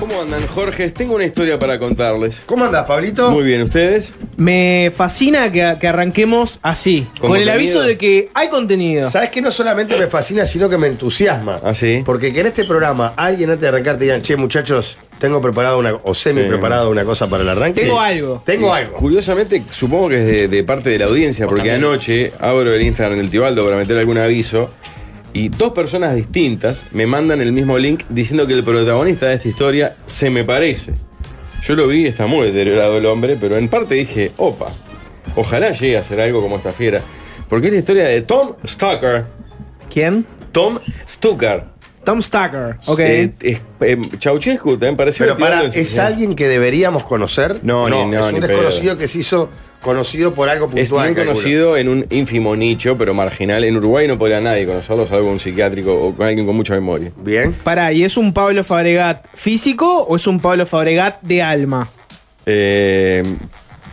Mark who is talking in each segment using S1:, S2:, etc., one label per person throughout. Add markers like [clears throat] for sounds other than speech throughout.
S1: ¿Cómo andan, Jorge? Tengo una historia para contarles.
S2: ¿Cómo andás, Pablito?
S1: Muy bien, ¿ustedes?
S3: Me fascina que, que arranquemos así,
S1: Con
S3: con, el
S1: contenido.
S3: aviso de que hay contenido.
S2: Sabes que no solamente me fascina, sino que me entusiasma.
S1: ¿Ah, sí?
S2: Porque que en este programa alguien antes de arrancar te digan, che, muchachos, tengo preparado una, o semi preparado una cosa para el arranque.
S3: Tengo algo.
S2: Tengo algo.
S1: Curiosamente, supongo que es de, de parte de la audiencia, porque
S2: también.
S1: anoche abro el Instagram del Tibaldo para meter algún aviso y dos personas distintas me mandan el mismo link diciendo que el protagonista de esta historia se me parece. Yo lo vi, está muy deteriorado el hombre, pero en parte dije, opa, ojalá llegue a hacer algo como esta fiera. Porque es la historia de Tom Stalker.
S3: ¿Quién?
S1: Tom Stucker.
S3: Tom Stacker. Ok.
S1: Eh, es- eh, Ceausescu también pareció.
S2: Pero
S1: el Tibaldo
S2: para,
S1: en su-
S2: ¿es alguien que deberíamos conocer?
S1: No, ni- no,
S2: es un
S1: ni
S2: desconocido
S1: pedo.
S2: que se hizo conocido por algo
S1: Es
S2: puntual.
S1: bien
S2: calculo.
S1: conocido en un ínfimo nicho, pero marginal. En Uruguay no podría nadie conocerlo, salvo un psiquiátrico o con alguien con mucha memoria.
S2: Bien.
S3: Pará, ¿y es un Pablo Fabregat físico o es un Pablo Fabregat de alma?
S1: Eh,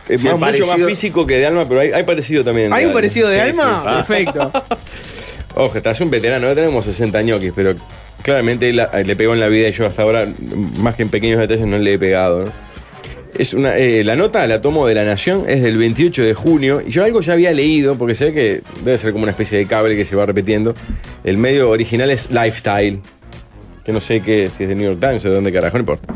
S1: es
S2: Sí,
S1: más-
S2: parecido-
S1: Mucho más físico que de alma, pero hay, hay parecido también. en
S3: ¿Hay un
S1: alma.
S3: parecido de
S1: Sí,
S3: alma? Ah,
S1: sí, Ah. sí.
S3: Perfecto.
S1: Ojo, estás un veterano, ya tenemos 60 ñoquis, pero claramente él, eh, le pegó en la vida y yo hasta ahora, más que en pequeños detalles, no le he pegado. ¿no? Es una, eh, la nota la tomo de La Nación, es del 28 de junio, y yo algo ya había leído, porque sé que debe ser como una especie de cable que se va repitiendo. El medio original es Lifestyle, que no sé qué, si es de New York Times o de dónde carajo, no importa.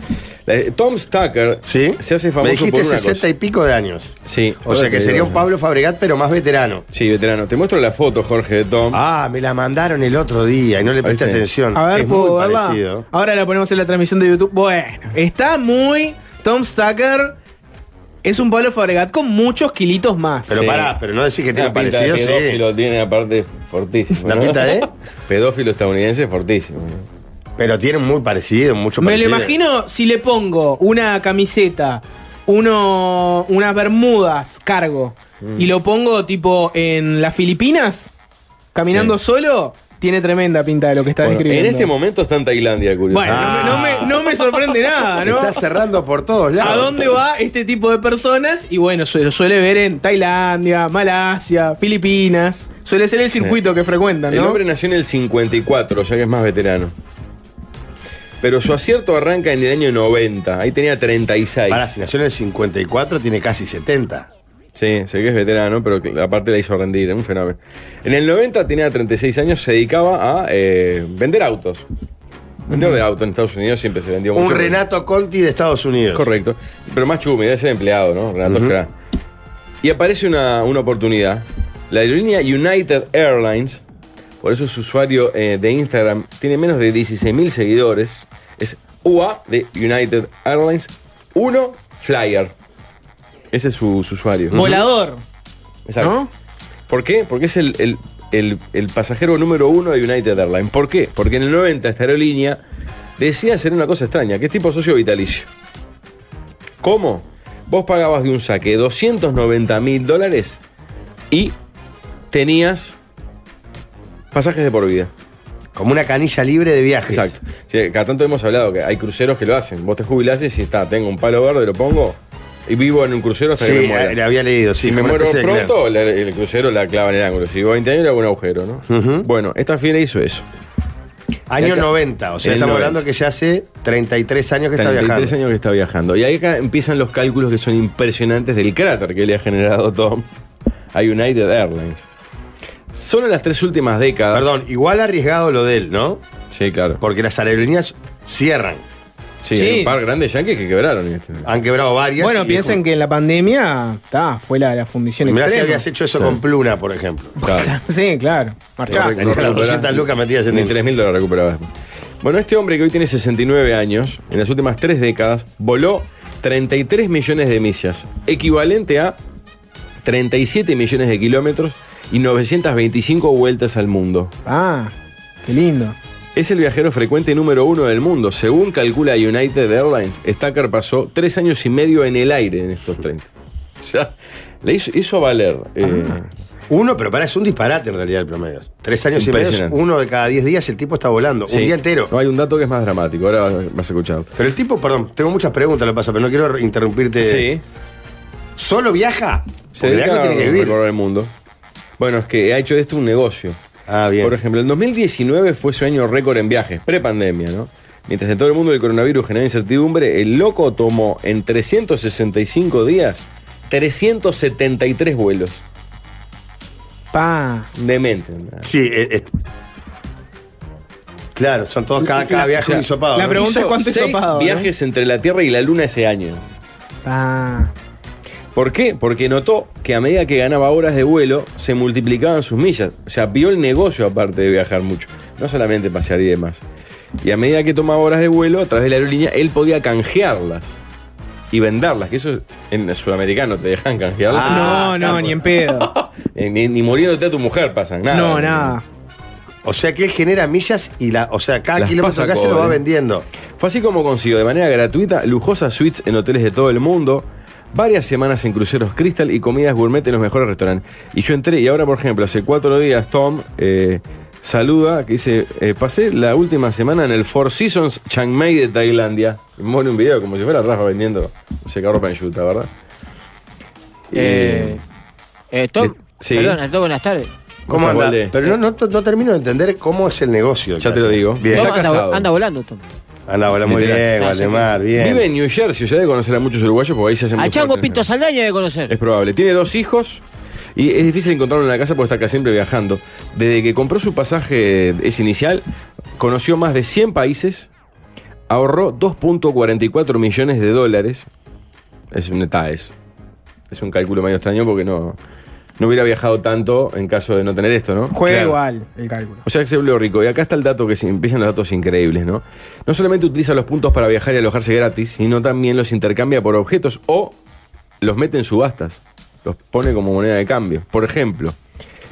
S1: La- Tom Stacker
S2: ¿Sí?
S1: se hace
S2: Me
S1: famoso
S2: dijiste
S1: por una
S2: 60
S1: cosa.
S2: y pico de años.
S1: Sí,
S2: O sea
S1: ahora
S2: que
S1: te
S2: sería
S1: digo.
S2: un Pablo Fabregat, pero más veterano.
S1: Sí, veterano. Te muestro la foto, Jorge, de Tom.
S2: Ah, me la mandaron el otro día y no le presté
S1: ¿Viste?
S2: atención.
S3: A ver,
S2: es
S3: ¿puedo
S2: muy
S3: verla?
S2: parecido.
S3: Ahora la ponemos en la transmisión de YouTube. Bueno, está muy. Tom Stacker es un Pablo Fabregat con muchos kilitos más.
S2: Pero
S1: Sí.
S2: pará, pero no decís que tiene
S1: Una pinta de
S2: parecido, sí.
S1: pedófilo tiene aparte fortísimo.
S2: ¿La
S1: ¿no?
S2: pinta de?
S1: [laughs] Pedófilo estadounidense fortísimo. ¿no?
S2: Pero tienen muy parecido, mucho
S3: Me lo
S2: parecido.
S3: imagino si le pongo una camiseta, uno, unas bermudas, cargo,
S1: Mm.
S3: y lo pongo tipo en las Filipinas, caminando
S1: Sí.
S3: solo, tiene tremenda pinta de lo que está
S1: Bueno, en
S3: describiendo.
S1: este momento Ah. está en Tailandia, curioso.
S3: Bueno,
S2: Ah.
S3: no, me, no me- no me sorprende nada, ¿no?
S2: Está cerrando por todos lados.
S3: ¿A dónde va este tipo de personas? Y bueno, su- lo suele ver en Tailandia, Malasia, Filipinas. Suele ser el circuito que frecuentan,
S1: El
S3: ¿no?
S1: hombre nació en el 54, o sea que es más veterano. Pero su acierto arranca en el año 90. Ahí tenía 36.
S2: Pará, si nació en el 54, tiene casi 70.
S1: Sí, sé que es veterano, pero que- aparte la hizo rendir, es un fenómeno. En el 90 tenía 36 años, se dedicaba a eh, vender autos. Vender de autos en Estados Unidos siempre se vendió mucho.
S2: Un
S1: pero-
S2: Renato Conti de Estados Unidos.
S1: Correcto. Pero más chumi, debe ser empleado, ¿no? Renato Escra. Y aparece una, una oportunidad. La aerolínea United Airlines, por eso su usuario eh, de Instagram tiene menos de 16.000 seguidores, es UA de United Airlines 1 Flyer. Ese es su, su usuario.
S3: Volador,
S1: Exacto.
S3: ¿no?
S1: ¿Por qué? Porque es el, el- el- el pasajero número uno de United Airlines. ¿Por qué? Porque en el 90 esta aerolínea decía hacer una cosa extraña, que es tipo socio vitalicio. ¿Cómo? Vos pagabas de un saque 290 mil dólares y tenías pasajes de por vida.
S2: Como una canilla libre de viajes.
S1: Exacto. Sí, cada tanto hemos hablado que hay cruceros que lo hacen. Vos te jubilás y si está, tengo un palo verde, lo pongo y vivo en un crucero hasta
S2: Sí,
S1: que me muera.
S2: eh, le había leído. sí,
S1: Si me
S2: como
S1: muero
S2: una especie de
S1: pronto, la- el crucero la clava en el ángulo. Si vivo 20 años, le hago un agujero, ¿no?
S2: Ujú.
S1: Bueno, esta fiera hizo eso.
S2: clan. Año
S1: Acá-
S2: 90, o sea,
S1: El
S2: estamos
S1: 90.
S2: hablando que ya hace 33 años que está
S1: 33
S2: viajando.
S1: años que está viajando. Y ahí acá empiezan los cálculos que son impresionantes del cráter que le ha generado Tom a United Airlines. Solo en las tres últimas décadas.
S2: Perdón, igual arriesgado lo de él, ¿no?
S1: Sí, claro.
S2: Porque las aerolíneas cierran.
S1: Sí,
S3: Sí.
S1: hay un par grandes yankees que quebraron. este.
S2: Han quebrado varias.
S3: Bueno,
S2: y-
S3: piensen que en la pandemia, ta, fue la, la fundición
S2: Mirá si
S3: extrema.
S2: habías hecho eso
S1: Sí.
S2: con Pluna, por ejemplo.
S1: Claro.
S3: Sí, claro. Marchás.
S2: Correcto. Tenía las 200 lucas metidas en
S1: Ni
S2: el-
S1: 3.000 dólares recuperabas. Bueno, este hombre que hoy tiene 69 años, en las últimas tres décadas, voló 33 millones de millas, equivalente a 37 millones de kilómetros y 925 vueltas al mundo.
S3: Ah, qué lindo.
S1: Es el viajero frecuente número uno del mundo. Según calcula United Airlines, Stacker pasó tres años y medio en el aire en estos 30. O sea, le hizo, hizo valer. eh,
S2: Ah, Uno, pero pará, es un disparate en realidad el promedio. Tres años
S1: Es
S2: y medio,
S1: impresionante.
S2: uno de cada diez días el tipo está volando.
S1: sí.
S2: Un día entero.
S1: No, hay un dato que es más dramático, ahora vas- vas a escuchar.
S2: Pero el tipo, perdón, tengo muchas preguntas, lo que pasa, pero no quiero interrumpirte. ¿Solo viaja?
S1: Se
S2: Porque de algo
S1: dedica
S2: tiene
S1: a
S2: que vivir.
S1: recorrer el mundo. Bueno, es que ha hecho de esto un negocio.
S2: Ah, bien.
S1: Por ejemplo, el 2019 fue su año récord en viajes, prepandemia, ¿no? Mientras en todo el mundo el coronavirus genera incertidumbre, el loco tomó en 365 días 373 vuelos.
S3: Pa.
S1: Demente. ¿no?
S2: Sí, eh, eh. claro, son todos cada, cada viaje
S1: o sea,
S2: un hisopado.
S3: la
S2: ¿no?
S3: pregunta-
S1: Hizo
S3: cuánto
S1: seis
S3: hisopado, ¿no?
S1: viajes entre la Tierra y la Luna ese año.
S3: Pa.
S1: ¿Por qué? Porque notó que a medida que ganaba horas de vuelo, se multiplicaban sus millas. O sea, vio el negocio aparte de viajar mucho. No solamente pasear y demás. Y a medida que tomaba horas de vuelo, a través de la aerolínea, él podía canjearlas y venderlas. Que eso es- en sudamericano te dejan canjearlas.
S2: Ah,
S3: no, no,
S2: capo.
S3: ni en pedo.
S2: [laughs]
S1: Eh, Ni, ni muriéndote a tu mujer pasan, nada.
S3: no, nada.
S2: O sea que él genera millas y la, o sea, cada
S1: Las
S2: kilómetro
S1: pasa
S2: que hace lo va
S1: cobre.
S2: vendiendo.
S1: Fue así como consiguió de manera gratuita lujosas suites en hoteles de todo el mundo, varias semanas en cruceros Crystal y comidas gourmet en los mejores restaurantes. Y yo entré, y ahora, por ejemplo, hace cuatro días, Tom eh, saluda, que dice, eh, pasé la última semana en el Four Seasons Chiang Mai de Tailandia. Y me pone un video como si fuera Rafa vendiendo, no sé qué ropa en yuta, ¿verdad?
S4: Eh, eh, Tom,
S1: le- sí.
S4: perdón, Aldo, buenas tardes.
S2: ¿Cómo
S1: Ojalá,
S2: anda?
S1: Walde.
S2: Pero no, no, no termino de entender cómo es el negocio.
S1: Ya
S2: que
S1: te lo
S2: hace.
S1: digo.
S2: Bien.
S1: Está
S4: Tom, anda,
S1: casado.
S4: anda volando, Tom.
S2: Anda, hola, muy
S1: Literal.
S2: bien,
S4: Ah, sí,
S2: Valdemar, bien. Ah,
S1: Vive en New Jersey, ya debe conocer a muchos uruguayos porque ahí se hacen
S4: A
S1: muy
S4: Chango
S1: fuertes.
S4: Pinto Saldaña de conocer.
S1: Es probable. Tiene dos hijos y es difícil encontrarlo en la casa porque está acá siempre viajando. Desde que compró su pasaje es inicial, conoció más de 100 países, ahorró 2.44 millones de dólares. Es un está, es, es un cálculo medio extraño porque no, no hubiera viajado tanto en caso de no tener esto, ¿no?
S3: Juega
S2: Claro.
S3: igual el cálculo.
S1: O sea, que se volvió rico. Y acá está el dato que se- empiezan los datos increíbles, ¿no? No solamente utiliza los puntos para viajar y alojarse gratis, sino también los intercambia por objetos o los mete en subastas. Los pone como moneda de cambio. Por ejemplo,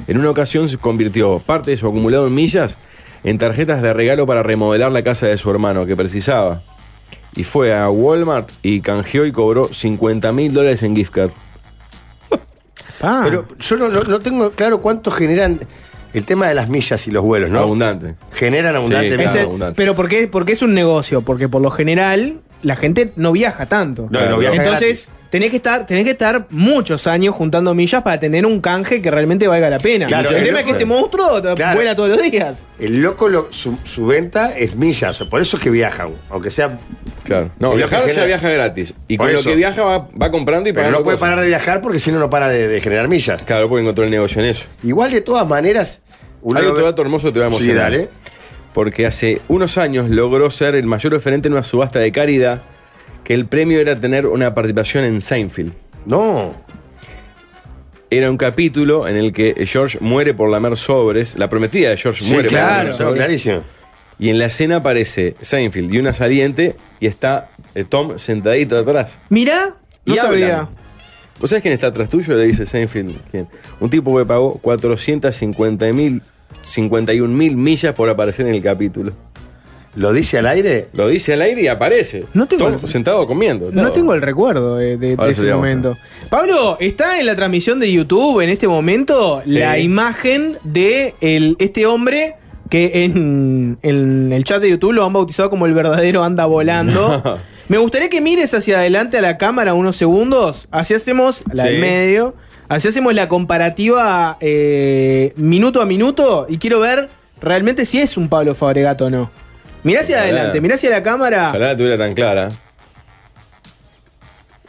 S1: en una ocasión se convirtió parte de su acumulado en millas en tarjetas de regalo para remodelar la casa de su hermano que precisaba. Y fue a Walmart y canjeó y cobró 50 mil dólares en gift card. Ah.
S3: Pa.
S2: Pero yo no, no- no tengo claro cuánto generan el tema de las millas y los vuelos, ¿no?
S1: Abundante.
S2: Generan abundante.
S1: claro.
S3: Es el-
S2: millas.
S1: abundante.
S3: pero ¿por qué, por qué es un negocio? Porque por lo general la gente no viaja tanto.
S2: No, no viaja
S3: Entonces,
S2: gratis.
S3: tenés que estar, tenés que estar muchos años juntando millas para tener un canje que realmente valga la pena.
S2: Claro,
S3: el
S2: el
S3: tema
S2: loco-
S3: es que este monstruo te
S2: Claro.
S3: vuela todos los días.
S2: El loco, lo- su, su venta es millas, o sea, por eso es que viajan, aunque sea...
S1: Claro. No,
S2: Es lo
S1: viajar
S2: que
S1: ya
S2: genera-
S1: viaja gratis. Y
S2: Por
S1: con lo
S2: eso.
S1: que viaja va, va comprando y
S2: Pero
S1: pagando
S2: no puede
S1: cosas.
S2: parar de viajar porque si no, no para de, de generar millas.
S1: Claro, porque encontró el negocio en eso.
S2: Igual, de todas maneras...
S1: Hay
S2: lo
S1: otro
S2: ve-
S1: dato hermoso que te voy a
S2: Sí,
S1: emocionar.
S2: dale.
S1: Porque hace unos años logró ser el mayor referente en una subasta de caridad que el premio era tener una participación en Seinfeld.
S2: No.
S1: Era un capítulo en el que George muere por lamer sobres. La prometida de George
S2: Sí,
S1: muere por
S2: claro,
S1: lamer
S2: no,
S1: sobres.
S2: clarísimo.
S1: Y en la escena aparece Seinfeld y una saliente y está eh, Tom sentadito atrás.
S3: Mirá, no
S1: Y
S3: sabía.
S1: hablan. ¿Vos sabés quién está atrás tuyo? Le dice Seinfeld. ¿Quién? Un tipo que pagó 450 mil, 51 mil millas por aparecer en el capítulo.
S2: ¿Lo dice al aire?
S1: Lo dice al aire y aparece.
S3: No tengo-
S1: Todo sentado comiendo.
S3: No
S1: todo.
S3: tengo el recuerdo de, de- de
S1: Ahora se
S3: ese
S1: lo voy a
S3: momento. Pablo, está en la transmisión de YouTube en este momento
S1: Sí.
S3: la imagen de el- este hombre que en, en el chat de YouTube lo han bautizado como el verdadero
S1: [laughs]
S3: anda volando. Me gustaría que mires hacia adelante a la cámara unos segundos. Así hacemos la del
S1: Sí.
S3: medio. Así hacemos la comparativa eh, minuto a minuto. Y quiero ver realmente si es un Pablo Fabregato o no. Mirá hacia
S1: Ojalá.
S3: adelante, mirá hacia la cámara.
S1: Ojalá la tuviera tan clara.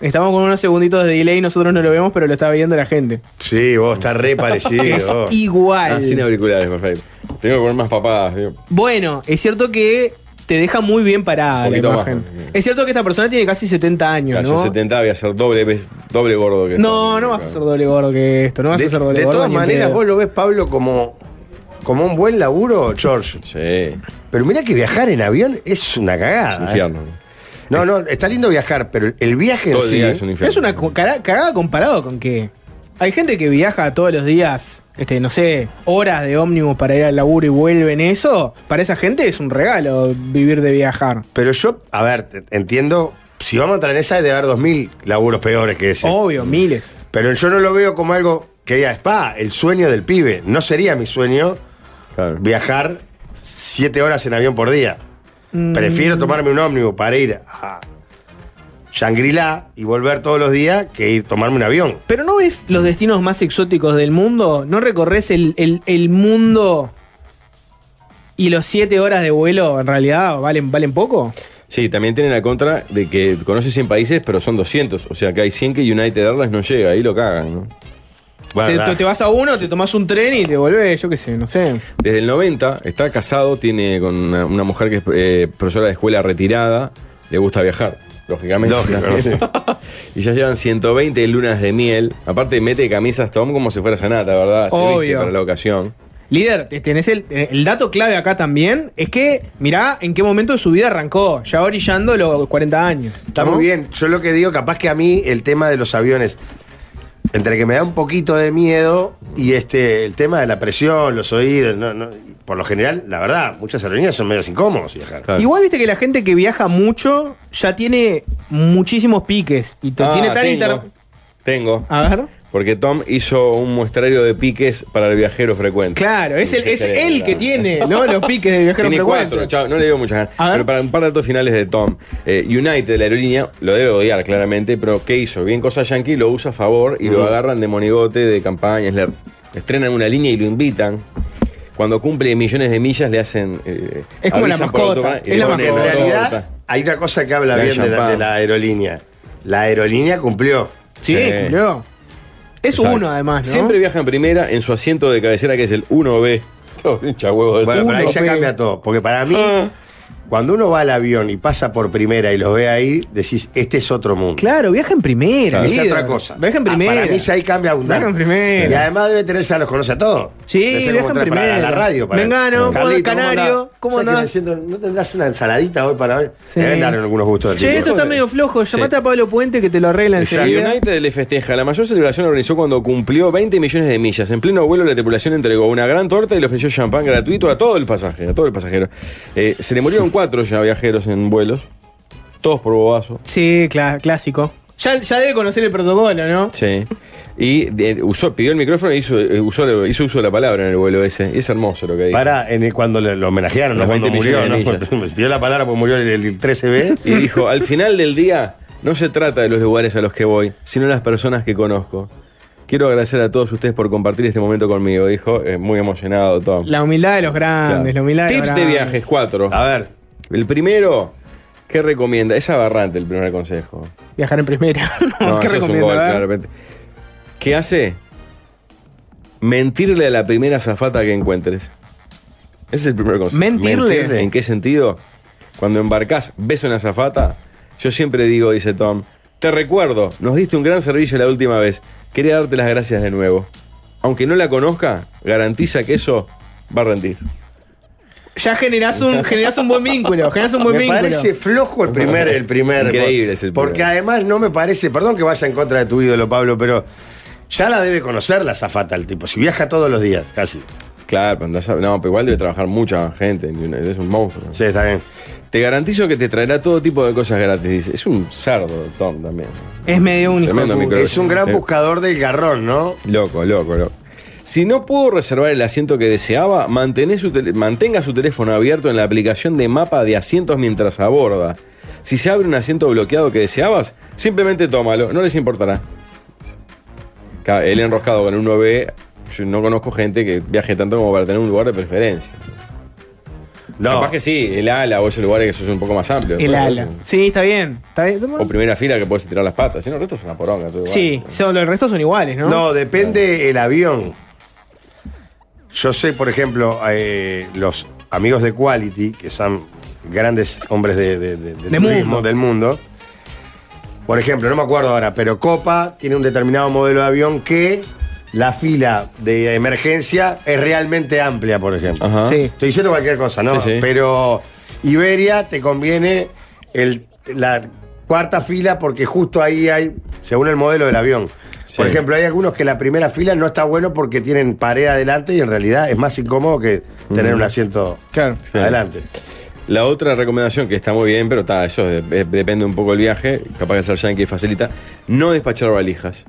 S3: Estamos con unos segunditos de delay, nosotros no lo vemos, pero lo está viendo la gente.
S2: Sí, vos,
S1: [laughs]
S2: está re
S3: es
S2: parecido. vos.
S3: igual.
S1: Ah, sin auriculares, perfecto. Tengo que poner más papadas. digo.
S3: Bueno, es cierto que te deja muy bien parada
S1: Un
S3: la
S1: poquito
S3: imagen.
S1: más.
S3: Es cierto que esta persona tiene casi 70 años,
S1: Claro,
S3: ¿no?
S1: Yo 70 voy a ser doble, vez- doble gordo que
S3: No, no vas a ser doble gordo que esto, no vas
S2: de,
S3: a ser doble
S2: de
S3: gordo.
S2: todas
S3: ni en
S2: maneras,
S3: pedo.
S2: vos lo ves, Pablo, como, como un buen laburo, George.
S1: Sí,
S2: Pero mirá que viajar en avión es una cagada.
S1: es
S2: ¿eh?
S1: un infierno.
S2: No, no, está lindo viajar, pero el viaje en
S1: Todo el
S2: sí.
S1: día es un infierno.
S3: Es una co- cara- cagada comparado con que hay gente que viaja todos los días, este, no sé, horas de ómnibus para ir al laburo y vuelven eso. Para esa gente es un regalo vivir de viajar.
S2: Pero yo, a ver, te- entiendo. Si vamos a entrar en esa, debe haber 2.000 laburos peores que ese.
S3: Obvio, miles.
S2: Pero yo no lo veo como algo que diga, spa, el sueño del pibe. No sería mi sueño
S1: Claro.
S2: viajar siete horas en avión por día.
S3: Mm.
S2: Prefiero tomarme un ómnibus para ir a Shangri-La y volver todos los días que ir tomarme un avión.
S3: Pero no ves los destinos más exóticos del mundo, no recorres el, el- el mundo ¿Y los siete horas de vuelo en realidad valen, valen poco?
S1: Sí, también tiene la contra de que conoce 100 países, pero son 200. O sea, que hay 100 que United Airlines no llega, ahí lo cagan, ¿no?
S2: Bueno,
S3: Te-
S2: nada.
S3: te, te vas a uno, te tomas un tren y te volvés, yo qué sé, no sé.
S1: Desde el 90 está casado, tiene con una, una mujer que es eh, profesora de escuela retirada, le gusta viajar, lógicamente.
S2: Lógico,
S1: [laughs] y ya llevan 120 lunas de miel. Aparte mete camisas Tom como si fuera Sanata, ¿verdad? Se viste
S3: Obvio.
S1: para la ocasión.
S3: Líder, te- tenés el, el dato clave acá también, es que mirá en qué momento de su vida arrancó, ya orillando los 40 años.
S2: Está
S3: ¿no?
S2: muy bien. Yo lo que digo, capaz que a mí el tema de los aviones, entre que me da un poquito de miedo y este el tema de la presión, los oídos, no, no, por lo general, la verdad, muchas aerolíneas son medios incómodos viajar.
S1: Claro.
S3: Igual viste que la gente que viaja mucho ya tiene muchísimos piques y te
S1: Ah,
S3: tiene tan
S1: tengo,
S3: inter... Ah.
S1: Tengo.
S3: A ver.
S1: Porque Tom hizo un muestrario de piques para el viajero frecuente.
S3: Claro, es,
S1: Sí,
S3: el,
S1: se
S3: es
S1: cree,
S3: él
S1: claro.
S3: que tiene
S1: [laughs]
S3: ¿no? los piques de viajero
S1: Tiene
S3: frecuente.
S1: cuatro, chao, no le digo muchas ganas.
S3: A ver.
S1: Pero para un par de datos finales de Tom, eh, United, la aerolínea, lo debe odiar claramente, pero ¿qué hizo? Bien cosa Yankee, lo usa a favor y lo
S2: Ujú.
S1: agarran de monigote, de campañas, le estrenan una línea y lo invitan. Cuando cumple millones de millas le hacen... eh,
S3: Es como la
S1: avisan por
S3: mascota,
S1: autocanal y
S3: es
S1: le
S3: la
S1: ponen
S2: En
S3: mascota.
S1: torta.
S2: realidad, hay una cosa que habla
S1: La
S2: bien de la,
S1: champán.
S2: de la aerolínea. La aerolínea cumplió.
S3: Sí,
S1: Sí.
S3: cumplió. Es
S1: Exacto.
S3: uno además, ¿no?
S1: Siempre viaja en primera en su asiento de cabecera que es el 1B. [laughs] Todo Ah. hincha huevo de
S2: Bueno,
S1: ese.
S2: pero ahí
S3: Uno,
S2: ya
S3: pero-
S2: cambia todo. Porque para mí, cuando uno va al avión y pasa por primera y los ve ahí, decís, este es otro mundo.
S3: Claro, viaja en primera.
S2: Es
S3: líder.
S2: otra cosa.
S3: Viaja en
S2: Ah,
S3: primera.
S2: para mí ya ahí cambia un
S3: Viaja en primera.
S2: Y además debe tenerse a los conoce a todos. Debe
S3: Sí,
S2: ser
S3: viaja en
S2: como
S3: primera.
S2: para la radio. Para
S3: Vengano,
S2: Carlito,
S3: Juan Canario, ¿cómo
S2: ¿Sabes qué
S3: andás?
S2: me siento? ¿No tendrás una ensaladita hoy para hoy?
S3: Sí.
S2: Deben darle algunos gustos del
S3: Che,
S2: tipo.
S3: esto está medio flojo. Llamate a Pablo Puente que te lo arregla
S1: Y
S3: enseguida.
S1: United le festeja. La mayor celebración la organizó cuando cumplió 20 millones de millas. En pleno vuelo, la tripulación entregó una gran torta y le ofreció champán gratuito a todo el pasaje, a todo el pasajero. Eh, se le murieron cuatro ya viajeros en vuelos, todos por bobazo.
S3: Sí, cla- clásico. Ya, ya debe conocer el protocolo, ¿no?
S1: Sí. Y eh, usó, pidió el micrófono y hizo, eh, usó- hizo uso de la palabra en el vuelo ese. Es hermoso lo que dijo.
S2: Para, en el- cuando le- lo homenajearon,
S1: Los
S2: ¿no? cuando
S1: 20
S2: murió,
S1: millones de
S2: ¿no? [laughs] Pidió la palabra porque murió el, el 13B.
S1: Y dijo, al final del día, no se trata de los lugares a los que voy, sino las personas que conozco. Quiero agradecer a todos ustedes por compartir este momento conmigo, dijo, eh, muy emocionado Tom.
S3: La humildad de los grandes,
S1: Claro.
S3: la humildad de los
S1: Tips de
S3: grandes.
S1: viajes, cuatro.
S2: A ver,
S1: El primero, ¿qué recomienda? Es aberrante el primer consejo.
S3: Viajar en primera. [laughs]
S1: No,
S3: Ah, ¿Qué
S1: eso es un
S3: recomiendo,
S1: gol,
S3: a ver?
S1: claramente. ¿Qué hace? Mentirle a la primera zafata que encuentres. Ese es el primer consejo.
S3: Mentirle.
S1: ¿En qué sentido? Cuando embarcás, ves una zafata. Yo siempre digo, dice Tom, te recuerdo, nos diste un gran servicio la última vez. Quería darte las gracias de nuevo. Aunque no la conozca, garantiza que eso va a rendir.
S3: Ya generás un, generás un buen vínculo. Generás un
S2: [laughs]
S3: buen
S2: me
S3: vínculo.
S2: parece flojo el primer, el primer.
S1: Increíble es el
S2: Porque
S1: primer.
S2: además no me parece, perdón que vaya en contra de tu ídolo, Pablo, pero ya la debe conocer la zafata el tipo. Si viaja todos los días, casi.
S1: Claro, pero andás a- no, pero igual debe trabajar mucha gente. Es un monstruo.
S2: Sí, está bien.
S1: Te garantizo que te traerá todo tipo de cosas gratis, dice. Es un sardo, Tom, también.
S3: Es medio único.
S1: Tremendo micro-
S2: Uh, Es un gran
S1: Sí.
S2: buscador del garrón, ¿no?
S1: Loco, loco, loco. Si no pudo reservar el asiento que deseaba, mantené su tele- mantenga su teléfono abierto en la aplicación de mapa de asientos mientras aborda. Si se abre un asiento bloqueado que deseabas, simplemente tómalo, no les importará. Ca- El enroscado con un 9 yo no conozco gente que viaje tanto como para tener un lugar de preferencia.
S2: No.
S1: Capaz que sí, el ala o esos lugares que son un poco más amplios.
S3: El
S1: Bueno,
S3: ala. Sí, está bien. Está bien.
S1: O primera fila que puedes tirar las patas. Si no, el resto es una poronga. todo igual.
S3: Sí, son, los restos son iguales, ¿no?
S2: ¿no? depende el avión. Yo sé, por ejemplo, eh, los amigos de Quality, que son grandes hombres de, de- de- de
S3: De
S2: turismo
S3: mundo.
S2: del mundo. Por ejemplo, no me acuerdo ahora, pero Copa tiene un determinado modelo de avión que la fila de emergencia es realmente amplia, por ejemplo.
S1: Ajá.
S3: Sí.
S2: Estoy diciendo cualquier cosa, ¿no?
S1: Sí, sí.
S2: Pero Iberia te conviene el, la cuarta fila porque justo ahí hay, según el modelo del avión.
S1: Sí.
S2: Por ejemplo, hay algunos que la primera fila no está bueno porque tienen pared adelante y en realidad es más incómodo que tener un asiento
S3: Claro.
S2: adelante.
S1: La otra recomendación que está muy bien, pero está, eso de- de- depende un poco del viaje, capaz que el yankee facilita, no despachar valijas.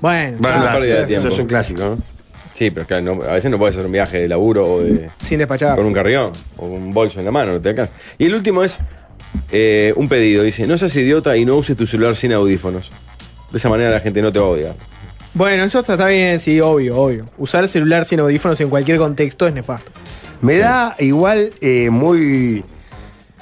S3: Bueno,
S2: Bueno,
S3: está,
S1: una pérdida de
S2: Ah, eso,
S1: tiempo.
S2: es un clásico, ¿no?
S1: Sí, pero claro, no- a veces no puedes hacer un viaje de laburo o de,
S3: sin despachar.
S1: con un carrión o un bolso en la mano, no te alcanza. Y el último es eh, un pedido, dice, no seas idiota y no uses tu celular sin audífonos. De esa manera la gente no te va a odiar.
S3: Bueno, eso está, está bien, sí, obvio, obvio. Usar celular sin audífonos en cualquier contexto es nefasto.
S2: Me da igual eh, muy.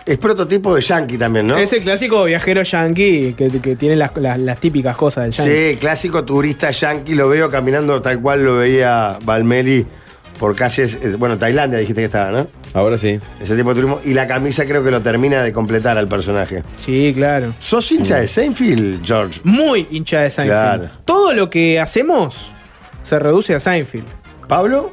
S2: Es prototipo de yankee también, ¿no?
S3: Es el clásico viajero yankee que, que tiene las, las- las típicas cosas del yankee.
S2: Sí, clásico turista yankee, lo veo caminando tal cual lo veía Valmeli por calles, eh, bueno, Tailandia dijiste que estaba, ¿no?
S1: Ahora sí.
S2: Ese tipo de turismo. Y la camisa creo que lo termina de completar al personaje.
S3: Sí, claro.
S2: ¿Sos hincha
S3: Mm.
S2: de Seinfeld, George?
S3: Muy hincha de Seinfeld.
S2: Claro.
S3: Todo lo que hacemos se reduce a Seinfeld.
S2: ¿Pablo?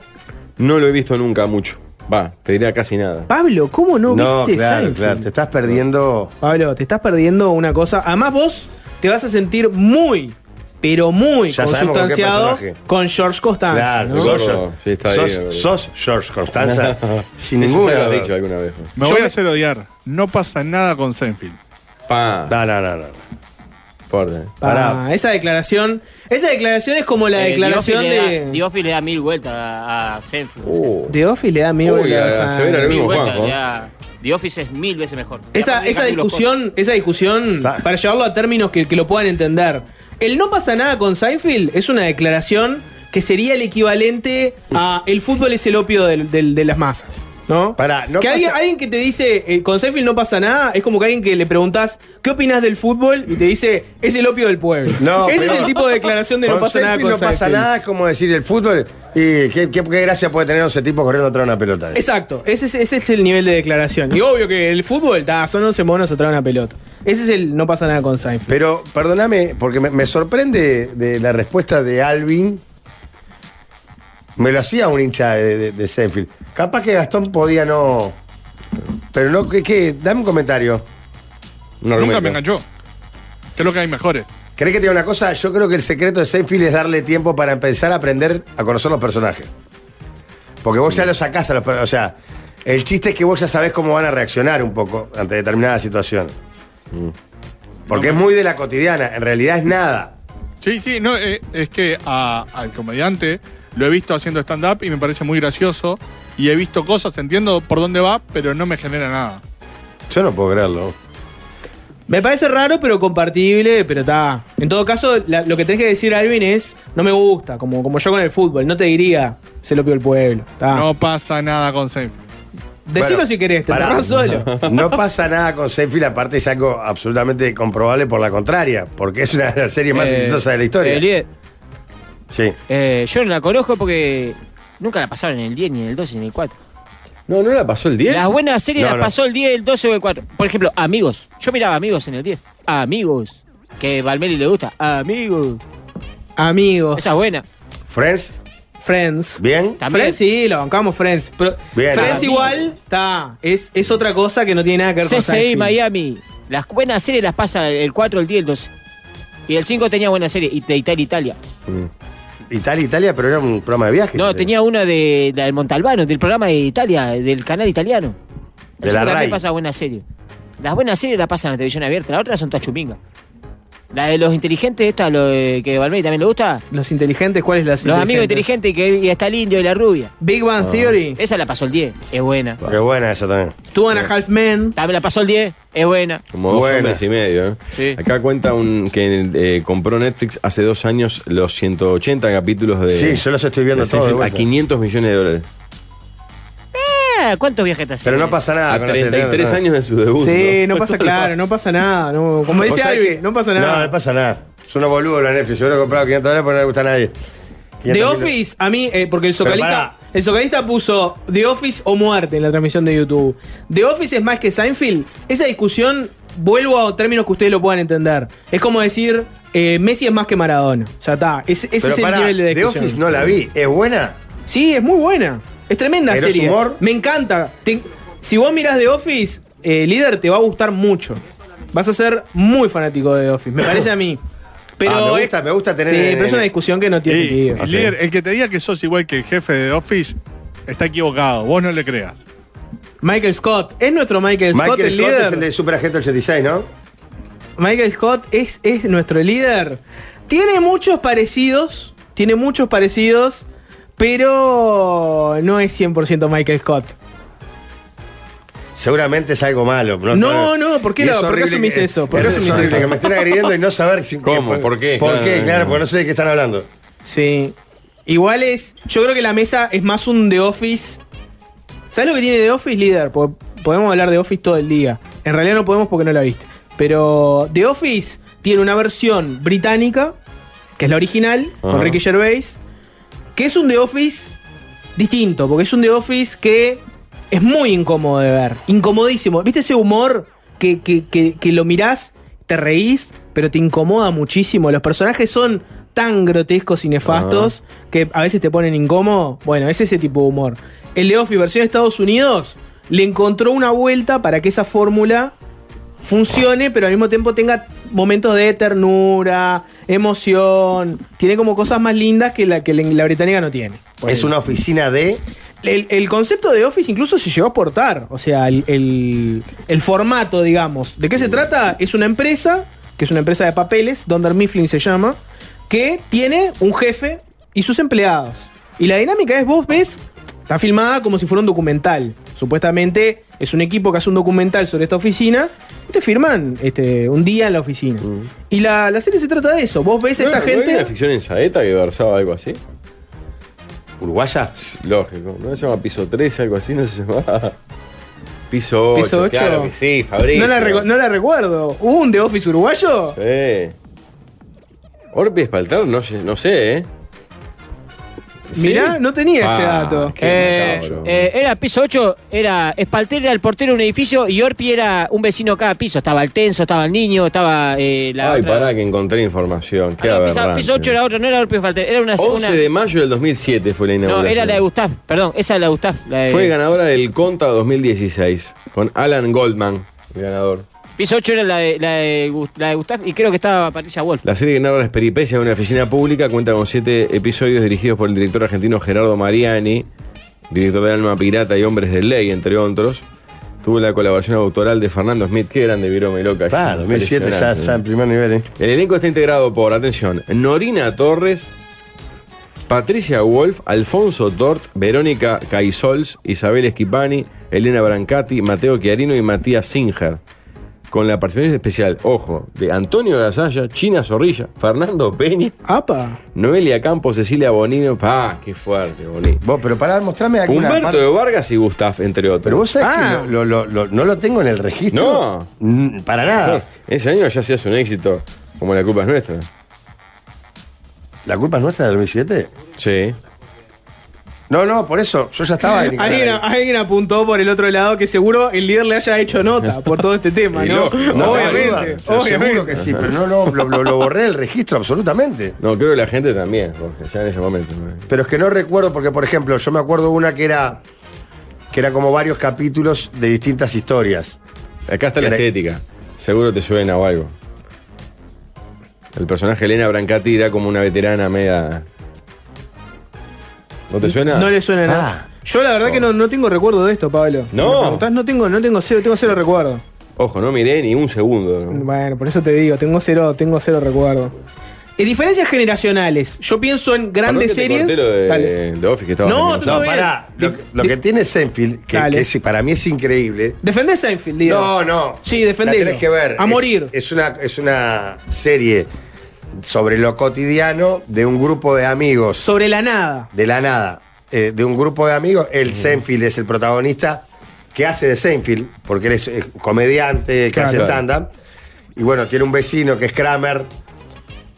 S1: No lo he visto nunca mucho. Va, te diría casi nada.
S3: Pablo, ¿cómo no, viste
S2: claro,
S3: Seinfeld?
S2: claro. Te estás perdiendo.
S3: Pablo, te estás perdiendo una cosa. Además, vos te vas a sentir muy, pero muy
S2: Ya sabemos con qué
S3: consustanciado con,
S2: personaje.
S3: George Costanza.
S2: Claro,
S3: ¿no?
S1: Gordo,
S2: sos, George-
S1: sí, está ahí,
S2: sos-
S1: gordo.
S2: sos George Constanza.
S1: [laughs]
S2: sin
S1: Sí,
S2: ninguna.
S1: ya lo has dicho alguna vez. ¿no?
S5: Me
S3: Yo
S5: voy
S3: me-
S5: a hacer odiar. No pasa nada con Seinfeld.
S1: Pa.
S2: No, no, no, no.
S1: Fuerte.
S3: Ah, esa declaración. Esa declaración es como la
S4: Eh,
S3: declaración
S4: Diofi le da-
S3: de.
S4: Diofi le da mil vueltas a, a Seinfeld.
S1: Oh.
S3: de Offi le da miedo.
S1: Uy,
S3: la-
S1: a-
S3: esa-
S1: se ve la-
S4: Mil
S1: mismo
S4: vueltas
S1: Juanjo.
S4: le da. The Office es mil veces mejor.
S3: Esa,
S4: Aparte,
S3: esa
S4: capítulos
S3: discusión, esa discusión,
S2: Está.
S3: para llevarlo a términos que, que lo puedan entender. El no pasa nada con Seinfeld es una declaración que sería el equivalente a el fútbol es el opio del- del- de las masas. ¿No?
S2: Pará, no
S3: que alguien,
S2: pasa-
S3: alguien que te dice, eh, con Seinfeld no pasa nada, es como que alguien que le preguntás, ¿qué opinas del fútbol? Y te dice, es el opio del pueblo.
S2: No,
S3: Ese
S2: pero-
S3: es el tipo de declaración de no
S2: Con
S3: pasa nada
S2: Seinfeld
S3: con
S2: no pasa
S3: Seinfeld.
S2: nada, es como decir el fútbol. ¿Y qué, qué- qué gracia puede tener ese tipo corriendo atrás de una pelota?
S3: Exacto, ese es, ese es el nivel de declaración. Y obvio que el fútbol, ta, son 11 monos atrás de una pelota. Ese es el no pasa nada con Seinfeld.
S2: Pero perdóname, porque me, me sorprende de la respuesta de Alvin. Me lo hacía un hincha de, de, de Seinfeld. Capaz que Gastón podía no. Pero no, ¿qué? qué? Dame un comentario.
S1: Un
S5: Nunca
S1: argumento.
S5: me enganchó. Creo que hay mejores.
S2: ¿Crees que te digo una cosa? Yo creo que el secreto de Seinfeld es darle tiempo para empezar a aprender a conocer los personajes. Porque vos ya los sacás a los per- O sea, el chiste es que vos ya sabés cómo van a reaccionar un poco ante determinada situación. Mm. Porque es muy de la cotidiana, en realidad es nada.
S5: Sí, sí, no, eh, es que a- al comediante lo he visto haciendo stand-up y me parece muy gracioso. Y he visto cosas, entiendo por dónde va, pero no me genera nada.
S2: Yo no puedo creerlo.
S3: Me parece raro, pero compartible, pero está. En todo caso, la- lo que tenés que decir, Alvin, es no me gusta, como, como yo con el fútbol. No te diría, se lo pido el pueblo. Está.
S5: No pasa nada con Seinfeld.
S3: Decilo
S2: Bueno,
S3: si querés, te
S2: pará.
S3: enterrás solo.
S2: [laughs] No pasa nada con Seinfeld, aparte es algo absolutamente comprobable por la contraria, porque es una de las series
S4: cortos.
S2: más
S4: Eh,
S2: exitosas de la historia.
S4: eh, líder,
S2: sí.
S4: eh, yo no la conozco porque nunca la pasaron en el 10, ni en el 12, ni en el 4.
S1: No, no la pasó el 10.
S4: Las buenas series
S2: No,
S4: las
S2: no.
S4: pasó el 10, el 12 o el 4. Por ejemplo, Amigos. Yo miraba Amigos en el 10. Amigos. Que Valmeli le gusta. Amigos.
S3: Amigos.
S4: Esa es buena.
S2: Friends,
S3: Friends.
S2: bien.
S4: También.
S3: Friends sí, lo bancamos Friends. Pero
S2: Bien.
S3: Friends
S4: Ah,
S3: igual, está. Es, es otra cosa que no tiene nada que ver con
S4: CCI
S3: Seinfeld.
S4: Miami. Las buenas series las pasa el 4, el 10, el 12. Y el 5 tenía buena serie. Y de Italia, Italia.
S2: Italia, Italia, pero era un programa de viajes.
S4: No, tenía una de, la del Montalbano, del programa de Italia, del canal italiano.
S2: De la
S4: Eso también
S2: RAI.
S4: pasa buena serie. Las buenas series las pasan en la televisión abierta, las otras son tachuminga. La de los inteligentes, esta, lo de- que Valmeli también le gusta.
S3: Los inteligentes, ¿cuáles las
S4: Los amigos inteligentes, que y está el indio y la rubia.
S3: Big
S2: Ah.
S3: Bang Theory.
S4: Esa la pasó el 10, es buena.
S2: Qué buena esa también.
S3: Two and a Half Men.
S4: También la pasó el 10, es buena.
S1: Como dos
S2: Buena.
S1: hombres y medio. ¿eh?
S4: Sí.
S1: Acá cuenta un que eh, compró Netflix hace dos años los 180 capítulos de.
S2: Sí, yo los estoy viendo
S1: de
S2: todos de
S1: Seinfeld a
S2: vuelta.
S1: 500 millones de dólares.
S4: Ah, ¿Cuántos viajes te hacen?
S2: Pero no pasa nada.
S1: A
S2: Ah, con la serie,
S1: 33
S2: no pasa nada.
S1: años de su debut.
S3: Sí,
S1: ¿no? [laughs]
S3: no pasa, claro, no pasa nada. no. Como
S2: ¿Vos
S3: dice
S2: sabés
S3: Alvin,
S2: que-
S3: no pasa nada.
S2: No, no pasa nada. Es unos boludos la Netflix. Yo lo he comprado 500 dólares porque no le gusta a nadie. 500
S3: The
S2: mil-
S3: Office, a mí, eh, porque el socalista,
S2: pará.
S3: el socalista puso The Office o muerte en la transmisión de YouTube. The Office es más que Seinfeld. Esa discusión, vuelvo a términos que ustedes lo puedan entender. Es como decir, eh, Messi es más que Maradona. O sea, está. Es- ese
S2: Pero
S3: es el
S2: pará,
S3: nivel de
S2: The
S3: discusión.
S2: Office no la vi. ¿Es buena?
S3: Sí, es muy buena. Es tremenda
S2: Pero es
S3: serie.
S2: humor.
S3: Me encanta. Te- si vos mirás The Office, eh, líder, te va a gustar mucho. Vas a ser muy fanático de The Office, me parece a mí. Pero
S2: Ah, me
S3: es-
S2: gusta- me gusta tener
S3: Sí,
S2: en-
S3: pero es una
S2: en-
S3: discusión que no tiene
S5: Y,
S3: sentido.
S5: y líder, el que te diga que sos igual que el jefe de Office está equivocado. Vos no le creas.
S3: Michael Scott. Es nuestro Michael, Scott,
S2: Michael
S3: el
S2: Scott
S3: líder.
S2: es el de Super Agente 86, ¿no?
S3: Michael Scott es, es nuestro líder. Tiene muchos parecidos. Tiene muchos parecidos. Pero no es 100% Michael Scott.
S2: Seguramente es algo malo.
S3: No, no, ¿por qué
S2: Y
S3: lo-
S2: es
S3: por qué
S2: horrible
S3: asumís
S2: que-
S3: eso? ¿Por qué
S2: es
S3: asumís
S2: horrible
S3: eso?
S2: Que me estén agrediendo y no saber si-
S1: ¿Cómo? ¿Por qué?
S2: ¿Por
S1: Claro,
S2: qué?
S1: no.
S2: Claro, porque no sé de qué están hablando.
S3: Sí. Igual es. Yo creo que la mesa es más un The Office ¿Sabes lo que tiene The Office, líder? Porque podemos hablar de Office todo el día. En realidad no podemos porque no la viste. Pero The Office tiene una versión británica, que es la original, con
S1: Ajá.
S3: Ricky Gervais, que es un The Office distinto, porque es un The Office que es muy incómodo de ver. Incomodísimo. ¿Viste ese humor que, que- que- que lo mirás, te reís, pero te incomoda muchísimo? Los personajes son tan grotescos y nefastos que a veces te ponen incómodo. Bueno, es ese tipo de humor. El de Office versión Estados Unidos le encontró una vuelta para que esa fórmula funcione, pero al mismo tiempo tenga momentos de ternura, emoción. Tiene como cosas más lindas que la que la, la británica no tiene.
S2: Es una oficina de.
S3: El, el concepto de Office incluso se llegó a portar. O sea, el, el- el formato, digamos. ¿De qué se trata? Es una empresa, que es una empresa de papeles, Dunder Mifflin se llama, que tiene un jefe y sus empleados. Y la dinámica es, vos ves, está filmada como si fuera un documental. Supuestamente es un equipo que hace un documental sobre esta oficina y te firman este, un día en la oficina. Y la, la serie se trata de eso. Vos ves a
S1: Mm. ¿No-
S3: esta
S1: no
S3: gente...
S1: había una ficción en Saeta que versaba algo así?
S2: ¿Uruguaya?
S1: Lógico. ¿No se llama piso 13, algo así? ¿No se llamaba? Piso 8.
S3: Piso ocho.
S1: Claro que sí, Fabricio.
S3: No la, recu- no la recuerdo. ¿Hubo un The Office uruguayo?
S1: Sí. Orpi Espaltar, no, sé- no sé, ¿eh?
S3: Mirá, no tenía ese
S1: Ah,
S3: dato.
S1: qué
S4: Eh,
S1: macabro.
S4: eh, era piso 8, era Espalter era el portero de un edificio y Orpi era un vecino cada piso. Estaba el tenso, estaba el niño, estaba eh, la.
S1: Ay,
S4: otra-
S1: pará que encontré información.
S4: Ah,
S1: Qué
S4: no, piso,
S1: aberrante.
S4: piso 8 era otro, no era Orpi Espalter, era una.
S1: 11
S4: una-
S1: de mayo del 2007 fue la
S4: no,
S1: inauguración.
S4: era la de Gustav, perdón, esa es la de Gustav. la de-
S1: Fue ganadora del Conta 2016 con Alan Goldman, el ganador.
S4: Piso 8 era la de, la, de, Gu- la de Gustav y creo que estaba Patricia Wolf.
S1: La serie que narra las peripecias de una oficina pública cuenta con siete episodios dirigidos por el director argentino Gerardo Mariani, director de Alma Pirata y Hombres de Ley, entre otros. Tuvo la colaboración autoral de Fernando Smith, que grande, vieron mi loca.
S2: Ah, 2007 ya
S1: Impresionante.
S2: está en primer nivel, ¿eh?
S1: El elenco está integrado por, atención, Norina Torres, Patricia Wolf, Alfonso Dort, Verónica Caisols, Isabel Esquipani, Elena Brancati, Mateo Chiarino y Matías Singer. Con la participación especial, ojo, de Antonio Gasalla, China Zorrilla, Fernando Peña,
S3: Apa.
S1: Noelia Campos, Cecilia Bonino. ¡Ah, qué fuerte, Bonino!
S2: Vos, pero pará, mostrame aquí una
S1: Humberto
S2: parte.
S1: de Vargas y Gustav, entre otros.
S2: Pero vos sabés
S3: Ah.
S2: que lo- lo- lo- lo- no lo tengo en el registro.
S1: No.
S2: No. Para nada.
S1: Ah, Ese año ya hacías un éxito, como la culpa es nuestra.
S2: ¿La culpa es nuestra del 2007?
S1: Sí.
S2: No, no, por eso. Yo ya estaba en
S3: [laughs] Alguien, alguien apuntó por el otro lado que seguro el líder le haya hecho nota por todo este tema,
S1: Y
S3: ¿no?
S1: lógico,
S2: No,
S3: [laughs] obviamente,
S2: no, seguro
S3: obviamente.
S2: que sí, pero no, no, lo, lo- lo borré del registro absolutamente.
S1: No, creo que la gente también, Jorge, ya en ese momento. ¿no?
S2: Pero es que no recuerdo, porque por ejemplo, yo me acuerdo una que era que era como varios capítulos de distintas historias.
S1: Acá está la
S2: Era-
S1: estética. Seguro te suena o algo. El personaje Elena Brancati era como una veterana media. ¿No te suena?
S3: No le suena nada. Yo la verdad que no, no tengo recuerdo de esto, Pablo. Si
S1: No.
S3: me preguntás, no tengo, no tengo cero, tengo cero recuerdo.
S1: Ojo, no miré ni un segundo. ¿no?
S3: Bueno, por eso te digo, tengo cero, tengo cero recuerdo. Eh, diferencias generacionales. Yo pienso
S1: Perdón
S3: en
S1: que
S3: grandes
S1: te
S3: series.
S1: conté lo de,
S3: Dale.
S1: de Office que estaba
S3: No,
S1: haciendo.
S3: te-
S2: No,
S3: bien.
S2: pará. Lo, lo que tiene Seinfeld, que,
S3: Dale.
S2: que es- para mí es increíble.
S3: Defendé Seinfeld, líder.
S2: No, no.
S3: Sí, defendelo.
S2: La tenés que ver.
S3: A
S2: Es-
S3: morir.
S2: Es una, es una serie sobre lo cotidiano de un grupo de amigos.
S3: Sobre la nada.
S2: de la nada, eh, de un grupo de amigos. El Seinfeld es el protagonista que hace de Seinfeld, porque él es, eh, comediante, que
S3: Claro.
S2: hace stand-up. Y bueno, tiene un vecino que es Kramer,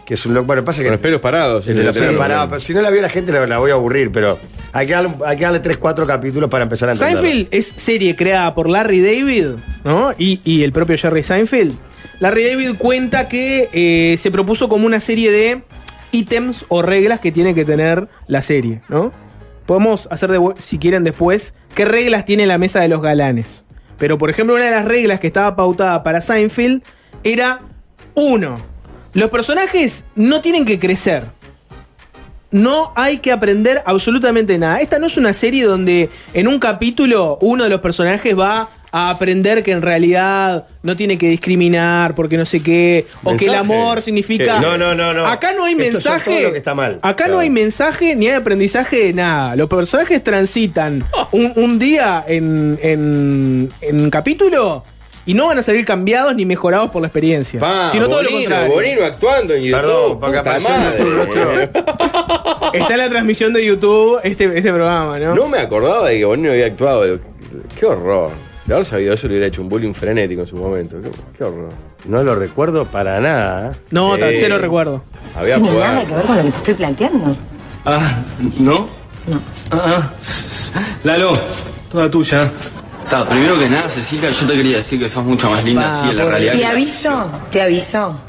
S2: que es un loco. Bueno, pasa que.
S1: Con los pelos parados.
S2: el de los pelos parados, pero si no la vio la gente, la, la voy a aburrir, pero hay que darle, un- hay que darle 3, 4 capítulos para empezar a entender.
S3: Seinfeld es serie creada por Larry David ¿no? y, y el propio Jerry Seinfeld. Larry David cuenta que eh, se propuso como una serie de ítems o reglas que tiene que tener la serie. ¿no? Podemos hacer, de vu- si quieren después, qué reglas tiene la mesa de los galanes. Pero, por ejemplo, una de las reglas que estaba pautada para Seinfeld era, uno, los personajes no tienen que crecer no hay que aprender absolutamente nada. Esta no es una serie donde en un capítulo uno de los personajes va a aprender que en realidad no tiene que discriminar porque no sé qué o que el
S1: Mensaje.
S3: amor significa
S1: Que-
S2: Eh, No, no, no, no.
S3: acá no hay
S2: Esto es
S3: mensaje
S2: todo lo que está mal.
S3: acá no
S2: Claro.
S3: hay mensaje ni hay aprendizaje de nada los
S2: Oh.
S3: personajes transitan un, un día en, en, en capítulo Y no van a salir cambiados ni mejorados por la experiencia.
S1: Pa,
S3: sino todo
S1: Bonino,
S3: lo contrario.
S1: Bonino actuando en YouTube.
S2: Perdón, porque
S1: puta
S2: apareció en
S1: madre.
S2: YouTube,
S3: Está en la transmisión de YouTube este, este programa, ¿no?
S1: No me acordaba de que Bonino había actuado. Qué horror. De haber sabido eso le hubiera hecho un bullying frenético en su momento. Qué, qué horror.
S2: [laughs] No lo recuerdo para nada. ¿eh?
S3: No,
S1: Sí.
S3: tal se lo recuerdo.
S1: Había
S6: tiene
S1: jugado.
S6: nada que ver con lo que te estoy planteando.
S7: Ah, ¿no? No. Ah, ah. Lalo, toda tuya. Ta, primero que nada, Cecilia, yo te quería decir que sos mucho más linda
S3: Pa,
S7: así en la
S3: pobre.
S7: realidad.
S6: Te
S7: que-
S6: aviso, te aviso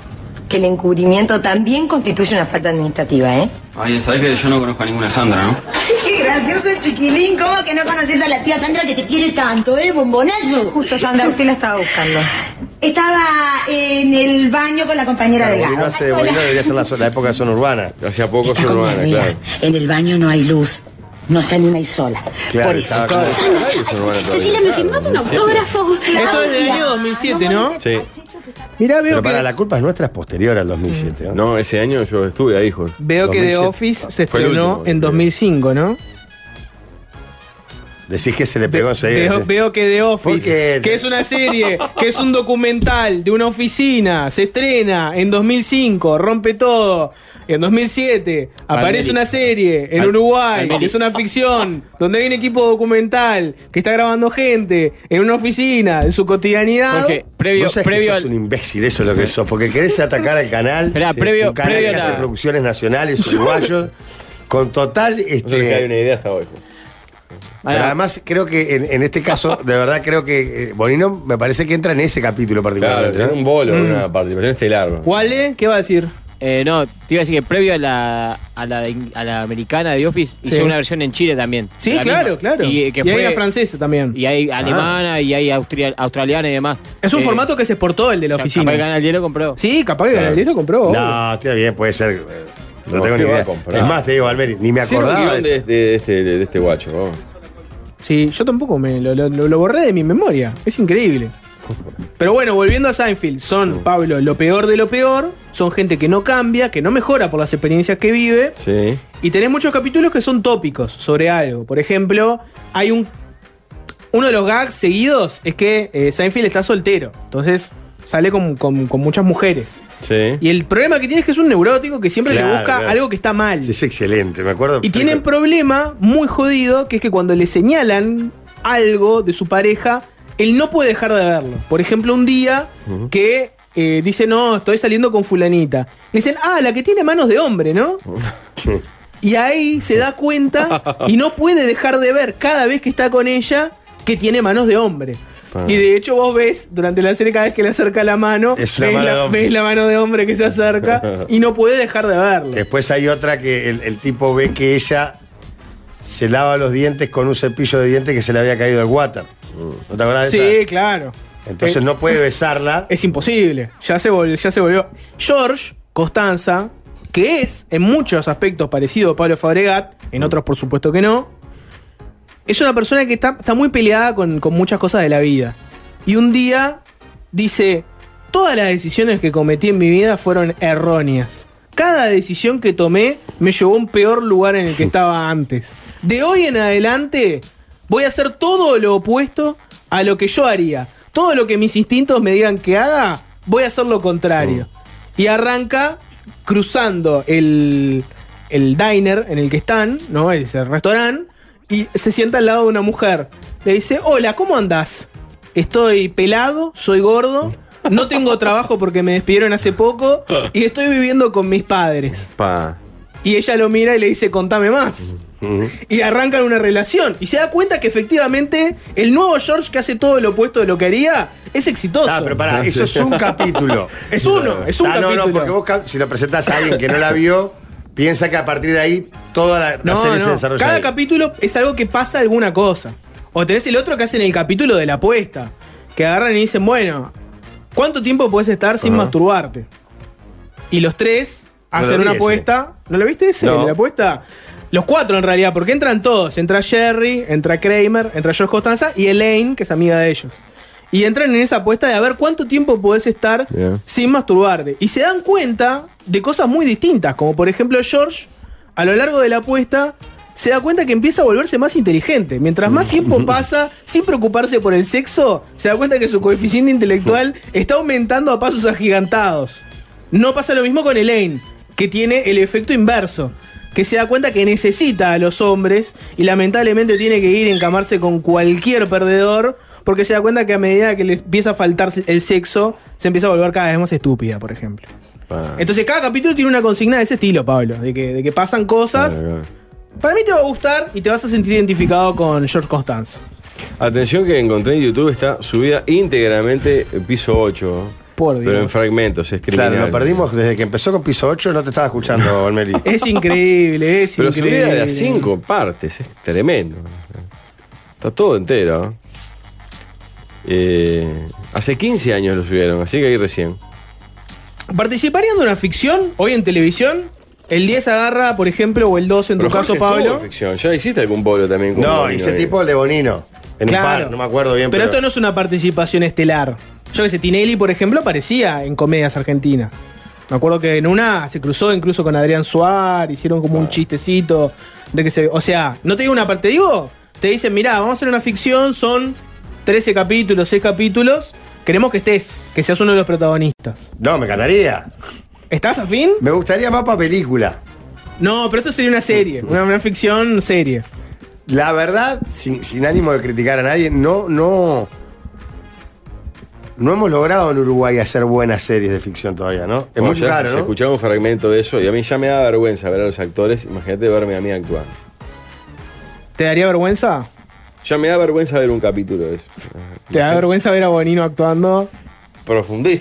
S6: que el encubrimiento también constituye una falta administrativa, ¿eh?
S7: Ah, bien, sabés que yo no conozco a ninguna Sandra, ¿no?
S8: Qué gracioso chiquilín, ¿cómo que no conoces a la tía Sandra que te quiere tanto, eh, bombonazo?
S6: Justo, Sandra, usted la estaba buscando.
S8: Estaba en el baño con la compañera de
S2: Bolino
S8: Gabo.
S2: hace de Bolino debería ser la, zo- la época de zona urbana.
S1: Hacía poco
S8: Está
S1: su
S8: con mi
S1: urbana,
S8: amiga.
S1: claro.
S8: En el baño no hay luz, no se anima y sola.
S2: Claro,
S8: Por eso.
S2: estaba claro.
S1: Cecilia, ¿me firmás un autógrafo?
S3: Esto es del año 2007, ¿no?
S1: Sí.
S3: Mirá, veo
S2: Pero
S3: que,
S2: para la culpa es nuestra es posterior al 2007. ¿no?
S1: No, ese año yo estuve ahí, hijo.
S3: veo que The
S2: 2007.
S3: Office se
S1: Fue el
S3: estrenó
S1: último,
S3: en
S1: creo.
S3: 2005, ¿no?
S2: Decís que se le pegó
S3: Veo,
S2: enseguida.
S3: veo-
S2: sí.
S3: veo que The
S2: ¿Por
S3: Office,
S2: qué?
S3: que es una serie, que es un documental de una oficina, se estrena en 2005, rompe todo. En 2007 aparece
S4: Palmeri.
S3: una serie en
S4: Pal-
S3: Uruguay,
S4: Palmeri.
S3: que es una ficción, donde hay un equipo documental que está grabando gente en una oficina, en su cotidianidad.
S4: Jorge, previo,
S2: Vos sabés que
S4: previo
S2: sos
S4: al-
S2: un imbécil, eso es lo que sos, porque querés atacar al canal,
S4: Esperá,
S2: sí,
S4: previo-
S2: un canal
S4: previo a
S2: que
S4: la-
S2: hace producciones nacionales,
S4: [laughs]
S2: uruguayos, con total...
S1: No sé si hay una
S2: Este,
S1: idea hasta hoy. hijo.
S2: pero
S4: Ahora,
S2: además, creo que en, en este caso, de verdad, creo que eh, Bonino me parece que entra en ese capítulo
S1: Claro,
S2: particularmente.
S1: tenés
S2: ¿no?
S1: un bolo,
S3: Mm.
S1: una participación estelar.
S3: ¿Wale? ¿Qué va a decir?
S4: eh, no, te iba a decir que previo a la, a la, in- a la americana de The Office,
S3: Sí.
S4: hizo una versión en Chile también.
S3: Sí,
S4: La
S3: claro,
S4: misma.
S3: claro. Y,
S4: Y, eh, que
S3: hay
S4: fue-
S3: una francesa también.
S4: y hay alemana, y hay austria- australiana y demás.
S3: Ah. es un
S4: Eh,
S3: formato que se exportó el de la
S4: o sea, capaz que
S3: oficina.
S4: Canal 10 lo compró.
S3: Sí, capaz que
S1: Claro.
S3: Galerio compró. obvio.
S2: No, está bien, puede ser. eh, No,
S1: No,
S2: tengo
S1: ¿qué
S2: ni
S1: va a
S2: idea.
S1: comprar?
S2: Es más, te digo, Almeri, ni me
S1: Cero
S2: acordaba.
S1: guión de,
S2: de-
S1: de- de este, de este guacho. vamos.
S3: Sí, yo tampoco me lo, lo- lo- lo borré de mi memoria. Es increíble. Pero bueno, volviendo a Seinfeld, son, Pablo, lo peor de lo peor. Son gente que no cambia, que no mejora por las experiencias que vive.
S1: Sí.
S3: Y tenés muchos capítulos que son tópicos sobre algo. Por ejemplo, hay un. Uno de los gags seguidos es que eh, Seinfeld está soltero. Entonces sale con, con- con muchas mujeres.
S1: Sí.
S3: Y el problema que tiene es que es un neurótico que siempre le
S2: Claro,
S3: busca
S2: claro.
S3: algo que está mal.
S2: Es excelente, me acuerdo.
S3: Y tienen problema muy jodido, que es que cuando le señalan algo de su pareja, él no puede dejar de verlo. Por ejemplo, un día que eh, dice, no, estoy saliendo con fulanita. Le dicen, ah, la que tiene manos de
S2: [laughs]
S3: hombre, ¿no? y ahí se da cuenta y no puede dejar de ver cada vez que está con ella que tiene manos de hombre.
S2: Ah.
S1: Pa.
S3: Y de hecho vos ves durante la serie cada vez que le acerca la mano,
S2: Es una
S3: ves,
S2: mano de
S3: la,
S2: hombre.
S3: ves la mano de hombre que
S2: [laughs]
S3: se acerca y no puede dejar de verlo.
S2: Después hay otra que el, el tipo ve que ella se lava los dientes con un cepillo de dientes que se le había caído el water. ¿No te acordás de
S3: Sí,
S2: esa?
S3: claro.
S2: Entonces
S3: Eh,
S2: no puede
S3: [laughs]
S2: besarla.
S3: Es imposible. Ya se volvió. Ya se volvió. George Costanza, que es en muchos aspectos parecido a Pablo Fabregat, en otros por supuesto que no, es una persona que está, está muy peleada con, con muchas cosas de la vida. Y un día dice, todas las decisiones que cometí en mi vida fueron erróneas. Cada decisión que tomé me llevó a un peor lugar en el que estaba antes. De hoy en adelante voy a hacer todo lo opuesto a lo que yo haría. Todo lo que mis instintos me digan que haga, voy a hacer lo contrario. Y arranca cruzando el, el diner en el que están, ¿no? Es el restaurante, y se sienta al lado de una mujer. Le dice, hola, ¿cómo andás? Estoy pelado, soy gordo, no tengo trabajo porque me despidieron hace poco y estoy viviendo con mis padres.
S1: Pa.
S3: Y ella lo mira y le dice, contame más. Y arrancan una relación. Y se da cuenta que efectivamente el nuevo George que hace todo lo opuesto de lo que haría es exitoso.
S2: Ah, pero pará, eso es un capítulo.
S3: [laughs] Es uno, es un
S2: Ah, no,
S3: capítulo.
S2: no, porque vos ca- si lo presentas a alguien que no la vio, piensa que a partir de ahí toda la, la
S3: No,
S2: serie
S3: no,
S2: se desarrolla.
S3: Cada
S2: ahí.
S3: capítulo es algo que pasa alguna cosa. O tenés el otro que hacen el capítulo de la apuesta. Que agarran y dicen, bueno, ¿cuánto tiempo puedes estar sin masturbarte? Y los tres
S2: No lo
S3: hacen
S2: vi
S3: una
S2: ese.
S3: apuesta. ¿No lo viste ese?
S2: No.
S3: ¿La apuesta? Los cuatro en realidad, porque entran todos. Entra Jerry, entra Kramer, entra George Costanza y Elaine, que es amiga de ellos. Y entran en esa apuesta de a ver cuánto tiempo podés estar
S1: Bien.
S3: sin masturbarte. Y se dan cuenta de cosas muy distintas, como por ejemplo George, a lo largo de la apuesta, se da cuenta que empieza a volverse más inteligente. Mientras más tiempo pasa, sin preocuparse por el sexo, se da cuenta que su coeficiente intelectual está aumentando a pasos agigantados. No pasa lo mismo con Elaine, que tiene el efecto inverso. Que se da cuenta que necesita a los hombres y lamentablemente tiene que ir a encamarse con cualquier perdedor porque se da cuenta que a medida que le empieza a faltar el sexo, se empieza a volver cada vez más estúpida, por ejemplo. Entonces cada capítulo tiene una consigna de ese estilo, Pablo, de que, de que pasan cosas. Para mí te va a gustar y te vas a sentir identificado con George Constance.
S1: Atención que encontré en YouTube está subida íntegramente en piso 8.
S3: Por
S1: Pero
S3: Dios.
S1: en fragmentos, es criminal.
S2: Claro, lo perdimos desde que empezó con piso 8, no te estaba escuchando,
S3: [laughs]
S2: Olmeri.
S3: Es increíble, es
S1: Pero
S3: increíble.
S1: subida de a cinco partes, es tremendo. Está todo entero. Eh, hace 15 años lo subieron, así que ahí recién.
S3: ¿Participarían de una ficción hoy en televisión? El 10 agarra, por ejemplo, o el 2 en
S1: Pero
S3: tu
S1: Jorge
S3: caso,
S1: estuvo
S3: Pablo.
S1: en ficción. Ya hiciste algún bolo también. con
S2: No,
S1: Bonino,
S2: hice
S1: eh.
S2: tipo el de Bonino. En un par, no me acuerdo bien.
S3: Pero, esto no es una participación estelar. Yo que sé, Tinelli, por ejemplo, aparecía en comedias argentinas. Me acuerdo que en una se cruzó incluso con Adrián Suárez, hicieron como
S1: Ah.
S3: un chistecito de que se. O sea, no te digo una parte, te digo, te dicen, mirá, vamos a hacer una ficción, son 13 capítulos, 6 capítulos. Queremos que estés, que seas uno de los protagonistas.
S2: No, me encantaría.
S3: ¿Estás afín?
S2: Me gustaría más para película.
S3: No, pero esto sería una serie, una, una ficción serie.
S2: La verdad, sin, sin ánimo de criticar a nadie, no, no. No hemos logrado en Uruguay hacer buenas series de ficción todavía, ¿no? Es
S1: Bueno,
S2: muy
S1: ya
S2: caro,
S1: se
S2: ¿no?
S1: escuchaba un fragmento de eso y a mí ya me da vergüenza ver a los actores. Imagínate verme a mí actuar.
S3: ¿Te daría vergüenza?
S1: Ya me da vergüenza ver un capítulo de eso.
S3: ¿Te da vergüenza ver a Bonino actuando? [laughs]
S1: Profundí.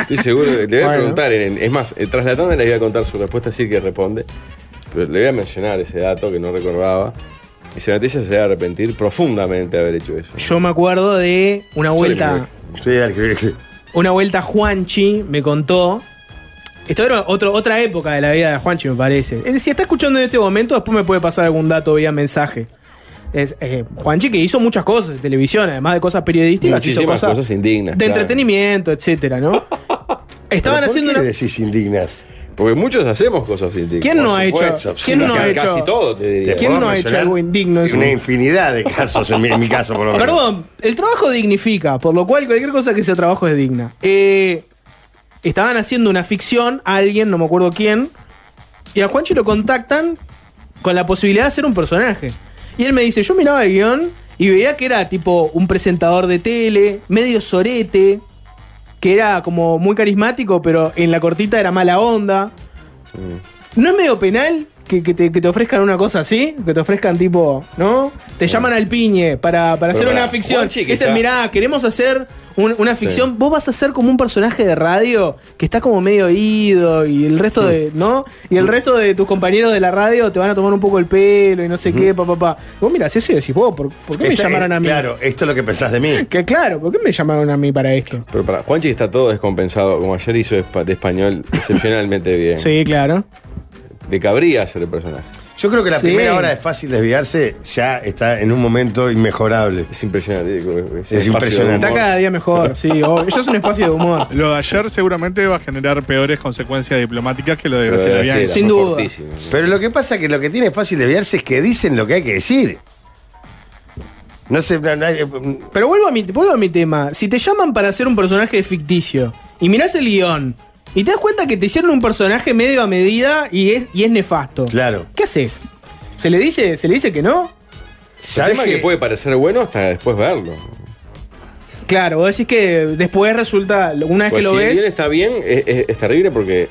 S1: Estoy seguro. que- Le voy a
S3: Bueno.
S1: preguntar. en- es más, eh, tras la tanda le voy a contar su respuesta, sí que responde. Pero le voy a mencionar ese dato que no recordaba. Y Senatilla se va a arrepentir profundamente de haber hecho eso.
S3: Yo me acuerdo de una vuelta.
S2: Sí, al que-
S3: Una vuelta Juanchi me contó. Esto era otro- otra época de la vida de Juanchi, me parece. Es decir, si está escuchando en este momento, después me puede pasar algún dato vía mensaje. Es, eh, Juanchi que hizo muchas cosas en televisión, además de cosas periodísticas, hizo
S1: Muchísimas
S3: cosas,
S1: cosas indignas.
S3: de
S1: claro.
S3: entretenimiento, etcétera, ¿no?
S2: ¿Pero
S3: Estaban
S2: ¿Por
S3: haciendo
S2: qué
S3: una.
S2: le decís indignas?
S1: Porque muchos hacemos cosas indignas.
S3: ¿Quién no
S1: Por
S3: ha hecho-
S1: supuesto,
S3: quién no ha
S1: casi Casi
S3: hecho-
S1: todo, te diría.
S2: Te
S3: ¿Quién
S2: puedo
S3: no ha hecho
S2: mencionar
S3: algo indigno en su-
S2: Una infinidad de casos, en mi, en mi caso, por lo menos.
S3: Perdón, el trabajo dignifica, por lo cual cualquier cosa que sea trabajo es digna. Eh, estaban haciendo una ficción, alguien, no me acuerdo quién, y a Juanchi lo contactan con la posibilidad de hacer un personaje. Y él me dice, yo miraba el guión y veía que era tipo un presentador de tele, medio sorete, que era como muy carismático, pero en la cortita era mala onda. ¿No es medio penal que, que te, que te ofrezcan una cosa así? Que te ofrezcan tipo, ¿no? Te llaman al piñe para, para hacer
S1: pará,
S3: una ficción.
S1: Juanchi, que
S3: Dicen,
S1: está-
S3: mirá, Ah, queremos hacer un- una ficción. Vos vas a ser como un personaje de radio que está como medio ido y el resto de, ¿no? Y el resto de tus compañeros de la radio te van a tomar un poco el pelo y no sé qué, papá, papá. Vos mirás eso y decís, vos, ¿por, por qué me
S2: Esta-
S3: llamaron a mí?
S2: Este, eh, Claro, esto es lo que pensás de mí.
S3: Que claro, ¿por qué me llamaron a mí para esto?
S1: Pero para Juanchi está todo descompensado, como ayer hizo de espa- de
S3: [laughs]
S1: español excepcionalmente bien.
S3: Sí, claro.
S1: Le cabría hacer el personaje.
S2: Yo creo que la
S3: Sí.
S2: primera hora de fácil desviarse ya está en un momento inmejorable.
S1: Es impresionante. digo, ese
S2: Es
S1: espacio de
S2: impresionante.
S3: Está
S1: humor.
S3: cada día
S2: [laughs]
S3: mejor, sí. obvio. Eso es un espacio de humor.
S5: Lo de ayer seguramente va a generar peores consecuencias diplomáticas que lo de
S1: Pero
S5: Graciela
S1: de
S5: Bianchi.
S1: Graciela,
S3: Sin
S1: fue
S3: duda.
S1: fortísimo.
S2: Pero lo que pasa es que lo que tiene fácil desviarse es que dicen lo que hay que decir. No sé, no- no hay- mm,
S3: Pero vuelvo a, mi, vuelvo a mi tema. Si te llaman para hacer un personaje ficticio y mirás el guión y te das cuenta que te hicieron un personaje medio a medida y es, y es nefasto.
S2: Claro.
S3: ¿Qué haces? ¿Se le dice, se le dice que no?
S1: El
S2: ¿Sabes
S1: tema que...
S2: que-
S1: puede parecer bueno hasta después verlo.
S3: Claro, vos decís que después resulta, una vez
S1: Pues
S3: que
S1: si
S3: lo
S1: bien
S3: ves,
S1: está bien, es, es- es terrible porque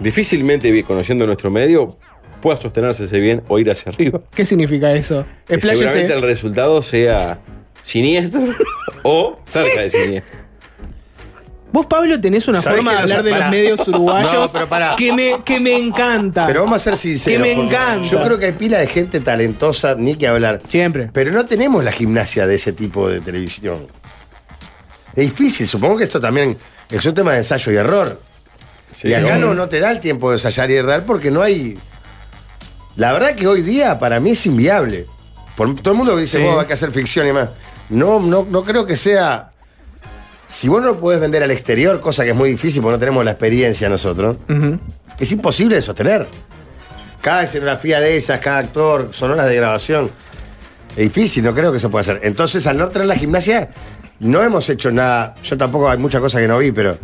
S1: difícilmente, vi- conociendo nuestro medio, pueda sostenerse ese bien o ir hacia arriba.
S3: ¿qué significa eso?
S1: Que
S3: Expláyese.
S1: seguramente el resultado sea siniestro [laughs] o cerca de siniestro.
S3: Vos, Pablo, tenés una
S2: ¿Sabés
S3: forma
S2: que no
S3: de hablar
S2: sa-
S3: de los
S2: pará.
S3: medios
S2: [laughs] No,
S3: uruguayos
S2: pero pará.
S3: que, me, que me encanta.
S2: Pero vamos a ser sinceros.
S3: Que me
S2: porque
S3: encanta.
S2: Yo creo que hay pila de gente talentosa, ni que hablar.
S3: Siempre.
S2: Pero no tenemos la gimnasia de ese tipo de televisión. Es difícil, supongo que esto también es un tema de ensayo y error. y acá no, no te da el tiempo de ensayar y errar porque no hay. La verdad que hoy día para mí es inviable. Por, todo el mundo dice,
S3: Sí.
S2: vos hay que hacer ficción y más. No, no, no creo que sea. Si vos no lo podés vender al exterior, cosa que es muy difícil porque no tenemos la experiencia nosotros,
S3: Ujú.
S2: es imposible de sostener. Cada escenografía de esas, cada actor, son horas de grabación. Es difícil, no creo que se pueda hacer. Entonces, al no traer la gimnasia, no hemos hecho nada. Yo tampoco, hay muchas cosas que no vi, pero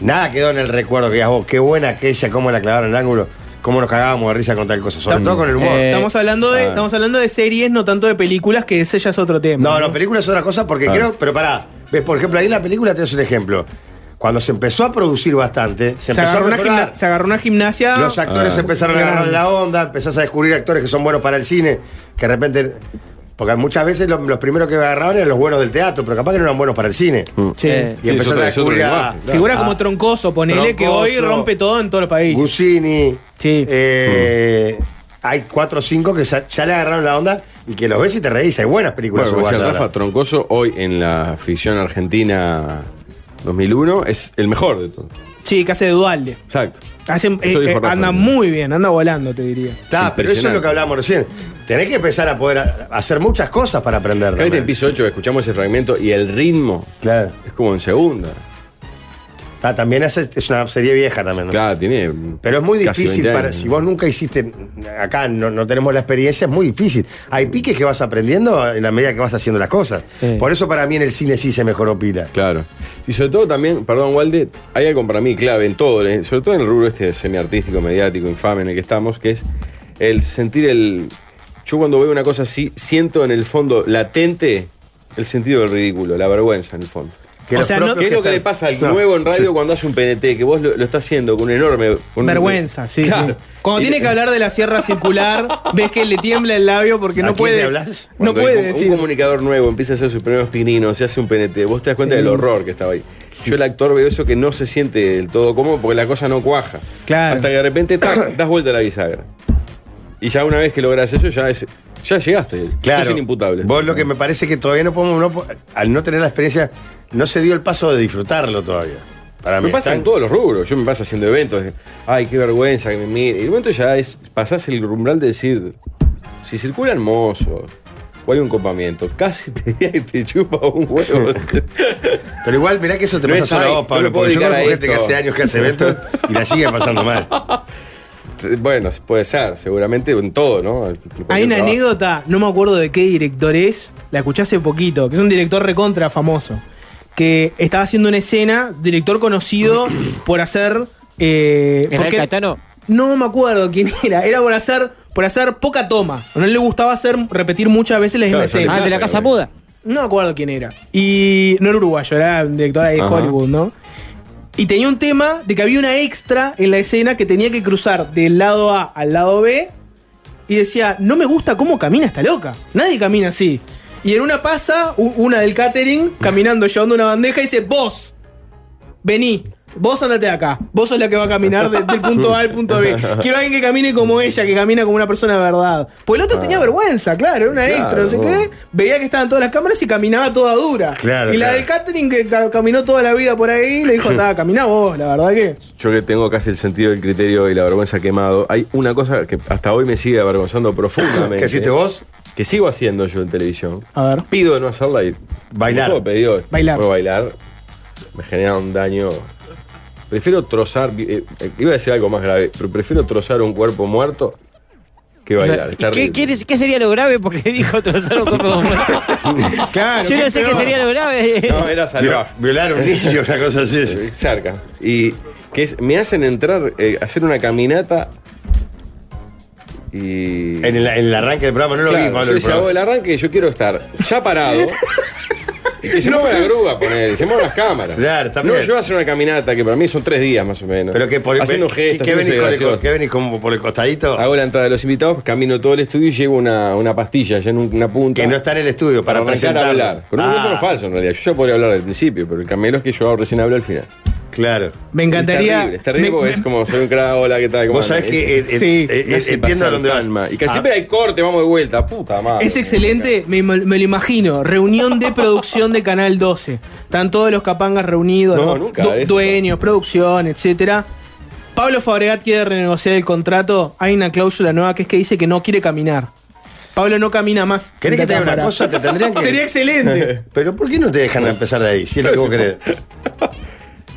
S2: nada quedó en el recuerdo que digas vos, qué buena aquella, cómo la clavaron en el ángulo, cómo nos cagábamos de risa con tal cosa. Sobre todo con el humor.
S4: Eh,
S3: Estamos hablando de,
S1: ah.
S3: estamos hablando de series, no tanto de películas, que ese ya es otro tema.
S2: No, no, película es otra cosa porque
S1: Ah.
S2: creo. Pero pará, ves, por ejemplo, ahí en la película te das un ejemplo. Cuando se empezó a producir bastante, se,
S3: se,
S2: empezó a
S3: agarró una
S2: mejorar.
S3: gimna- se agarró una gimnasia.
S2: Los actores
S1: Ah.
S2: empezaron a agarrar la onda, empezás a descubrir actores que son buenos para el cine, que de repente. Porque muchas veces lo- los primeros que agarraban eran los buenos del teatro, pero capaz que no eran buenos para el cine.
S1: Mm.
S3: Sí.
S4: Eh,
S2: Y
S1: es
S2: empezás
S1: otro-
S2: a
S1: es otro
S2: descubrir a, Ah,
S1: lenguaje, claro.
S3: Figuras
S2: a
S3: como Troncoso, ponele, que hoy
S2: Troncoso,
S3: rompe todo en todos los países.
S2: Gusini.
S3: Sí. Mm.
S2: eh, Hay cuatro o cinco que ya, ya le agarraron la onda y que los ves y te reís. Hay buenas películas
S1: Bueno, como decía
S2: uruguayas,
S1: Rafa, Troncoso hoy en la ficción argentina 2001 es el mejor de todos.
S3: Sí, que hace de Dualde.
S1: Exacto.
S3: Hace- eh,
S1: dijo
S3: eh,
S1: Rafa
S3: anda
S1: también.
S3: muy bien, anda volando, te diría.
S2: Está, pero eso es lo que hablábamos recién. Tenés que empezar a poder a- hacer muchas cosas para aprender.
S1: Caete en
S2: realmente.
S1: Este piso 8, escuchamos ese fragmento y el ritmo
S2: Claro.
S1: es como en segunda.
S2: Está, también es, es una serie vieja también. ¿no?
S1: Claro, tiene.
S2: Pero es muy
S1: casi
S2: difícil
S1: 20
S2: para.
S1: años.
S2: Si vos nunca hiciste. Acá no, no tenemos la experiencia, es muy difícil. Hay piques que vas aprendiendo en la medida que vas haciendo las cosas.
S4: Sí.
S2: Por eso para mí en el cine sí se mejoró pila.
S1: Claro. Y sobre todo también, perdón, Walde, hay algo para mí clave en todo, eh, sobre todo en el rubro este semiartístico, mediático, infame en el que estamos, que es el sentir el. Yo cuando veo una cosa así, siento en el fondo latente el sentido del ridículo, la vergüenza en el fondo.
S2: Que
S3: O
S2: los
S3: sea, no-
S2: propios
S1: ¿Qué es lo que
S2: están-
S1: le pasa al
S2: No.
S1: nuevo en radio cuando hace un PNT? Que vos lo, lo estás haciendo con enorme. con-
S3: Vergüenza, sí,
S1: Claro.
S3: sí. Cuando
S1: Y-
S3: tiene que hablar de la sierra circular,
S1: [laughs]
S3: ves que le tiembla el labio porque
S2: ¿A
S3: no
S2: quién le
S3: puede.
S2: hablas?
S3: No
S1: Cuando
S3: puede
S1: un-
S3: decir.
S1: Un comunicador nuevo empieza a hacer sus primeros pininos, se hace un PNT. Vos te das cuenta del horror que estaba ahí. Yo, el actor, veo eso que no se siente del todo cómodo porque la cosa no cuaja.
S3: Claro.
S1: Hasta que de repente tac, das vuelta a la bisagra. Y ya una vez que logras eso, ya, es, ya llegaste.
S2: Claro.
S1: Sos inimputable.
S2: Vos lo que me parece que todavía no podemos. no po- al no tener la experiencia, no se dio el paso de disfrutarlo todavía. Para
S1: Me
S2: mí.
S1: pasa en
S2: Están-
S1: todos los rubros. Yo me pasa haciendo eventos. eh, Ay, qué vergüenza que me mire. Y el momento ya es. Pasás el umbral de decir. Si circulan mozos o hay un copamiento, casi te, [laughs] te chupa un huevo.
S2: Pero igual, mirá que eso te
S1: No
S2: pasa
S1: es
S2: solo a
S1: ahí,
S2: vos,
S1: no
S2: Pablo.
S1: lo puedo
S2: porque yo
S1: dedicar
S2: conozco
S1: a
S2: gente que
S1: esto.
S2: hace años que hace eventos y la sigue
S1: [laughs]
S2: pasando mal.
S1: bueno, puede ser, seguramente en todo, ¿no? En cualquier
S3: Hay una
S1: trabajo.
S3: anécdota, no me acuerdo de qué director es, la escuché hace poquito, que es un director recontra famoso, que estaba haciendo una escena, director
S1: [clears throat]
S3: conocido por hacer... eh,
S4: Israel Catano.
S3: no me acuerdo quién era, era por hacer, por hacer poca toma, no le gustaba hacer repetir muchas veces la misma
S1: Claro, sale
S3: escena.
S4: Ah, de la casa muda.
S3: No me acuerdo quién era. Y no era uruguayo, era un director ahí de
S1: Ajá.
S3: Hollywood, ¿no? Y tenía un tema de que había una extra en la escena que tenía que cruzar del lado A al lado B. Y decía, no me gusta cómo camina esta loca. Nadie camina así. Y en una pasa, u- una del catering, caminando, llevando una bandeja, y dice, vos, vení. Vos andate de acá. Vos sos la que va a caminar de- del punto A al punto B. Quiero a alguien que camine como ella, que camina como una persona de verdad. Pues el otro tenía vergüenza, claro, era una
S1: Ah. Claro.
S3: extra, no sé qué. Veía que estaban todas las cámaras y caminaba toda dura.
S2: Claro,
S3: y la
S2: claro.
S3: del catering que ca- caminó toda la vida por ahí le
S2: [laughs]
S3: dijo, está, caminá vos, la verdad que.
S1: Yo que tengo casi el sentido del criterio y la vergüenza quemado, hay una cosa que hasta hoy me sigue avergonzando profundamente.
S2: ¿Qué hiciste vos?
S1: [laughs] Que sigo haciendo yo en televisión.
S3: A ver.
S1: Pido no hacerla y.
S2: Bailar.
S1: Como todo pedido,
S3: Bailar.
S1: puedo bailar. Me genera un daño. Prefiero trozar. eh, eh, iba a decir algo más grave, pero prefiero trozar un cuerpo muerto que bailar.
S4: ¿Y
S1: Es
S4: ¿Qué,
S1: terrible.
S4: quieres- qué sería lo grave? Porque [laughs] dijo trozar un cuerpo como-
S3: Claro.
S4: Yo no sé qué
S3: peor.
S4: sería lo grave.
S1: No, era
S2: Violar,
S1: salvaje.
S2: violar a un niño, una cosa así. es.
S1: [laughs] cerca. Y que es- me hacen entrar, eh, hacer una caminata y.
S2: En el, en el arranque del programa, no lo
S1: Claro,
S2: vi, Pablo.
S1: yo
S2: el
S1: decía,
S2: programa.
S1: "Hago el arranque, yo quiero estar ya
S2: [laughs]
S1: parado. y que se mueva la grúa, ponele, se muevan las cámaras.
S2: Claro, está
S1: no,
S2: bien.
S1: yo hacer una caminata que para mí son tres días más o menos.
S2: Pero que por
S1: haciendo
S2: que-
S1: gestos,
S2: que
S1: haciendo
S2: venís con el-
S1: graciosas.
S2: que venís como por el costadito.
S1: Hago la entrada de los invitados, camino todo el estudio y llevo una, una pastilla ya en un- una punta.
S2: Que no está en el estudio para,
S1: para arrancar
S2: presentar. Ah.
S1: a hablar. Con un micrófono falso en realidad. Yo ya podría hablar al principio, pero el camelo es que yo recién hablo al final.
S2: Claro.
S3: Me
S1: Es
S3: encantaría.
S1: terrible, es terrible
S3: me-
S1: porque
S3: me-
S1: es como soy un crado, hola, ¿qué tal? ¿Cómo
S2: Vos
S1: andan?
S2: sabés que eh, eh,
S3: Sí.
S2: eh,
S1: Me
S2: eh,
S1: hace
S2: entiendo a
S1: pasar
S2: dónde vas.
S1: calma. Y que
S2: Ah,
S1: siempre hay corte, vamos de vuelta, puta madre.
S3: Es excelente, me, me lo imagino. Reunión de producción de Canal 12. Están todos los capangas reunidos,
S1: No,
S3: ¿no?
S1: nunca, eh,
S3: Du-
S1: eso.
S3: dueños, producción, etcétera. Pablo Fabregat quiere renegociar el contrato. Hay una cláusula nueva que es que dice que no quiere caminar. Pablo no camina más.
S2: ¿Querés que te haga
S3: Cámara.
S2: una cosa? Te
S1: [laughs]
S3: [laughs]
S2: tendrían que. [laughs]
S3: Sería excelente.
S1: [laughs]
S2: Pero ¿por qué no te dejan empezar de ahí? Si es lo que vos querés.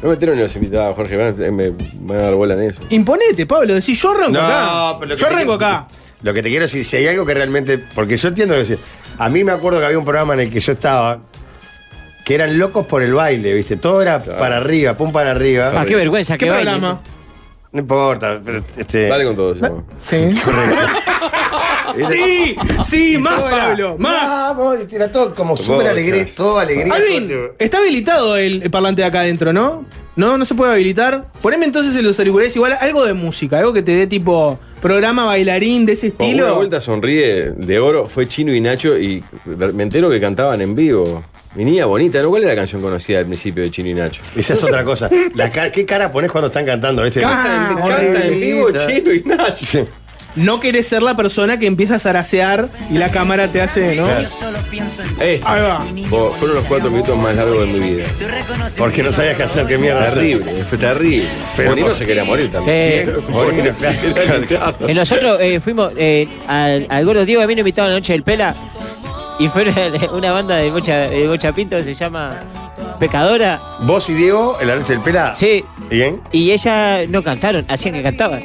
S1: No metieron ni los invitados, Jorge. Van a- me van a dar bola en eso.
S3: Imponete, Pablo. Decís, yo arranco
S2: No, pero
S3: acá.
S2: lo que
S3: Yo
S2: te
S3: arranco
S2: quiero-
S3: acá.
S2: Lo que te quiero decir, si hay algo que realmente. Porque yo entiendo lo que decís. A mí me acuerdo que había un programa en el que yo estaba. Que eran locos por el baile, ¿viste? Todo era
S1: Claro.
S2: para arriba, pum para arriba.
S4: [laughs] Ah, qué vergüenza,
S3: ¿Qué
S4: qué baile.
S3: programa?
S2: No importa, pero
S3: Eh,
S2: este.
S1: Dale con todo, se llama.
S3: Sí. [laughs] sí, sí, más Pablo, más.
S2: Vamos, y era todo como súper
S1: Bocha.
S2: alegre, todo alegría.
S3: Alvin,
S2: todo-
S3: está habilitado el, el parlante de acá adentro, ¿no? No, no se puede habilitar. Poneme entonces en los auriculares igual algo de música, algo que te dé tipo programa bailarín de ese
S1: Con
S3: estilo.
S1: Una vuelta sonríe de oro fue Chino y Nacho y me entero que cantaban en vivo. Mi niña bonita, ¿no? ¿Cuál era la canción conocida al principio de Chino y Nacho?
S2: Esa es otra cosa. La cara- ¿Qué cara pones cuando están cantando? ¿viste?
S3: Canta en-
S1: Canta en vivo Chino y Nacho.
S2: Sí.
S3: No querés ser la persona que empieza a zarasear y la cámara te hace, ¿no?
S2: Claro.
S1: Eh,
S3: Ahí va.
S1: vos, fueron los cuatro minutos más largos de mi vida.
S2: Porque no sabías qué hacer, qué mierda. hacer.
S1: Terrible, fue terrible.
S2: Pero
S1: Bonino
S2: por-
S1: se quería morir también.
S3: Eh,
S4: Sí.
S1: Bonino se quería
S2: [laughs]
S1: quitar.
S4: Eh, nosotros eh, fuimos eh, al, al Gordo Diego, a mí nos invitaron a la noche del Pela y fue una- [laughs] una banda de Bocha, de Bocha Pinto que se llama Pecadora.
S2: Vos y Diego en la noche del pela.
S4: Sí,
S2: ¿Bien?
S4: y ella no cantaron, hacían que cantaban.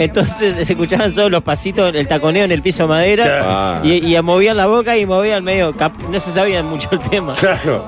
S4: Entonces se escuchaban solo los pasitos, el taconeo en el piso de madera
S2: Ah.
S1: Claro.
S4: y, y movían la boca y movían medio, cap- no se sabían mucho el tema.
S2: Claro.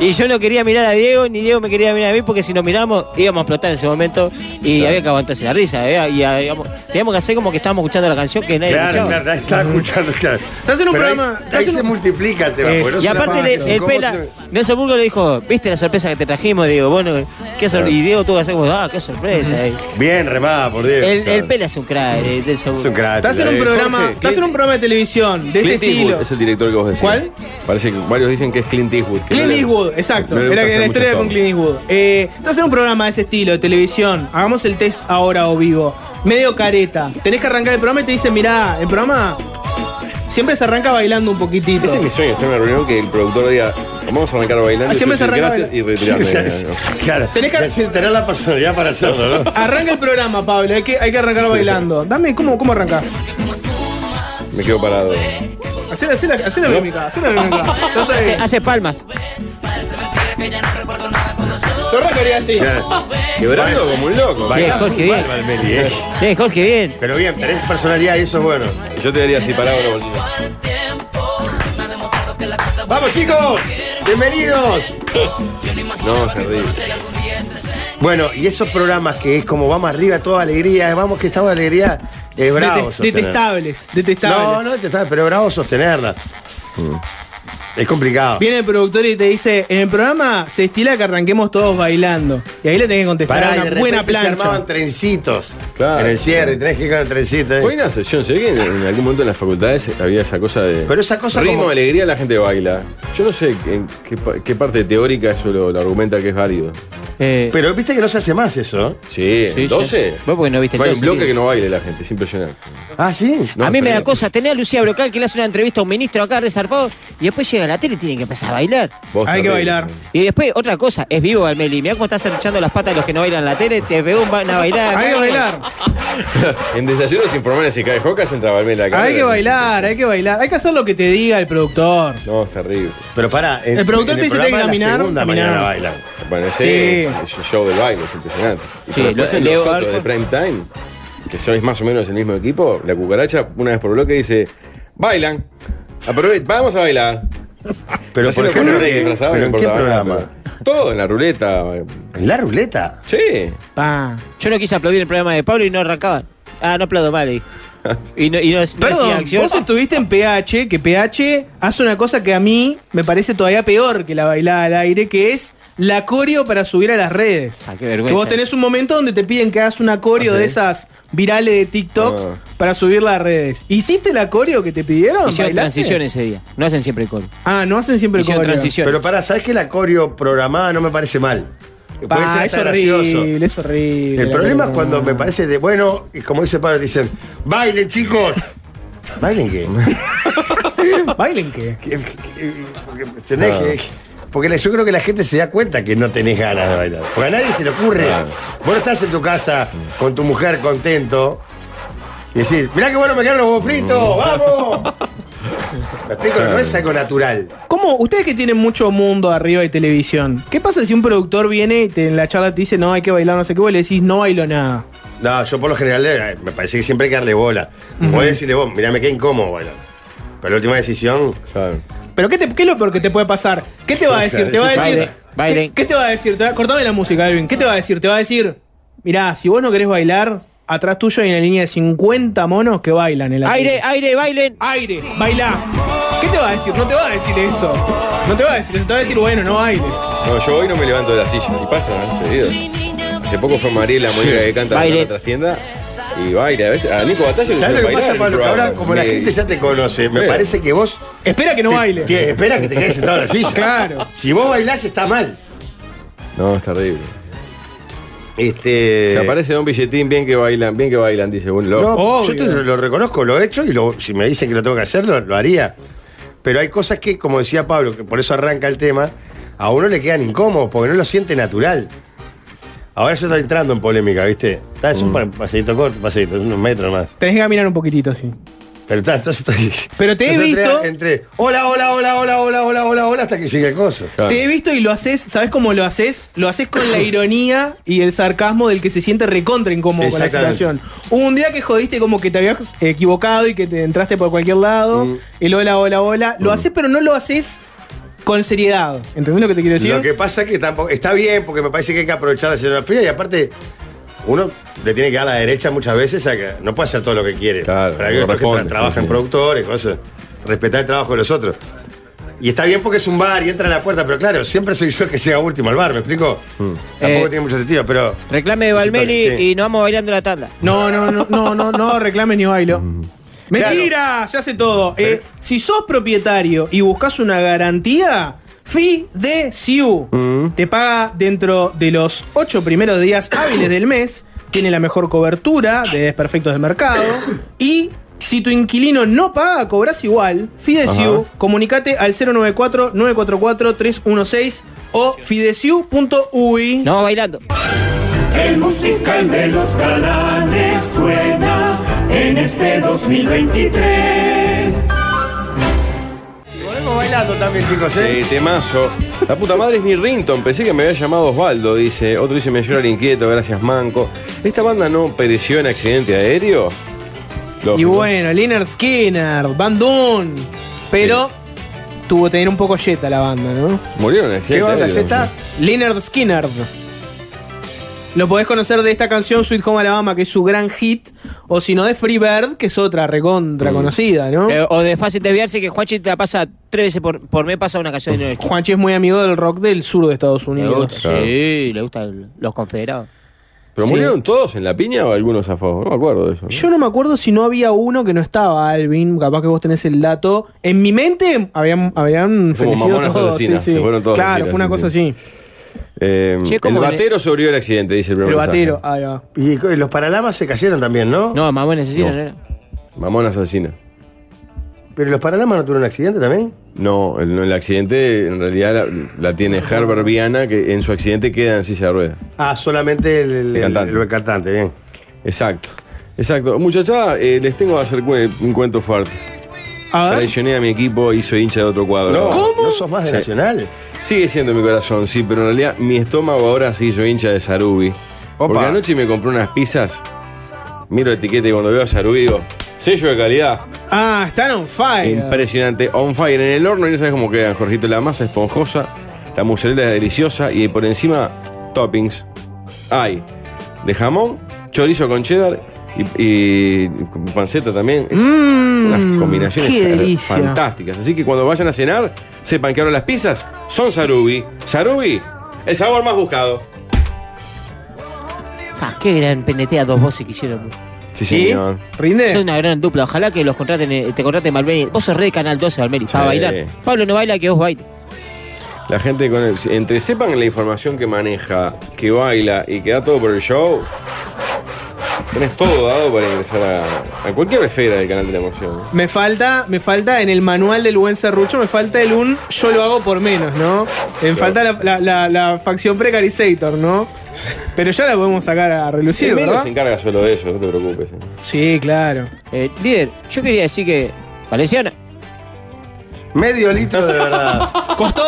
S4: Y yo no quería mirar a Diego, ni Diego me quería mirar a mí, porque si nos miramos íbamos a explotar en ese momento y había que aguantarse la risa. había- y ah, digamos, teníamos que hacer como que estábamos escuchando la canción que nadie
S2: Claro,
S4: escuchaba.
S2: claro, ahí estaba escuchando, claro.
S3: Estás en un
S2: Pero ahí-
S3: programa-
S2: Ahí,
S3: estás en
S2: se
S3: un-
S2: multiplica el tema.
S3: Es-
S2: porque no
S4: Y
S2: se la
S4: aparte
S2: pagan,
S4: le- el
S2: ¿cómo
S4: pela,
S2: se-
S4: Nelson Burgo le dijo, ¿viste la sorpresa que te trajimos? Digo, bueno, qué sor- y Diego tuvo que hacer como, ah, qué sorpresa. eh".
S2: Bien, remada, por Diego.
S4: El,
S2: claro.
S4: el pela es un crack, eh, Nelson
S2: Es un
S4: Burgo.
S2: crack.
S3: Estás en un
S1: Eh,
S3: programa,
S1: Jorge,
S3: estás en
S1: Clint-
S3: un programa de televisión de
S1: Clint
S3: este estilo.
S1: Eastwood es el director que vos decís.
S3: ¿Cuál?
S1: Parece que varios dicen que es Clint Eastwood. que no
S3: Clint
S1: le-
S3: Eastwood, exacto.
S1: no le gusta
S3: Era que
S1: hacer
S3: la historia
S1: mucho
S3: con
S1: todo.
S3: Clint Eastwood. Eh, estás en un programa de ese estilo, de televisión. Hagamos el test ahora o vivo. Medio careta. Tenés que arrancar el programa y te dicen, mirá, el programa siempre se arranca bailando un poquitito.
S1: Ese es mi sueño, estar en una reunión que el productor diga, vamos a arrancar bailando.
S3: Ah, siempre
S1: y yo
S3: se
S1: decir
S3: arranca
S1: gracias y retirarme.
S2: Claro.
S3: Tenés que-
S2: decir, tener la personalidad para hacerlo, ¿no?
S3: Arranca el programa, Pablo. Hay que, hay que arrancar bailando. Dame, ¿cómo, cómo arrancás?
S1: Me quedo parado.
S3: Hacé, hacé la, hacé la mímica, hacé la mímica. No sabés.
S4: Hace, hace palmas.
S3: Yo arrancaría así.
S2: Claro.
S1: Quebrando como un loco.
S4: Bien, Jorge, bien.
S2: Valmeli, eh.
S4: Bien, Jorge, bien.
S2: Pero bien, tenés personalidad y eso es bueno.
S1: Yo te daría así parado la bolsita.
S2: ¡Vamos, chicos! ¡Bienvenidos!
S1: No, es terrible.
S2: Bueno, y esos programas que es como vamos arriba, toda alegría, eh, vamos que estamos de alegría, es bravo.
S3: Detest-
S2: sostener.
S3: detestables, detestables.
S2: No, no, detestable, pero bravo sostenerla. Mm. Es complicado.
S3: Viene el productor y te dice, en el programa se estila que arranquemos todos bailando. Y ahí le tenés que contestar
S2: Pará, y de
S3: una
S2: repente
S3: buena
S2: Se
S3: plancha.
S2: armaban trencitos
S1: Claro.
S2: en el cierre, y tenés que ir con el trencito. eh.
S1: Fue una sesión, sé que en, en algún momento en las facultades había esa cosa de.
S2: Pero esa cosa
S1: Ritmo,
S2: como-
S1: alegría, la gente baila. Yo no sé en qué, pa- qué parte teórica eso lo, lo argumenta que es válido.
S4: Eh,
S2: Pero viste que no se hace más eso.
S1: Sí,
S4: Sí,
S1: 12.
S4: sí. Vos porque no viste el
S1: Hay un
S4: 12,
S1: bloque
S4: tío.
S1: que no baile la gente, es impresionante.
S2: Ah, sí.
S1: No,
S4: a mí me da
S1: pero-
S4: cosa tener a Lucía Brocal que le hace una entrevista a un ministro acá resarpado y después llega a la tele y tiene que empezar a bailar.
S1: Vos
S3: Hay que
S1: terrible.
S3: bailar.
S4: Y después, otra cosa, es vivo Almeli. Mirá cómo estás arruchando las patas a los que no bailan en la tele, te veo van
S3: [laughs]
S4: a bailar.
S3: Hay que
S4: acá.
S3: bailar,
S1: En desayunos informales se cae Jocas, entra Valmela acá.
S3: hay que bailar, hay que bailar. Hay que hacer lo que te diga el productor.
S1: No, es terrible.
S2: Pero pará. en-
S3: El productor
S2: en
S3: te dice que
S2: programa
S3: hay que
S2: la
S3: caminar,
S2: segunda
S3: caminar.
S2: mañana bailan.
S1: Bueno, ese
S3: Sí.
S1: es el show del baile, es impresionante. Y
S4: Sí,
S1: pero después
S4: lo-
S1: en
S4: Leo
S1: los otros
S4: Barco.
S1: de prime time, que sois más o menos el mismo equipo, la cucaracha una vez por bloque dice, bailan, Aprove- vamos a bailar.
S2: Pero
S1: Haciendo
S2: por ejemplo,
S1: colores
S2: ¿en qué-
S1: disfrazados,
S2: pero
S1: no
S2: en qué
S1: importaba nada,
S2: programa?
S1: pero- Todo en la ruleta. eh.
S2: ¿En la ruleta?
S1: Sí.
S3: Pa.
S4: Yo no quise aplaudir el programa de Pablo y no arrancaban. Ah, no aplaudo mal. Y, y no, y no, no hacía
S3: Perdón,
S4: acción. Ah.
S3: vos estuviste en PH, que PH hace una cosa que a mí me parece todavía peor que la bailada al aire, que es la coreo para subir a las redes.
S4: Ah, qué vergüenza.
S3: Que vos tenés un momento donde te piden que hagas una coreo de esas virales de TikTok
S1: Ah.
S3: para subirla a redes. ¿Hiciste la coreo que te pidieron?
S4: Hicieron
S3: ¿Bailaste?
S4: transición ese día. No hacen siempre coro.
S3: Ah, no hacen siempre
S4: Hicieron
S3: coreo.
S4: transición.
S2: Pero pará, ¿sabes que la coreo programada no me parece mal? Puede
S3: Pa,
S2: ser
S3: es
S2: hasta gracioso.
S3: horrible, es horrible. Ah.
S2: El
S3: la
S2: problema
S3: coreo
S2: es cuando me
S3: programada.
S2: parece de bueno, y como dice Pablo, dicen, bailen chicos. [laughs] ¿Bailen qué?
S3: ¿Bailen qué?
S2: ¿Qué- qué- qué- ¿Entendés? Que- Porque la- yo creo que la gente se da cuenta que no tenés ganas de bailar. Porque a nadie se le ocurre. Vos no estás en tu casa con tu mujer Mm. [laughs] contento y decís, mirá qué bueno me quedaron los huevos fritos, ¡vamos! ¿Me explico? No es algo natural.
S3: ¿Cómo? Ustedes que tienen mucho mundo arriba y televisión, ¿qué pasa si un productor viene y te- en la charla te dice, no, hay que bailar no sé qué, vos le decís, no bailo nada?
S2: No, yo por lo general eh, me parece que siempre hay que darle bola. Voy a decirle vos, mirá, me queda incómodo, bueno. Pero la última decisión,
S1: Claro.
S3: ¿Pero qué, te- qué es lo peor que te puede pasar? ¿Qué te va a decir? ¿Te va a
S4: Baile,
S3: decir?
S4: baile.
S3: ¿Qué, qué te va a decir? Te va- cortame la música, Edwin. ¿Qué te va a decir? Te va a decir, mirá, si vos no querés bailar, atrás tuyo hay una línea de 50 monos que bailan en la Ah.
S4: Aire,
S3: calle".
S4: aire, bailen.
S3: aire, bailá. ¿Qué te va a decir? No te va a decir eso. No te va a decir eso. Te va a decir, bueno, no bailes.
S1: No, yo hoy no me levanto de la silla. Y pasa, ¿no? seguido. Hace poco fue Mariela Mónica que canta en
S4: Baile.
S1: la trastienda. Y baila. A veces a Nico Batalla
S2: ¿sabes lo que
S1: bailar
S2: pasa,
S1: en
S2: Pablo? Que ahora,
S1: programa.
S2: como la
S1: Me-
S2: gente ya te conoce, me
S1: Pero-
S2: parece que vos.
S3: Espera que no baile.
S2: Tienes, espera que te quedes sentado en la silla.
S3: Claro.
S2: Si vos bailás, está mal.
S1: No, es terrible.
S2: Este.
S1: Se aparece Don Billetín, bien que bailan, bien que bailan, dice un
S2: No,
S1: loco.
S3: Obvio.
S2: yo te lo reconozco, lo he hecho y lo- si me dicen que lo tengo que hacer, lo, lo haría. Pero hay cosas que, como decía Pablo, que por eso arranca el tema, a uno le quedan incómodos porque no lo siente natural. Ahora yo estoy entrando en polémica, ¿viste? Está, es un pa-
S3: Mm.
S2: paseíto corto, paseíto, unos metros más.
S3: Tenés que caminar un poquitito así.
S2: Pero está, entonces estoy.
S3: Pero te he
S2: entonces entré-
S3: visto-
S2: Entré. Hola, hola, hola, hola, hola, hola, hola, hola, hasta que llegue el coso.
S1: Claro.
S3: Te he visto y lo haces, ¿sabes cómo lo haces? Lo haces con
S2: [coughs]
S3: la ironía y el sarcasmo del que se siente recontra incómodo con la
S2: Exactamente.
S3: situación. Hubo un día que jodiste como que te habías eh, equivocado y que te entraste por cualquier lado,
S2: Mm.
S3: el hola, hola, hola. Lo haces, pero no lo haces con seriedad. ¿Entendés lo que te quiero decir?
S2: Lo que pasa que tampoco. Está bien, porque me parece que hay que aprovechar la situación fría y aparte. Uno le tiene que dar a la derecha muchas veces a que no puede hacer todo lo que quiere.
S1: Claro,
S2: Para que
S1: no
S2: otros que
S1: responde,
S2: tra- trabajan
S1: sí, sí.
S2: productores, cosas. Respetar el trabajo de los otros. Y está bien porque es un bar y entra a la puerta, pero claro, siempre soy yo el que llega último al bar, ¿me explico?
S1: Mm.
S2: Tampoco
S4: Eh,
S2: tiene mucho sentido, pero.
S4: Reclame de Valmeli
S2: Sí.
S4: y nos vamos bailando la tanda.
S3: No, no, no, no, no, no reclames ni bailo. ¡Mentira! Se hace todo. Eh, si sos propietario y buscas una garantía, FIDESIU te paga dentro de los ocho primeros días hábiles del mes, tiene la mejor cobertura de desperfectos de mercado y. Si tu inquilino no paga, cobras igual. Fidesiu, comunicate al 094-944-316 o fidesiu.uy.
S4: Nos vamos bailando.
S9: El musical de los galanes suena en este 2023.
S2: Volvemos bailando también, chicos, ¿eh?
S1: Sí, temazo. La puta madre es mi Rinton. Pensé que me había llamado Osvaldo, dice. Otro dice, me llora el inquieto, gracias Manco. ¿Esta banda no pereció en accidente aéreo? Lógico.
S3: Y bueno, Leonard Skinner, Van Doon. Pero tuvo que tener un poco yeta la banda, ¿no?
S1: ¿Murieron en
S2: ¿Qué
S1: accidente
S2: banda es
S1: aéreo?
S2: esta?
S3: Leonard Skinner. Lo podés conocer de esta canción Sweet Home Alabama, que es su gran hit, o si no de Free Bird, que es otra recontra
S1: Mm.
S3: conocida, ¿no?
S4: Eh, o de fácil desviarse que Juanchi te la pasa tres veces por, por mes, pasa una canción de Noel.
S3: Juanchi es muy amigo del rock del sur de Estados
S4: Le
S3: Unidos.
S4: gusta,
S1: Claro.
S4: Sí, le gustan los confederados.
S1: ¿Pero
S3: Sí.
S1: murieron todos en la piña o algunos zafados? No me acuerdo de eso.
S3: Yo no me acuerdo si no había uno que no estaba, Alvin. Capaz que vos tenés el dato. En mi mente habían, habían
S1: Como
S3: fenecido
S1: mamonas
S3: todos. sí,
S1: asesinas,
S3: sí.
S1: se fueron todos
S3: claro,
S1: asesinas,
S3: fue una
S1: sí,
S3: cosa
S1: sí.
S3: así.
S1: Eh,
S4: Che,
S1: el
S4: ¿cómo le-
S1: batero sobrevivió el accidente, dice el primer
S3: El
S1: mensaje.
S3: batero, ah. ahí va.
S2: Y co- los paralamas se cayeron también, ¿no?
S4: No, mamón asesino,
S1: No.
S4: no. era.
S1: Mamón asesina.
S2: ¿Pero los paralamas no tuvieron un accidente también?
S1: No, el, el accidente en realidad la, la tiene Herbert Viana, que en su accidente queda en silla de ruedas.
S2: Ah, solamente el, el-
S1: El cantante.
S2: el- el cantante, bien.
S1: Exacto. Exacto. Muchachada, eh, les tengo que hacer cu- un cuento fuerte.
S3: A ver.
S1: Traicioné a mi equipo y soy hincha de otro cuadro.
S2: ¿No sos más de
S1: Sí.
S2: Nacional?
S1: Sigue siendo mi corazón, sí, pero en realidad mi estómago ahora sí soy hincha de Sarubi. Porque anoche me compré unas pizzas, miro la etiqueta y cuando veo a Sarubi digo, sello de calidad,
S3: Ah, están on fire.
S1: impresionante, on fire en el horno y no sabes cómo quedan, Jorgito. La masa esponjosa, la mozzarella es deliciosa y por encima toppings. Hay de jamón, chorizo con cheddar y, y con panceta también. Es unas combinaciones
S3: Mm, qué
S1: eh,
S3: delicia.
S1: fantásticas. Así que cuando vayan a cenar, sepan que ahora las pizzas son Sarubi. Sarubi, el sabor más buscado.
S4: Ah, qué gran penetea dos voces que hicieron.
S1: Sí,
S3: ¿Sí?
S1: señor.
S3: ¿Rinde?
S4: Son una gran dupla. Ojalá que los contraten, eh, te contraten Valmeli. Vos sos re de Canal 12, Valmeli, para
S1: Sí.
S4: bailar. Pablo no baila, que vos bailes.
S1: La gente con el- entre sepan la información que maneja, que baila y que da todo por el show, tenés todo dado para ingresar a, a cualquier esfera del canal de la emoción. ¿eh?
S3: Me falta, me falta en el manual del buen serrucho, me falta el un yo lo hago por menos, ¿no? Me falta la, la- la- la facción precarizator, ¿no? Pero ya la podemos sacar a relucir,
S1: el medio
S3: ¿verdad?
S1: se encarga solo de eso, no te preocupes. eh.
S3: Sí, claro.
S4: Eh, líder, yo quería decir que Valenciana
S2: Medio litro
S1: [laughs]
S2: de verdad.
S3: Costó,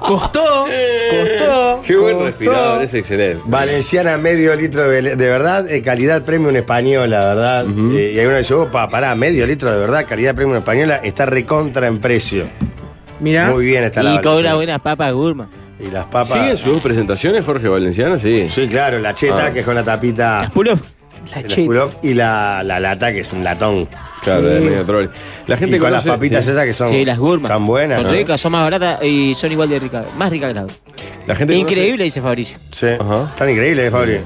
S3: costó, costó.
S1: Qué buen
S3: costó.
S1: respirador, es excelente.
S2: Valenciana, medio litro de, de verdad, eh, calidad premium española, ¿verdad? Eh, y hay uno que dice, opa, pará, medio litro de verdad, calidad premium española, está recontra en precio.
S3: Mirá.
S2: Muy bien está la
S4: Y cobra
S2: Valenciana.
S4: buenas papas Gurma.
S2: Y las papas.
S1: ¿Siguen sus presentaciones, Jorge Valenciana? Sí.
S2: Sí, claro, la cheta,
S1: Ah.
S2: que es con la tapita.
S4: Las pulos.
S3: La
S2: el
S3: cheta.
S2: Spulov, y la, la lata, que es un latón.
S1: Claro, de medio troll. La gente
S2: y con las
S1: conoce-
S2: papitas
S1: sí.
S2: esas que son
S4: Sí, las Gurma.
S2: tan buenas.
S4: Son
S2: ¿no?
S4: ricas, son más baratas y son igual de ricas. Más ricas que las otras.
S1: La gente conoce-
S4: Increíble, dice Fabricio.
S2: Sí.
S1: Ajá.
S2: Tan increíbles, Fabri.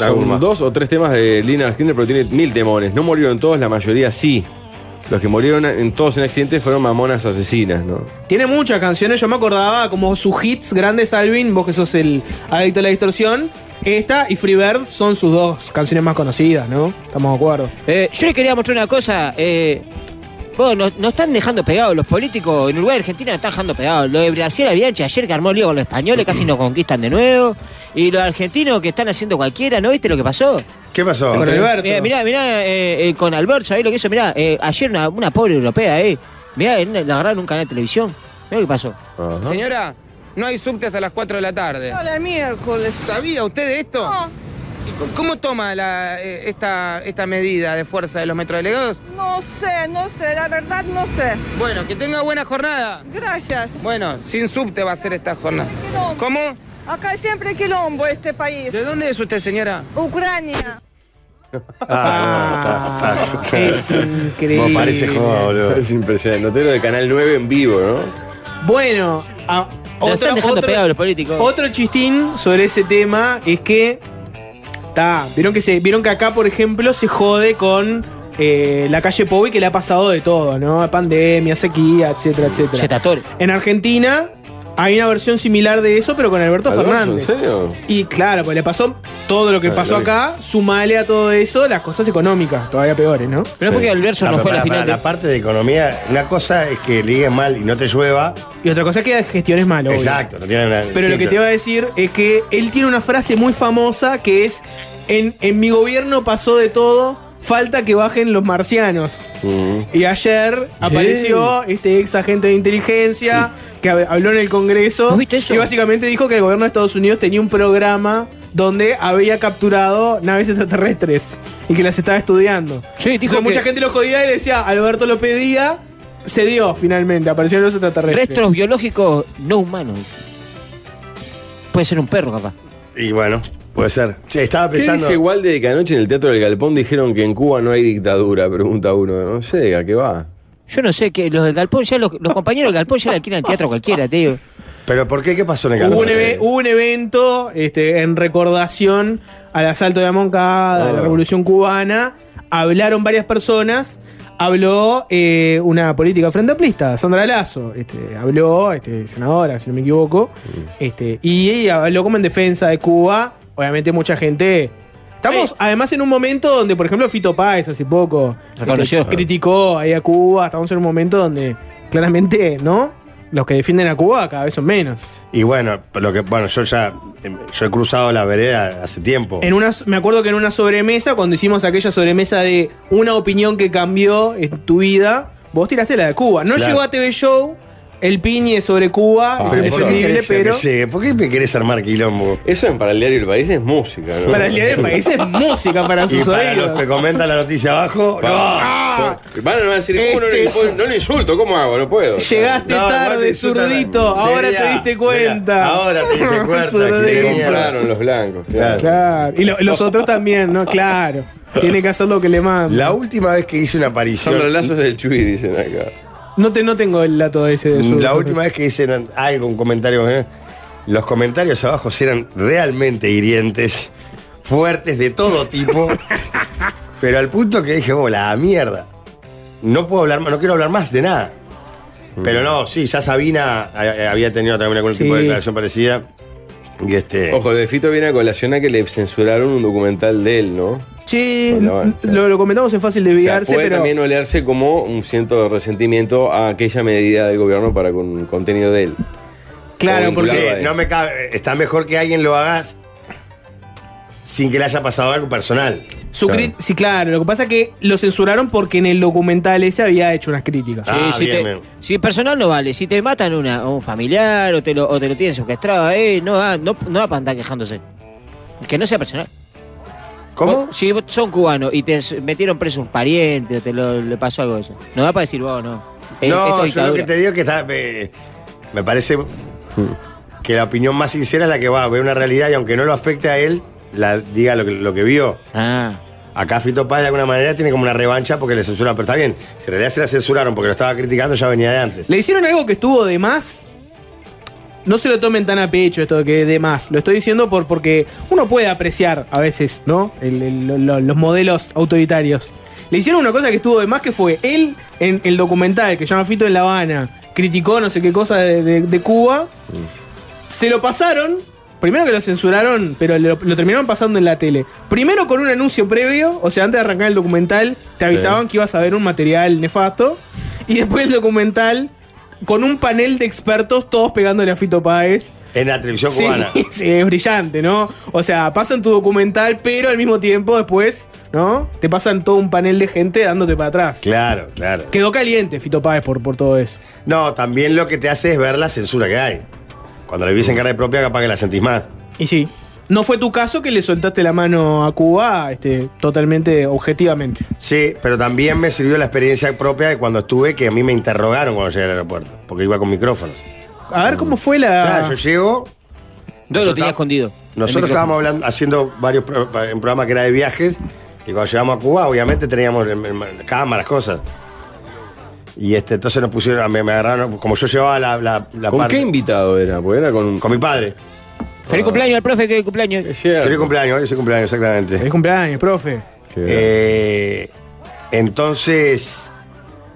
S2: La
S1: Son
S2: Gurma.
S1: dos o tres temas de Lina Skinner, pero tiene mil temones. No murieron todos, la mayoría sí. Los que murieron en todos en accidentes fueron mamonas asesinas, ¿no?
S3: Tiene muchas canciones, yo me acordaba como sus hits grandes, Alvin, vos que sos el adicto a la distorsión. Esta y Freebird son sus dos canciones más conocidas, ¿no? Estamos de acuerdo.
S4: Eh, yo les quería mostrar una cosa. Eh, vos, nos, nos están dejando pegados. Los políticos en Uruguay y Argentina nos están dejando pegados. Lo de Brasil Bianchi ayer que armó lío con los españoles, casi nos conquistan de nuevo. Y los argentinos que están haciendo cualquiera, ¿no viste lo que pasó?
S2: ¿Qué pasó?
S3: Con Alberto.
S4: Mirá, mirá, mirá, eh, eh, con Alberto, ¿sabés lo que hizo? Mirá, eh, ayer una, una pobre europea, eh. Mirá, en- la agarraron en un canal de televisión. Mirá lo que pasó.
S1: Ajá.
S7: Señora, no hay subte hasta las 4 de la tarde.
S9: Hola, miércoles.
S7: ¿Sabía usted de esto?
S9: No,
S7: ¿Cómo toma la, eh, esta, esta medida de fuerza de los metrodelegados?
S9: no sé, no sé, la verdad no sé.
S7: Bueno, que tenga buena jornada.
S9: Gracias.
S7: Bueno, sin subte va a ser esta jornada.
S9: Quilombo.
S7: ¿Cómo?
S9: Acá siempre quilombo este país.
S7: ¿De dónde es usted, señora?
S9: Ucrania.
S2: Ah,
S3: Ah,
S2: no, está-
S3: es
S2: está-
S3: increíble.
S2: Vos
S1: [laughs]
S2: parece joda, boludo.
S1: Es impresionante. Notero de Canal 9 en vivo, ¿no?
S3: Bueno, a-
S4: Nos
S3: otro,
S4: están dejando
S3: otro-
S4: pegados los políticos.
S3: otro chistín sobre ese tema es que. Está. Vieron que se. Vieron que acá, por ejemplo, se jode con. eh, la calle Pou y que le ha pasado de todo, ¿no? Pandemia, sequía, etcétera, etcétera.
S4: Chetatore.
S3: En Argentina hay una versión similar de eso, pero con Alberto
S1: Alonso, ¿En
S3: Fernández.
S1: serio?
S3: Y claro, pues le pasó todo lo que
S1: Ah,
S3: pasó
S1: lo vi.
S3: acá, sumale a todo eso las cosas económicas, todavía peores, ¿no?
S4: Pero no fue que Alberto no
S2: Ah,
S4: fue a
S2: pero para- para
S4: la final. de-
S2: la parte de economía, una cosa es que ligue mal y no te llueva.
S3: Y otra cosa es que gestiones mal, obvio.
S2: Exacto, no tiene nada.
S3: Pero lo que te iba a decir es que él tiene una frase muy famosa que es: En, en mi gobierno pasó de todo, falta que bajen los marcianos.
S1: Mm.
S3: Y ayer apareció este ex agente de inteligencia que hab- habló en el Congreso
S4: ¿No viste eso?
S3: y básicamente dijo que el gobierno de Estados Unidos tenía un programa donde había capturado naves extraterrestres y que las estaba estudiando.
S4: Sí, dijo
S3: Entonces,
S4: que-
S3: mucha gente lo jodía y decía, Alberto lo pedía, se dio finalmente, aparecieron los extraterrestres.
S4: Restos biológicos no humanos. Puede ser un perro, capaz.
S2: Y bueno, puede ser. Sí, estaba
S1: ¿Qué
S2: pensando.
S1: dice Walde de que anoche en el Teatro del Galpón dijeron que en Cuba no hay dictadura? Pregunta uno. No sé, ¿a qué va?
S4: Yo no sé, que los del galpón, ya los, los compañeros del galpón ya le alquilan teatro a cualquiera, te digo.
S2: Pero ¿por qué? ¿Qué pasó en el Eh,
S3: Hubo un,
S2: Galpón?
S3: eve- hubo un evento este, en recordación al asalto de la Moncada, a la
S1: Ah.
S3: Revolución Cubana. Hablaron varias personas. Habló eh, una política frente amplista, Sandra Lazo. Este, habló, este, senadora, si no me equivoco.
S2: Mm.
S3: Este, y, ella habló como en defensa de Cuba. Obviamente, mucha gente. Estamos además en un momento donde, por ejemplo, Fito Páez hace poco este,
S4: Reconoció.
S3: criticó ahí a Cuba. Estamos en un momento donde claramente, ¿no? Los que defienden a Cuba cada vez son menos.
S2: Y bueno, lo que, bueno, yo ya eh, yo he cruzado la vereda hace tiempo.
S3: En una, me acuerdo que en una sobremesa, cuando hicimos aquella sobremesa de una opinión que cambió en tu vida, vos tiraste la de Cuba. No
S2: Claro.
S3: llegó a TV Show el piñe sobre Cuba,
S1: Ah,
S2: Pero
S3: es
S1: eso
S2: ¿por qué
S3: imprescindible,
S2: querés que
S3: pero
S2: me llegue? ¿Por qué me querés armar quilombo?
S1: Eso en para el diario El País es música, ¿no?
S3: para el día del
S2: [laughs]
S3: país es música para
S2: Y
S3: sus
S2: para los
S3: oídos.
S2: que comentan la noticia
S3: [laughs]
S2: abajo,
S1: Pa- Ah. Van a decir, ¿cómo no, le,
S3: Ah. Este-
S1: puedo- no le insulto? ¿Cómo hago? No
S3: [laughs]
S1: puedo.
S3: Llegaste
S2: No, no
S3: tarde,
S2: te insultan.
S3: zurdito, ahora
S2: Sería,
S3: te diste
S2: mira,
S3: cuenta.
S2: ahora te
S3: [laughs]
S2: diste cuenta,
S3: Zurdito.
S1: Te
S2: que tenía-
S1: compraron los blancos. Claro.
S3: Claro. Y lo- los otros también, ¿no? Claro. Tiene que hacer lo que le manda.
S2: La última vez que hice una
S1: Sandra
S2: aparición.
S1: Lazo es del Chuy, dicen acá.
S3: No, te, no tengo el dato ese de su.
S2: La última vez que hice una- algo, un comentario. ¿eh? Los comentarios abajo eran realmente hirientes, fuertes de todo tipo. pero al punto que dije, oh, la mierda. No puedo hablar más, no quiero hablar más de nada. Pero no, sí, ya Sabina eh, había tenido también algún tipo de
S3: Sí.
S2: declaración parecida. Y este.
S1: Ojo, lo de Fito viene a colación a que le censuraron un documental de él, ¿no?
S3: Sí,
S1: Bueno, bueno, sí.
S3: lo, lo comentamos en fácil de
S1: O sea,
S3: olvidarse,
S1: puede
S3: pero.
S1: también olerse como un ciento de resentimiento a aquella medida del gobierno para con contenido de él.
S3: claro,
S1: o
S3: porque.
S2: Sí,
S1: vinculado a él.
S2: no me cabe. Está mejor que alguien lo hagas sin que le haya pasado algo personal.
S3: Su
S1: Claro.
S3: crit- Sí, claro. Lo que pasa es que lo censuraron porque en el documental ese había hecho unas críticas.
S2: Ah,
S4: si,
S2: bien,
S4: te-
S2: bien.
S4: si personal no vale, si te matan una, un familiar o te lo, o te lo tienen secuestrado, eh, no da, no, no da para andar quejándose. Que no sea personal.
S2: ¿Cómo?
S4: O- Si vos- son cubanos y te s- metieron preso un pariente o te lo, le pasó algo de eso. No da para decir, vos no. Eh, esto
S2: no,
S4: es
S2: yo lo que
S4: dictadura.
S2: te digo es que está, me, me parece que la opinión más sincera es la que va a ver una realidad y aunque no lo afecte a él, la, diga lo que, lo que vio.
S4: Ah,
S2: Acá Fito Paz de alguna manera tiene como una revancha porque le censuran, pero está bien. Si en realidad se la censuraron porque lo estaba criticando, ya venía de antes.
S3: Le hicieron algo que estuvo de más. No se lo tomen tan a pecho esto de que de más. Lo estoy diciendo por, porque uno puede apreciar a veces, ¿no? El- el- lo- lo- los modelos autoritarios. Le hicieron una cosa que estuvo de más que fue él en el documental que llama Fito en La Habana. Criticó no sé qué cosa de, de- de Cuba. Se lo pasaron. Primero que lo censuraron, pero lo, lo terminaron pasando en la tele. Primero con un anuncio previo, o sea, antes de arrancar el documental, te avisaban que ibas a ver un material nefasto. Y después el documental, con un panel de expertos, todos pegándole a Fito Páez.
S2: En la televisión
S3: Sí,
S4: [laughs]
S2: cubana.
S3: [laughs] sí, es brillante, ¿no? O sea, pasan tu documental, pero al mismo tiempo después, ¿no? Te pasan todo un panel de gente dándote para atrás.
S2: Claro, claro.
S3: Quedó caliente Fito Páez por, por todo eso.
S2: No, también lo que te hace es ver la censura que hay. Cuando la vivís en carne propia, capaz que la sentís más.
S3: Y sí. No fue tu caso que le soltaste la mano a Cuba este, totalmente objetivamente.
S2: Sí, pero también me sirvió la experiencia propia de cuando estuve, que a mí me interrogaron cuando llegué al aeropuerto, porque iba con micrófono.
S3: A ver cómo fue la.
S2: Claro, yo llego,
S4: no lo tenía
S2: está-
S4: escondido.
S2: nosotros
S4: El micrófono.
S2: estábamos hablando, haciendo varios pro- un programa que era de viajes, y cuando llegamos a Cuba, obviamente teníamos em, em, cámaras, cosas. Y este, entonces nos pusieron, me, me agarraron, como yo llevaba la, la, la
S1: ¿Con
S2: parte-
S1: qué invitado era? Porque era con un.
S2: Con mi padre.
S4: Feliz cumpleaños al profe, que cumpleaños.
S1: Es cierto.
S2: Feliz cumpleaños, hoy es el cumpleaños, exactamente.
S3: Feliz cumpleaños, profe.
S1: Qué
S2: Eh, entonces,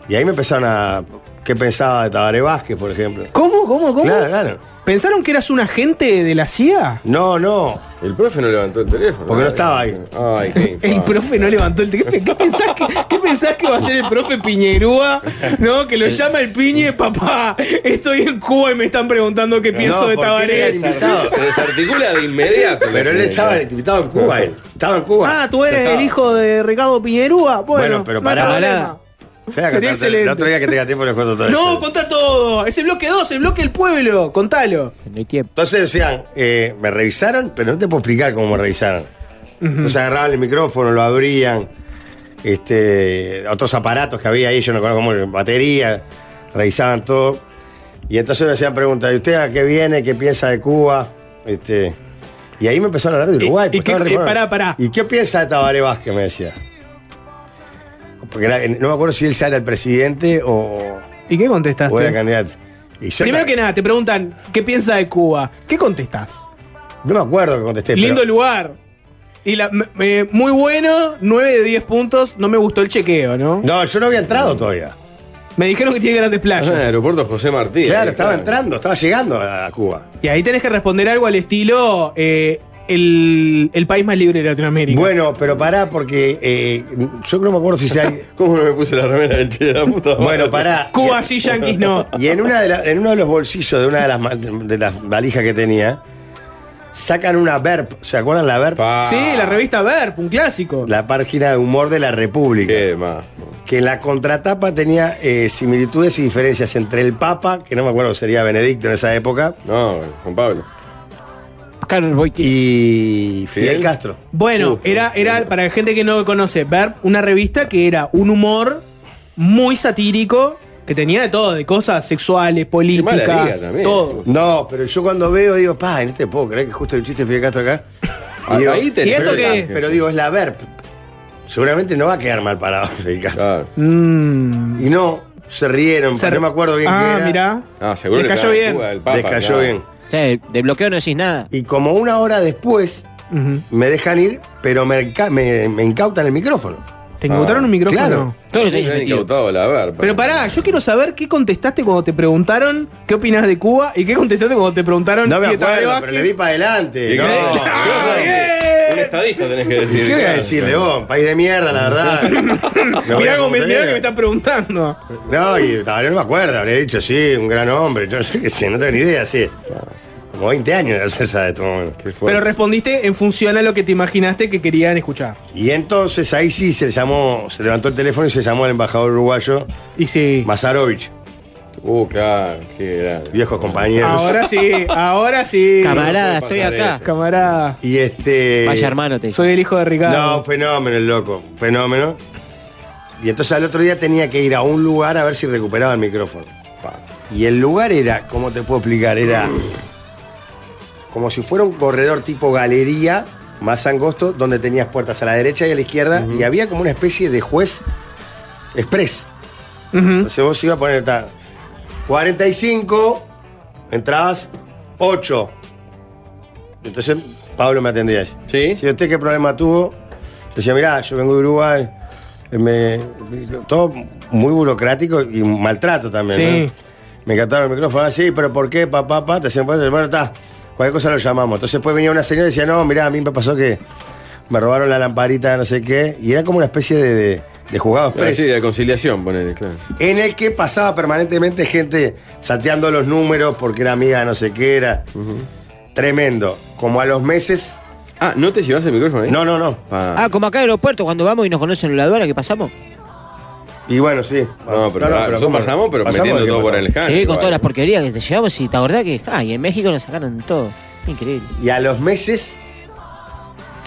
S2: y ahí me empezaron a. ¿Qué pensaba de Tabaré Vázquez, por ejemplo?
S3: ¿Cómo, cómo, cómo?
S2: Claro, claro.
S3: ¿Pensaron que eras un agente de la CIA?
S2: No, no.
S1: El profe no levantó el teléfono.
S2: Porque no estaba ahí.
S1: Ay,
S2: [laughs]
S1: qué infame.
S3: El profe no levantó el teléfono. ¿Qué, qué pensás que, qué pensás que va a ser el profe Piñerúa? ¿No? Que lo llama el piñe, papá, estoy en Cuba y me están preguntando qué pienso
S2: no,
S3: de
S2: ¿por qué
S3: Tabaré.
S2: era el
S3: [laughs]
S2: invitado?
S1: Se desarticula de inmediato.
S2: Pero él estaba invitado en Cuba, él. Estaba en Cuba.
S3: Ah, tú eres el hijo de Ricardo Piñerúa. Bueno,
S2: Bueno, pero
S3: no
S2: pará.
S3: hay problema.
S2: Espera,
S3: sería
S2: contarte-
S3: excelente.
S2: El otro día que tenga tiempo les cuento todo
S3: No,
S2: esto.
S3: contá todo. Es el bloque 2, el bloque del pueblo. Contalo.
S4: No hay tiempo.
S2: Entonces decían, eh, me revisaron, pero no te puedo explicar cómo me revisaron. Entonces agarraban el micrófono, lo abrían, este, otros aparatos que había ahí, yo no conozco cómo, batería, revisaban todo. Y entonces me hacían preguntas, ¿y usted a qué viene? ¿Qué piensa de Cuba? Este, y ahí me empezaron a hablar de
S3: ¿Y-
S2: Uruguay.
S3: y
S2: pues,
S3: qué-
S2: estaban
S3: y
S2: re-
S3: pará, pará.
S2: ¿Y qué piensa de Tabaré Vázquez? Me decía. Porque era- no me acuerdo si él ya era el presidente o,
S3: ¿Y qué
S2: o era
S3: contestaste?
S2: candidato. Y yo
S3: Primero
S2: ta-
S3: que nada, te preguntan, ¿qué piensa de Cuba? ¿Qué contestás?
S2: No me acuerdo que contesté. Eh, pero-
S3: Lindo lugar. Y la, me- me- muy bueno, 9 de 10 puntos. No me gustó el chequeo, ¿no?
S2: No, yo no había entrado todavía.
S3: Me dijeron que tiene grandes
S1: Ah, en el
S2: Eh.
S3: playas.
S1: aeropuerto José Martí.
S2: Claro,
S1: Ahí
S2: estaba
S1: está.
S2: entrando, estaba llegando a Cuba.
S3: Y ahí tenés que responder algo al estilo eh, el, el país más libre de Latinoamérica.
S2: Bueno, pero pará, porque eh, yo no me acuerdo si se hay.
S3: [laughs]
S1: ¿Cómo no me puse la remera del Che de la puta madre?
S2: Bueno, pará.
S3: Cuba sí, yanquis
S2: [laughs]
S3: no.
S2: Y en, una de la- en uno de los bolsillos de una de las, ma- de las valijas que tenía, sacan una VERP. ¿Se acuerdan la VERP?
S1: Pa.
S3: Sí, la revista Verp, un clásico.
S2: La página de humor de la República.
S1: Qué más.
S2: Que en la contratapa tenía eh, similitudes y diferencias entre el Papa, que no me acuerdo sería Benedicto en esa época,
S1: No, Juan Pablo.
S4: Carlos Boitín.
S2: y Fidel
S1: Fidel.
S2: Castro.
S3: Bueno,
S1: Uf,
S3: era,
S1: uf,
S3: era
S1: uf.
S3: para la gente que no conoce, Verb, una revista que era un humor muy satírico, que tenía de todo, de cosas sexuales,
S1: mala liga
S3: políticas,
S1: también.
S3: todo.
S2: No, pero yo cuando veo digo, pa, en este puedo creer que justo el chiste de Fidel Castro acá.
S1: Ah, ahí tenés.
S3: ¿y esto
S2: pero,
S3: qué es?
S2: pero digo, es la VERP. Seguramente no va a quedar mal parado [laughs] Fidel Castro.
S1: Claro.
S3: Mm.
S2: Y no, se rieron,
S3: Ah. Se-
S2: no me acuerdo bien
S3: Ah,
S2: qué era.
S3: mirá.
S1: Ah, seguro
S3: Le
S1: que
S3: cayó
S1: estaba en
S3: bien.
S1: Cuba, el Papa,
S2: Les cayó
S1: claro.
S2: bien.
S4: O sea, de bloqueo no decís nada.
S2: Y como una hora después
S3: Ujú.
S2: me dejan ir, pero me, enca- me- me incautan el micrófono.
S3: ¿Te encontraron un micrófono?
S2: Ah, claro.
S4: Todo lo
S1: Sí,
S4: tenés
S1: le han
S4: metido.
S1: incautado la verpa.
S3: Pero pará, yo quiero saber qué contestaste cuando te preguntaron qué opinas de Cuba y qué contestaste cuando te preguntaron
S2: No me
S3: qué tal
S2: acuerdo,
S3: Vázquez.
S2: pero le di para adelante.
S1: Y-
S2: No, [laughs]
S1: ¿Qué
S2: no,
S1: cosa?
S3: [laughs]
S1: Un estadista tenés que
S2: ¿Qué
S1: decir.
S2: voy a
S1: claro.
S2: decirle vos? País de mierda, la verdad. Me voy
S3: [laughs] Mirá,
S2: a
S3: cómo me- mirá
S2: Montevideo.
S3: que me estás preguntando.
S2: No, y todavía no me acuerdo, habría dicho, sí, un gran hombre, yo no sé qué sé, no tengo ni idea, sí. Como 20 años de salsa de tomate.
S1: Qué fuerte.
S3: Pero respondiste en función a lo que te imaginaste que querían escuchar.
S2: Y entonces ahí sí se llamó, se levantó el teléfono y se llamó al embajador uruguayo
S3: Y sí.
S2: Mazarovich,
S1: Uh, claro, qué grande.
S2: viejos compañeros.
S3: Ahora sí, ahora sí.
S4: Camarada,
S1: puede
S4: estoy
S1: pasar
S4: acá.
S1: esto.
S3: Camarada.
S2: Y este.
S4: Vaya hermano, te dice.
S3: Soy el hijo de
S2: No,
S3: Ricardo.
S2: un fenómeno el loco, un fenómeno. Y entonces al otro día tenía que ir a un lugar a ver si recuperaba el micrófono. Pa. Y el lugar era, ¿cómo te puedo explicar? Era [clears throat] como si fuera un corredor tipo galería, más angosto, donde tenías puertas a la derecha y a la izquierda, y había como una especie de juez express.
S3: Ujú.
S2: Entonces vos ibas a poner ta, 45, entrabas 8. Entonces Pablo me atendía. así.
S1: ¿Sí?
S2: Si usted qué problema tuvo, yo decía, mirá, yo vengo de Uruguay, eh, me- todo muy burocrático y maltrato también.
S3: Sí.
S2: ¿no? Me cantaron el micrófono, así, Ah, pero ¿por qué? Papá, papá, te hacían bueno, está, cualquier cosa lo llamamos. Entonces después venía una señora y decía, no, mirá, a mí me pasó que me robaron la lamparita, de no sé qué, y era como una especie de, de, de juzgado
S1: Ah,
S2: express
S1: sí, de la conciliación, ponele, claro.
S2: en el que pasaba permanentemente gente salteando los números porque era amiga de no sé qué era. Tremendo. Como a los meses.
S1: Ah, ¿no te llevas el micrófono ahí?
S2: No, no, no.
S1: Pa.
S4: Ah, como acá en el aeropuerto, cuando vamos y nos conocen en la aduana, ¿qué pasamos?
S2: Y bueno, sí.
S1: No, pero, ah, nosotros
S2: ¿cómo?
S1: pasamos, pero
S2: ¿Pasamos de
S1: metiendo
S2: qué
S1: todo por el
S2: pasamos?
S1: escáner.
S4: sí, con
S1: igual.
S4: todas las porquerías que te llevamos y te acordás que. Ah, y en México nos sacaron todo. Increíble.
S2: Y a los meses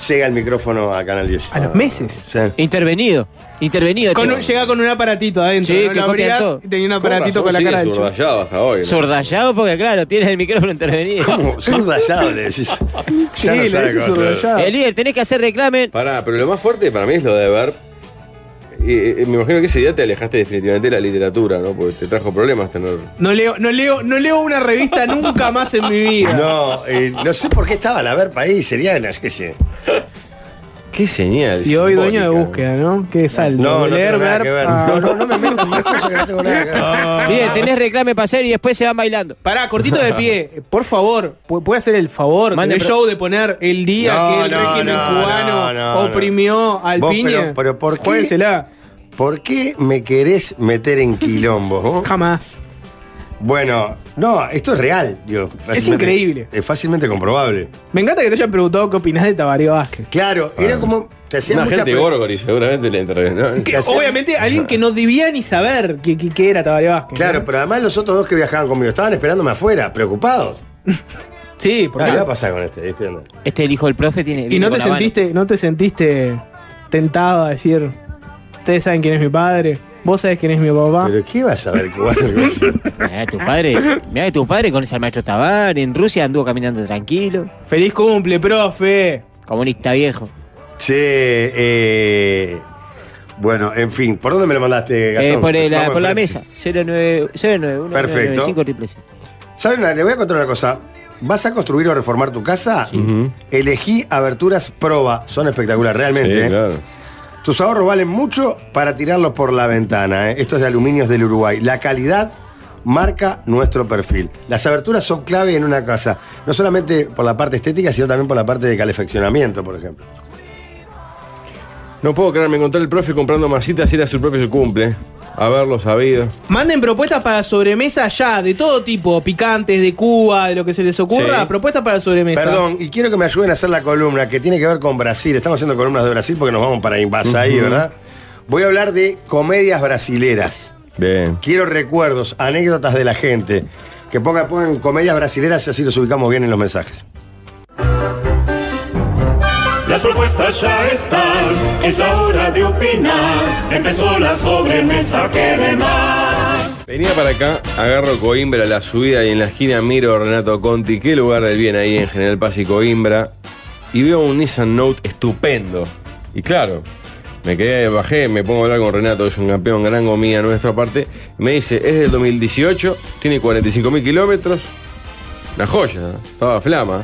S2: llega el micrófono a Canal 10.
S3: A los meses.
S2: Sí.
S4: Intervenido. Intervenido.
S3: Con
S4: te-
S3: un- llega con un aparatito adentro.
S4: Sí,
S3: ¿no?
S4: que
S3: Lo
S4: copian
S3: abrías
S4: todo.
S3: y tenía un
S1: Con
S3: aparatito
S1: razón
S3: con la
S1: sigue
S3: cara del chico.
S1: surdallado hasta hoy. ¿no?
S4: Zurdallado porque, claro, tienes el micrófono intervenido.
S2: ¿Cómo? Surdallado, le decís.
S3: Sí,
S2: Ya no
S3: le
S2: sabe
S3: dice
S2: cómo hacer.
S3: surdallado.
S4: El líder, tenés que hacer reclamen.
S1: Pará, pero lo más fuerte para mí es lo de ver. y- y- me imagino que ese día te alejaste definitivamente de la literatura, ¿no? Porque te trajo problemas tener.
S3: No leo, no leo, no leo una revista nunca más en mi vida.
S2: No, eh, no sé por qué estaban a ver país, sería, no, yo qué sé.
S1: Qué genial.
S3: Y hoy dueño de
S1: simbólica.
S3: búsqueda, ¿no? Qué salto.
S2: No, no
S3: Leer,
S2: tengo nada que ver.
S3: ah,
S2: No, no, no me metas en cosas que no tengo nada que ver.
S4: Líder, tenés reclamen para hacer y después se van bailando.
S3: Pará, cortito de pie. Por favor, ¿pu- ¿puede hacer el favor
S4: Mande
S3: del
S4: pro-
S3: show de poner el día
S2: No,
S3: que el
S2: no,
S3: régimen
S2: no, no,
S3: cubano
S2: no,
S3: oprimió al
S2: Vos,
S3: piña?
S2: pero- pero ¿por qué?
S3: Juéguensela.
S2: ¿Por qué me querés meter en quilombo?
S3: Jamás.
S2: Bueno, no, esto es real. digo, fácilmente-
S3: increíble.
S2: Es fácilmente comprobable.
S3: Me encanta que te hayan preguntado qué opinás de Tabaré Vázquez.
S2: Claro, era como. Te hacían
S1: Una
S2: mucha
S1: gente
S2: pre-
S1: Gorgori, seguramente le entrevistó.
S3: Que,
S2: hacer-
S3: obviamente alguien que no debía ni saber qué qué- qué era Tabaré Vázquez.
S2: Claro,
S3: ¿no?
S2: pero además los otros dos que viajaban conmigo estaban esperándome afuera, preocupados.
S3: Sí,
S2: ¿Qué
S3: por
S2: va a
S3: claro.
S2: pasar con este? ¿Viste? Anda.
S4: Este, el hijo del profe, tiene.
S3: ¿Y
S4: viene
S3: no
S4: con
S3: te
S4: la Habana.
S3: sentiste, no te sentiste tentado a decir, ustedes saben quién es mi padre, vos sabés quién es mi papá?
S2: Pero ¿qué vas a ver cubano?
S4: Mirá, tu padre, mirá que tu padre con ese maestro Tabar en Rusia anduvo caminando tranquilo.
S3: ¡Feliz cumple, profe!
S4: Comunista viejo.
S2: che, eh. Bueno, en fin, ¿por dónde me lo mandaste, Gastón?
S4: Eh, por, el-
S2: Estamos
S4: por la
S2: enfrente.
S4: mesa, 091 091
S2: Perfecto.
S4: 995 triple C.
S2: ¿Saben? una? Le voy a contar una cosa. ¿Vas a construir o reformar tu casa? Elegí Aberturas Proba. Son espectaculares, realmente.
S1: Sí,
S2: ¿eh?
S1: claro.
S2: Tus ahorros valen mucho para tirarlos por la ventana. ¿eh? Esto es de Aluminios del Uruguay. La calidad marca nuestro perfil. Las aberturas son clave en una casa, no solamente por la parte estética, sino también por la parte de calefaccionamiento, por ejemplo.
S1: No puedo creer, me encontré el profe comprando masitas y era su propio cumple. Haberlo sabido.
S3: Manden propuestas para sobremesa ya, de todo tipo, picantes, de Cuba, de lo que se les ocurra,
S1: Sí.
S3: propuestas para sobremesa.
S2: Perdón, y quiero que me ayuden a hacer la columna que tiene que ver con Brasil. Estamos haciendo columnas de Brasil porque nos vamos para Invasaí, ¿verdad? Voy a hablar de comedias brasileras.
S1: Bien.
S2: Quiero recuerdos, anécdotas de la gente. Que pongan, pongan comedias brasileras y así los ubicamos bien en los mensajes.
S10: Las propuestas ya están, es la hora de opinar. Empezó la sobremesa que de más.
S1: Venía para acá, agarro Coimbra a la subida y en la esquina miro a Renato Conti, qué lugar del bien ahí en General Paz y Coimbra, y veo un Nissan Note estupendo. Y claro, me quedé, bajé, me pongo a hablar con Renato, es un campeón gran gomía nuestro aparte, me dice, es del 2018, tiene 45.000 kilómetros, una joya, estaba flama.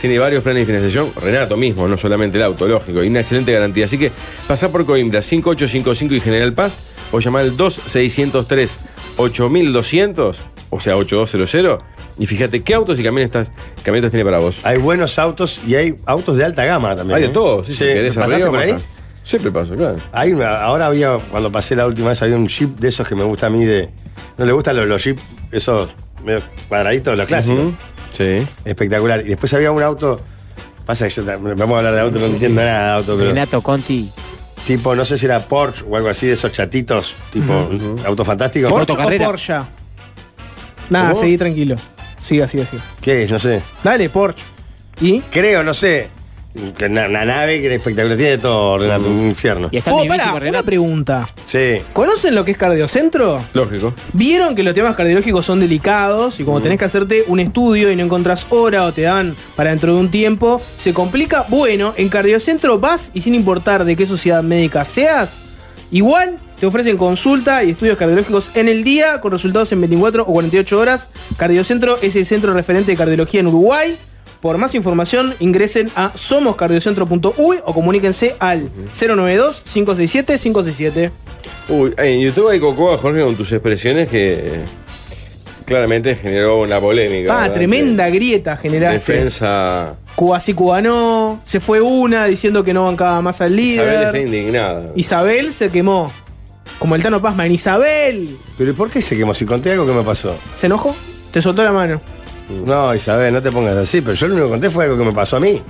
S1: Tiene varios planes de financiación, Renato mismo, no solamente el auto, lógico, y una excelente garantía. Así que pasá por Coimbra 5855 y General Paz o llamá al 2603 8200, o sea 8200, y fíjate qué autos y camionetas, camionetas tiene para vos.
S2: Hay buenos autos y hay autos de alta gama también.
S1: Hay de
S2: ¿eh?
S1: todo, sí, si querés
S2: ¿Pasaste
S1: arriba,
S2: por ahí?
S1: pasa. Siempre paso, claro.
S2: Hay una- ahora había, cuando pasé la última vez, había un jeep de esos que me gusta a mí de. No le gustan los, los jeep, esos medio cuadraditos, los clásicos.
S1: Ujú. Sí.
S2: Espectacular. Y después había un auto. Pasa que yo tam- vamos a hablar de auto, no entiendo nada de auto, pero.
S4: Renato Conti.
S2: Tipo, no sé si era Porsche o algo así de esos chatitos, tipo auto fantástico.
S3: ¿Porsche o Porsche? Nada,
S2: ¿Cómo?
S3: seguí tranquilo. Siga, siga, siga.
S2: ¿Qué es? No sé.
S3: Dale, Porsche. ¿Y?
S2: Creo, no sé. Que Una, una nave que era espectacular. Tiene de todo, Renato, un infierno.
S4: Y está
S3: Oh,
S4: mi bici
S3: pará,
S4: con
S3: una
S4: Renato.
S3: pregunta.
S2: Sí.
S3: ¿Conocen lo que es cardiocentro?
S1: Lógico.
S3: ¿Vieron que los temas cardiológicos son delicados y como tenés que hacerte un estudio y no encontrás hora o te dan para dentro de un tiempo, se complica? Bueno, en Cardiocentro vas y sin importar de qué sociedad médica seas, igual te ofrecen consulta y estudios cardiológicos en el día con resultados en 24 o 48 horas. Cardiocentro es el centro referente de cardiología en Uruguay. Por más información ingresen a somoscardiocentro.uy o comuníquense al 092 567 567.
S1: Uy, en YouTube hay Cocoa, Jorge, con tus expresiones que claramente generó una polémica.
S3: Pa,
S1: ¿verdad?
S3: tremenda grieta general.
S1: Defensa.
S3: Cuasi cubanó, se fue una diciendo que no bancaba más al
S1: Isabel está
S3: líder.
S1: indignada.
S3: Isabel se quemó. Como el Tano Pazman. Isabel
S2: ¿Pero ¿y por qué se quemó? Si conté algo que me pasó.
S3: se enojó, te soltó la mano.
S2: No, Isabel, no te pongas así, pero yo lo único que conté fue algo que me pasó a mí.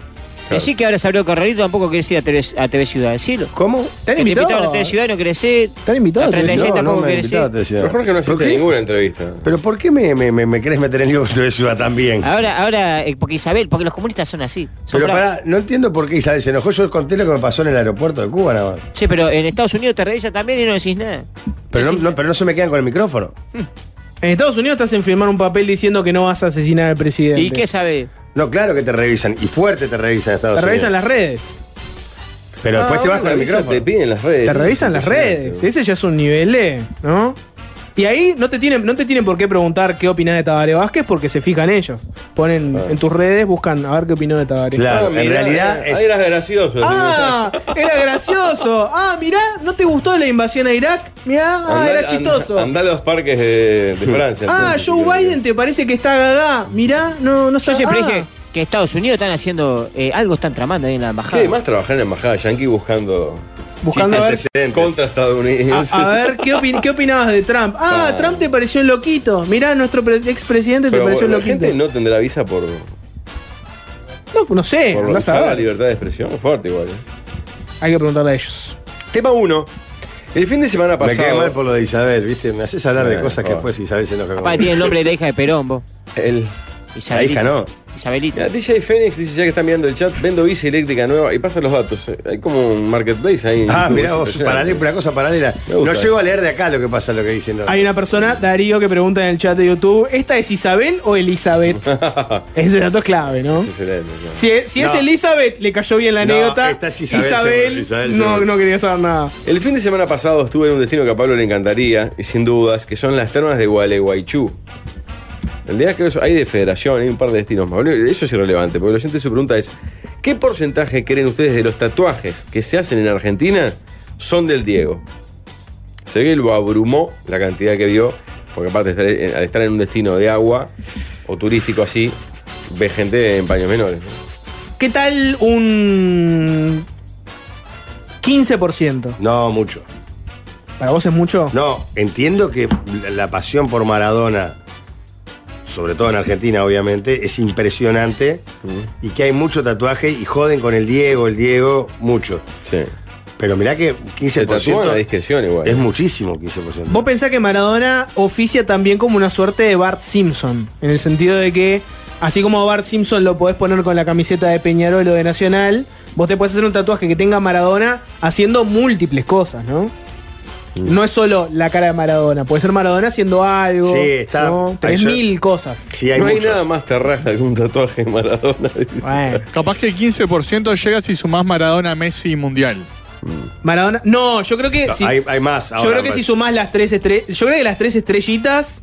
S4: Decí que ahora se abrió Corralito, tampoco querés ir a TV, a TV Ciudad, decilo.
S2: ¿Cómo?
S3: ¿Te han
S4: Que te invitaron
S3: invitado?
S4: a TV Ciudad y no querés ir.
S3: ¿Te han invitado?
S4: A 36
S2: No,
S4: tampoco
S2: no me
S4: querés ir.
S2: invitaste, decía.
S1: Pero Jorge no
S2: ¿Por
S1: hiciste
S2: qué?
S1: ninguna entrevista.
S2: ¿Pero por qué me, me, me, me querés meter en lío con tu ciudad también?
S4: Ahora, ahora, eh, porque Isabel, porque los comunistas son así. Son
S2: Pero
S4: bravos.
S2: pará, no entiendo por qué Isabel se enojó. Yo conté lo que me pasó en el aeropuerto de Cuba, nada más.
S4: Sí, pero en Estados Unidos te revisan también y no decís nada.
S2: Pero no, no- pero no se me quedan con el micrófono.
S3: En Estados Unidos te hacen firmar un papel diciendo que no vas a asesinar al presidente.
S4: ¿Y qué sabe?
S2: No, claro que te revisan. Y fuerte te revisan en Estados
S3: Te
S2: Unidos.
S3: revisan las redes.
S2: Pero después
S1: Ah,
S2: te vas
S1: bueno,
S2: con el
S1: revisa,
S2: micrófono.
S1: Te piden las redes.
S3: Te revisan las redes. Ese ya es un nivel E, ¿no? Y ahí no te tienen, no te tienen por qué preguntar qué opinás de Tabaré Vázquez porque se fijan ellos. Ponen en tus redes, buscan a ver qué opinó de Tabaré.
S1: Ah,
S2: Claro, en
S1: mirá,
S2: realidad
S1: eh,
S2: es-
S1: ahí eras gracioso.
S3: ¡Ah! Era gracioso. Ah, mirá, ¿no te gustó la invasión a Irak? Mirá, ah,
S1: Andá-
S3: era
S1: andá-
S3: chistoso.
S1: Andá a los parques de, de Francia.
S3: Ah,
S1: entonces,
S3: Joe
S1: creo que-
S3: Biden te parece que está gagá. Mirá, no, no
S4: Yo
S3: sé.
S4: siempre
S3: ah.
S4: dije que Estados Unidos están haciendo. eh, algo están tramando ahí en la
S1: ¿Qué
S4: embajada.
S1: además trabajar en la embajada yankee buscando
S3: Buscando a ver.
S1: contra [laughs] estadounidenses?
S3: A, a ver, ¿qué, opin- qué opinabas de Trump? Ah,
S1: Ah.
S3: Trump te pareció un loquito. Mirá, nuestro pre- expresidente te
S1: Pero
S3: pareció un
S1: la
S3: loquito.
S1: gente no tendrá visa por,
S3: No, no sé,
S1: por
S3: andás a
S1: usar la
S3: ver.
S1: libertad de expresión. Fuerte igual. eh.
S3: Hay que preguntarle a ellos.
S1: Tema 1. El fin de semana
S2: Me quedé
S1: pasado.
S2: mal por lo de Isabel, ¿viste? Me haces hablar de
S1: Bueno,
S2: cosas que
S1: joder.
S2: después Isabel se enoja
S4: Papá
S2: conmigo.
S4: tiene el nombre de la hija de Perón, vos.
S1: el-
S2: La
S4: Isabelita.
S2: hija no.
S4: Isabelita.
S1: Mira, DJ Fénix dice ya que están mirando el chat, vendo bici eléctrica nueva y pasa los datos. eh. Hay como un marketplace ahí. en
S2: Ah,
S1: YouTube,
S2: mirá
S1: es
S2: vos,
S1: impresionante. [laughs]
S2: paralelo, una cosa paralela.
S1: Me gusta.
S2: No llego a leer de acá lo que pasa, lo que dicen. los-
S3: Hay una persona, Darío, que pregunta en el chat de YouTube: ¿esta es Isabel o Elizabeth?
S1: [laughs]
S3: Ese dato es clave, ¿no?
S1: Es excelente, claro.
S3: Si, es- si es
S2: No.
S3: Elizabeth, le cayó bien la
S2: No,
S3: anécdota.
S2: esta es Isabel, seguro, Isabel,
S3: no,
S2: seguro.
S3: no quería saber nada.
S1: El fin de semana pasado estuve en un destino que a Pablo le encantaría, y sin dudas, que son las termas de Gualeguaychú. En realidad creo que hay de federación, hay un par de destinos más. Boludo, Eso es irrelevante, porque lo siguiente su pregunta es, ¿qué porcentaje creen ustedes de los tatuajes que se hacen en Argentina son del Diego? Se ve lo abrumó la cantidad que vio, porque aparte de estar en- al estar en un destino de agua o turístico así, ve gente en paños menores. ¿no?
S3: ¿Qué tal un 15%?
S2: No, mucho.
S3: ¿Para vos es mucho?
S2: No, entiendo que la- la pasión por Maradona, sobre todo en Argentina, obviamente, es impresionante y que hay mucho tatuaje y joden con el Diego, el Diego, mucho.
S1: Sí.
S2: Pero mirá que
S1: Se tatúan a
S2: 15%
S1: discreción igual.
S2: es muchísimo, 15%.
S3: Vos pensás que Maradona oficia también como una suerte de Bart Simpson, en el sentido de que, así como a Bart Simpson lo podés poner con la camiseta de Peñarol o de Nacional, vos te podés hacer un tatuaje que tenga Maradona haciendo múltiples cosas, ¿no? No es solo la cara de Maradona, puede ser Maradona haciendo algo.
S2: Sí, está-
S3: ¿no?
S2: Ay,
S3: Tres
S2: yo-
S3: mil cosas.
S2: Sí, hay
S1: no hay
S2: mucho.
S1: nada más terraja que un tatuaje de Maradona. dice.
S3: Bueno.
S5: Capaz que el 15% llega si sumás Maradona, Messi y Mundial.
S3: Maradona. No, yo creo que.
S2: No,
S3: si-
S2: hay, hay más.
S3: yo
S2: ahora,
S3: creo que
S2: pues.
S3: si sumás las tres estrellas. Yo creo que las tres estrellitas.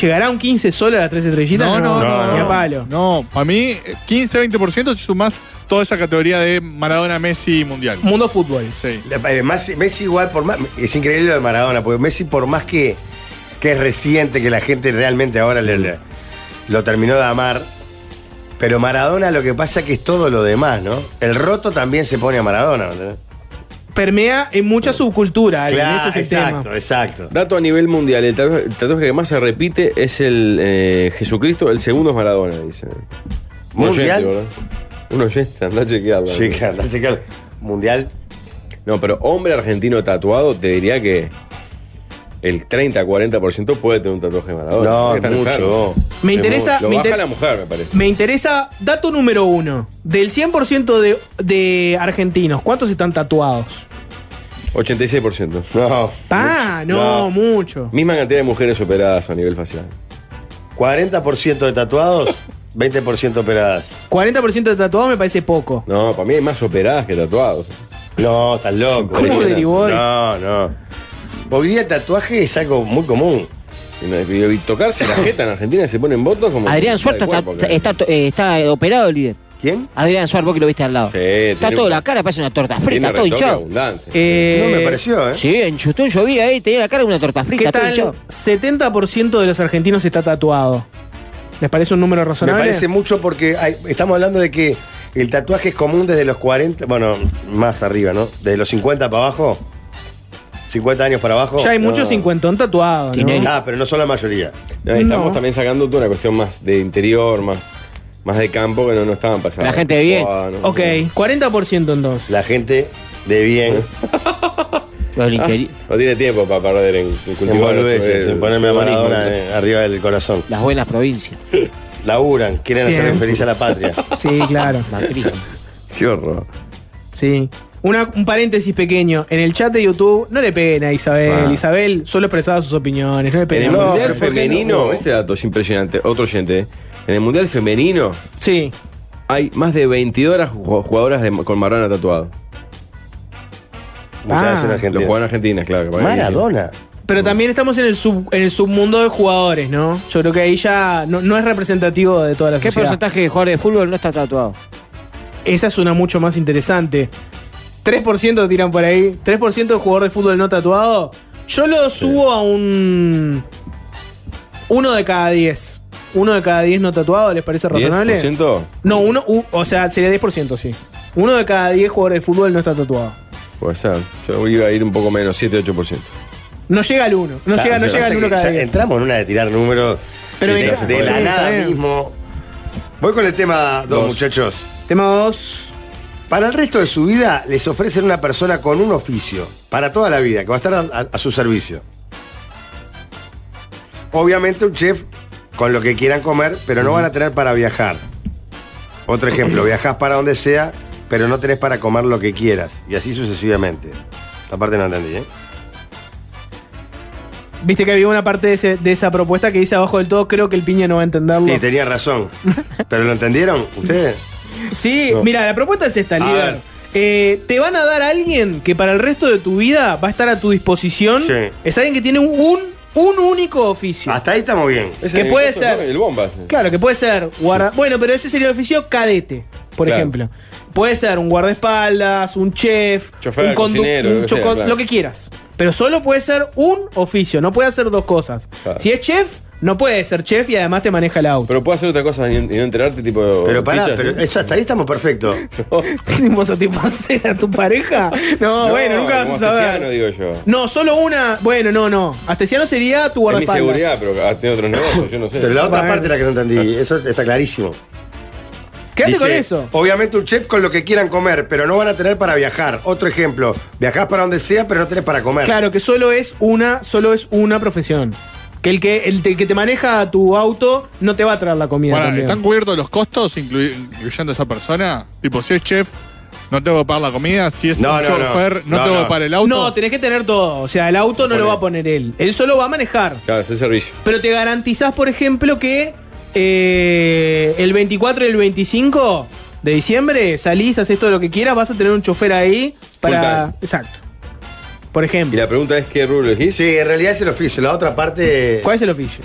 S3: ¿Llegará un 15 solo a las tres estrellitas? Ni a palo.
S5: No, para mí, eh, 15-20% si sumás toda esa categoría de Maradona, Messi y Mundial.
S3: Mundo fútbol.
S5: Sí.
S2: Eh, Messi, Messi igual por más. Es increíble lo de Maradona, porque Messi por más que, que es reciente, que la gente realmente ahora le- le- lo terminó de amar. Pero Maradona lo que pasa que es todo lo demás, ¿no? El roto también se pone a Maradona, ¿entendés?
S3: permea en mucha subcultura. Alien,
S2: Claro,
S3: ese es el
S2: exacto,
S3: tema.
S2: exacto.
S1: Dato a nivel mundial, el tatuaje, el tatuaje que más se repite es el eh, Jesucristo, el segundo es Maradona, dice. Un
S2: ¿Mundial?
S1: oyente, ¿verdad? Un oyente, andá a chequearlo.
S2: Chequear, andá a chequear. ¿Mundial?
S1: No, pero hombre argentino tatuado, te diría que el 30-40% puede tener un tatuaje de Maradona.
S2: No,
S1: Está
S2: mucho.
S1: enfermo.
S3: Me
S1: Es
S3: interesa-
S1: mucho. Lo
S3: me
S1: baja
S3: inter-
S1: la mujer, me parece.
S3: Me interesa, dato número uno. Del 100% de, de argentinos, ¿cuántos están tatuados?
S1: 86%.
S2: No.
S3: Pa, no, mucho.
S1: Misma cantidad de mujeres operadas a nivel facial.
S2: 40% de tatuados, 20% operadas.
S3: 40% de tatuados me parece poco.
S1: No, para mí hay más operadas que tatuados.
S2: No, estás loco.
S1: ¿Cómo
S2: Impresionante.
S3: derivó?
S2: No, no. Hoy día el tatuaje es algo muy común.
S1: Y no- Y y tocarse la jeta en Argentina se ponen votos como.
S4: Adrián
S1: de
S4: Suárez está,
S1: cuerpo, claro.
S4: está- eh, está, eh, operado el líder.
S2: ¿Quién?
S4: Adrián Suárez, vos que lo viste al lado.
S1: Sí,
S4: está
S1: tiene
S4: toda
S1: un-
S4: la cara, parece una torta frita,
S1: Tiene
S4: todo
S1: retoque
S4: hinchado.
S1: abundante.
S3: Eh,
S2: no me pareció, ¿eh?
S4: Sí, en Chustún yo vi ahí, tenía la cara de una torta frita,
S3: ¿Qué
S4: todo
S3: tal?
S4: hinchado.
S3: 70% de los argentinos está tatuado. ¿Les parece un número
S2: Me
S3: razonable?
S2: parece mucho porque hay- estamos hablando de que el tatuaje es común desde los 40, bueno, más arriba, ¿no? Desde los 50 para abajo. 50 años para abajo.
S3: ya hay
S2: No.
S3: muchos cincuentón tatuados. ¿no?
S2: Ah, pero no son la mayoría.
S1: No, ahí Estamos
S3: No.
S1: también sacando toda una cuestión más de interior, más, más de campo que no, no estaban pasando.
S4: La gente de bien.
S3: Ok, 40% entonces.
S2: La gente de bien.
S4: Los linkeri-
S1: No tiene tiempo para perder en, en
S2: En
S1: cultivar
S2: boludeces,
S1: su-
S2: en eh, ponerme a
S1: su
S2: Maradona
S1: humanismo.
S2: eh, arriba del corazón.
S4: Las buenas provincias.
S2: Laburan, quieren hacer
S3: Bien.
S2: feliz a la
S3: [laughs]
S2: patria.
S3: Sí, claro.
S4: Macrismo.
S1: Qué horror.
S3: Sí. Una- un paréntesis pequeño. En el chat de YouTube, no le peguen a Isabel.
S1: Ah.
S3: Isabel solo expresaba sus opiniones. No le
S1: En
S3: peguen.
S1: el
S2: No,
S1: Mundial
S2: pero ¿por qué
S1: Femenino,
S2: no?
S1: este dato es impresionante, otro oyente. eh. En el Mundial Femenino
S3: Sí.
S1: hay más de 22 ju- jugadoras de- con Maradona tatuado.
S2: Muchas
S3: Ah,
S2: gracias,
S1: Lo
S2: Argentina.
S1: juegan Argentina, claro. que para mí-
S2: Maradona.
S3: Pero también estamos en el, sub- en el submundo de jugadores, ¿no? Yo creo que ahí ya no, no es representativo de toda la
S4: ¿Qué
S3: sociedad.
S4: porcentaje de jugadores de fútbol no está tatuado?
S3: Esa es una mucho más interesante. 3% tiran por ahí. 3% de jugador de fútbol no tatuado. Yo lo subo a un. Uno de cada 10. Uno de cada 10 no tatuado, ¿les parece razonable?
S1: 10%?
S3: No, uno. u- o sea, sería 10%, sí. Uno de cada 10 jugadores de fútbol no está tatuado.
S1: Puede ser. Yo iba a ir un poco menos, 7-8%.
S3: No llega al 1. No
S2: Claro,
S3: llega, no
S2: lo que
S3: llega
S2: pasa
S3: al
S2: es
S3: 1
S2: que
S3: cada
S2: ya
S3: 10.
S2: Entramos en una de tirar números
S3: Pero
S2: de,
S3: me
S2: de
S3: encanta.
S2: la
S3: Sí,
S2: nada
S3: está bien.
S2: mismo. Voy con el tema dos,
S1: Dos.
S2: muchachos.
S3: Tema 2.
S2: Para el resto de su vida les ofrecen una persona con un oficio, para toda la vida, que va a estar a, a- a su servicio. Obviamente un chef con lo que quieran comer, pero no van a tener para viajar. Otro ejemplo, viajás para donde sea, pero no tenés para comer lo que quieras, y así sucesivamente. Esta parte no entendí, ¿eh?
S3: Viste que había una parte de, ese- de esa propuesta que dice abajo del todo, creo que el piña no va a entenderlo.
S2: Sí, tenía razón. ¿Pero lo entendieron ustedes?
S3: Sí, mira, la propuesta es esta,
S2: A
S3: líder.
S2: ver.
S3: Eh, te van a dar a alguien que para el resto de tu vida va a estar a tu disposición.
S2: Sí.
S3: Es alguien que tiene un, un- un único oficio.
S2: Hasta ahí estamos bien.
S1: Ese
S3: ¿Qué
S1: es
S3: puede
S1: el-
S3: ser?
S1: El eh. bomba.
S3: Claro, que puede ser guarda. Bueno, pero ese sería el oficio cadete, por
S1: Claro.
S3: ejemplo. Puede ser un guardaespaldas, un chef,
S1: Chofer,
S3: un condu-
S1: cocinero,
S3: un
S1: lo que sea,
S3: choco-
S1: claro.
S3: lo que quieras. Pero solo puede ser un oficio, no puede hacer dos cosas.
S1: Claro.
S3: Si es chef, no puede ser chef y además te maneja el auto.
S1: Pero puede hacer otra cosa y y no enterarte, tipo.
S2: Pero pará,
S1: fichas,
S2: pero
S1: ¿no?
S2: eso, hasta ahí estamos perfectos.
S3: [laughs] ¿Cómo satisfacer a tu pareja? No,
S1: No,
S3: bueno, nunca vas a
S1: como
S3: saber.
S1: artesiano, digo yo.
S3: No, solo una. Bueno, no, no. Astesiano sería tu
S1: Es mi
S3: guardaespaldas.
S1: seguridad, pero ah, tiene otros negocios, yo no sé.
S2: Pero
S1: [laughs]
S2: la otra
S3: Bueno.
S2: parte es la que no entendí. Eso está clarísimo.
S3: Quédate
S2: Dice,
S3: con eso.
S2: Obviamente un chef con lo que quieran comer, pero no van a tener para viajar. Otro ejemplo, viajás para donde sea, pero no tenés para comer.
S3: Claro, que solo es una, solo es una profesión. Que el que, el te- que te maneja tu auto no te va a traer la comida.
S5: Bueno,
S3: también.
S5: ¿están cubiertos los costos inclui- incluyendo a esa persona? Tipo, si es chef, no tengo que pagar la comida. Si es
S2: No,
S5: un
S2: no,
S5: chofer, no,
S2: no. No,
S5: tengo
S2: no.
S5: que pagar el auto.
S3: No, tenés que tener todo. O sea, el auto no lo va a poner él. Él solo va a manejar.
S1: Claro, es el servicio.
S3: Pero te garantizás, por ejemplo, que eh, el 24 y el 25 de diciembre salís, haces todo lo que quieras, vas a tener un chofer ahí para.
S1: time.
S3: Exacto. Por
S1: Y
S3: ejemplo,
S1: la pregunta es: ¿qué rubro elegís?
S2: Sí, en realidad es el oficio. La otra parte.
S3: ¿cuál es el oficio?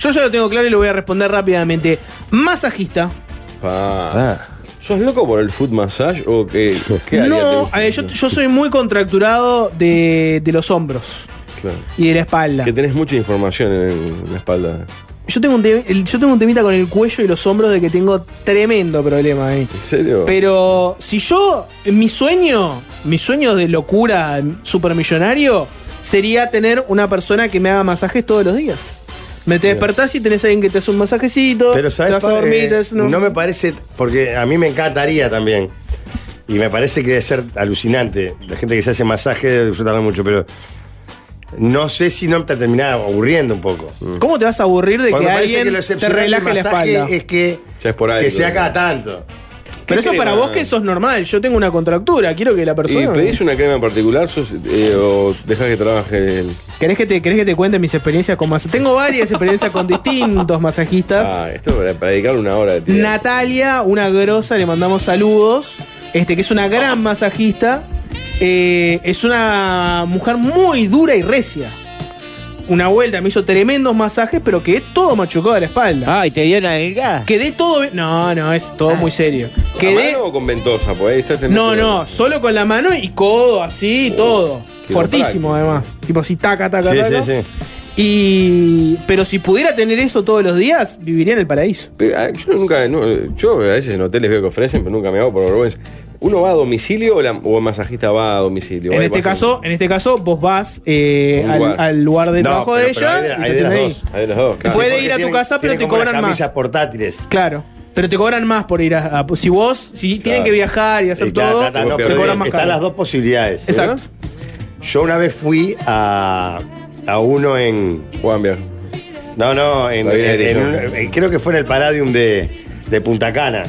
S3: Yo ya lo tengo claro y lo voy a responder rápidamente. Masajista.
S1: Pa. ¿Sos loco por el foot massage o qué, qué área te
S3: Ah. no,
S1: gusta?
S3: eh, yo, yo soy muy contracturado de, de los hombros
S1: Claro.
S3: y de la espalda.
S1: Que tenés mucha información en, en la espalda.
S3: Yo tengo, un te- el- yo tengo un temita con el cuello y los hombros de que tengo tremendo problema ahí.
S1: ¿En serio?
S3: Pero si yo, mi sueño, mi sueño de locura supermillonario sería tener una persona que me haga masajes todos los días. Me te despertás y tenés a alguien que te hace un masajecito,
S2: Pero sabes,
S3: te vas a dormir,
S2: eh,
S3: te hace-
S2: no. me parece, porque a mí me encantaría también. Y me parece que debe ser alucinante. La gente que se hace masaje debe disfrutarlo mucho, pero no sé si no te terminaba aburriendo un poco.
S3: ¿Cómo te vas a aburrir de
S2: Porque
S3: que
S2: me parece que
S3: alguien
S2: lo
S3: te
S2: excepcional del
S3: relaje la
S2: masaje
S3: espalda?
S2: Es que,
S1: Ya es por ahí.
S2: que sea cada tanto.
S3: Pero eso para vos que sos normal. Yo tengo una contractura, quiero que la
S1: ¿Y
S3: persona...
S1: pedís una crema en particular sos- eh, o dejás que trabaje el.
S3: ¿Querés que, te, ¿Querés que te cuente mis experiencias con masajistas? Tengo varias experiencias con distintos masajistas.
S1: Ah, esto para, para dedicar una hora de tiempo.
S3: Natalia, una grosa, le mandamos saludos. Este, que es una gran masajista. Eh, es una mujer muy dura y recia. Una vuelta me hizo tremendos masajes, pero quedé todo machucado de la espalda.
S4: Ah, y te dio una delgada.
S3: Quedé todo. bien- No, no, es todo muy serio.
S1: ¿A
S3: Quedé.
S1: mano o con ventosa? Pues ahí estás en-
S3: No, no, solo con la mano y codo, así, todo.
S1: qué
S3: Fortísimo, además. Tipo así, taca, taca,
S2: Uh, Sí, sí,
S3: taca.
S2: sí.
S3: Y. Pero si pudiera tener eso todos los días, viviría en el paraíso.
S1: Pero, ah, Yo nunca. no, yo a veces en hoteles veo que ofrecen, pero nunca me hago por vergüenza. ¿Uno va a domicilio o, la- o el masajista va a domicilio?
S3: En
S1: Ahí
S3: este
S1: pasa-
S3: caso, en este caso, vos vas eh,
S1: Un
S3: al,
S1: lugar.
S3: al lugar
S2: No,
S3: de trabajo de
S2: pero- pero
S3: ella
S2: hay de-
S3: y
S2: hay
S3: te
S2: de las
S3: tenés
S2: dos.
S3: ahí.
S1: Ahí de los dos, claro.
S3: Puede
S2: porque
S3: ir a tu
S2: tienen-
S3: casa, pero
S2: tienen
S3: te
S2: como
S3: cobran
S2: unas
S3: más.
S2: camisas portátiles.
S3: Claro. Pero te cobran más por ir a. a- si vos, si tienen que viajar y hacer
S2: Y ta,
S3: todo,
S2: ta, ta, no,
S3: te
S2: pero
S3: cobran más
S2: están
S3: caro.
S2: las dos posibilidades.
S3: Exacto.
S2: Yo una vez fui a, a uno en.
S1: Juan Bier.
S2: No, no, en,
S1: Está bien,
S2: en- en
S1: Erickson.
S2: un- en- creo que fue en el Palladium de, de Punta Cana.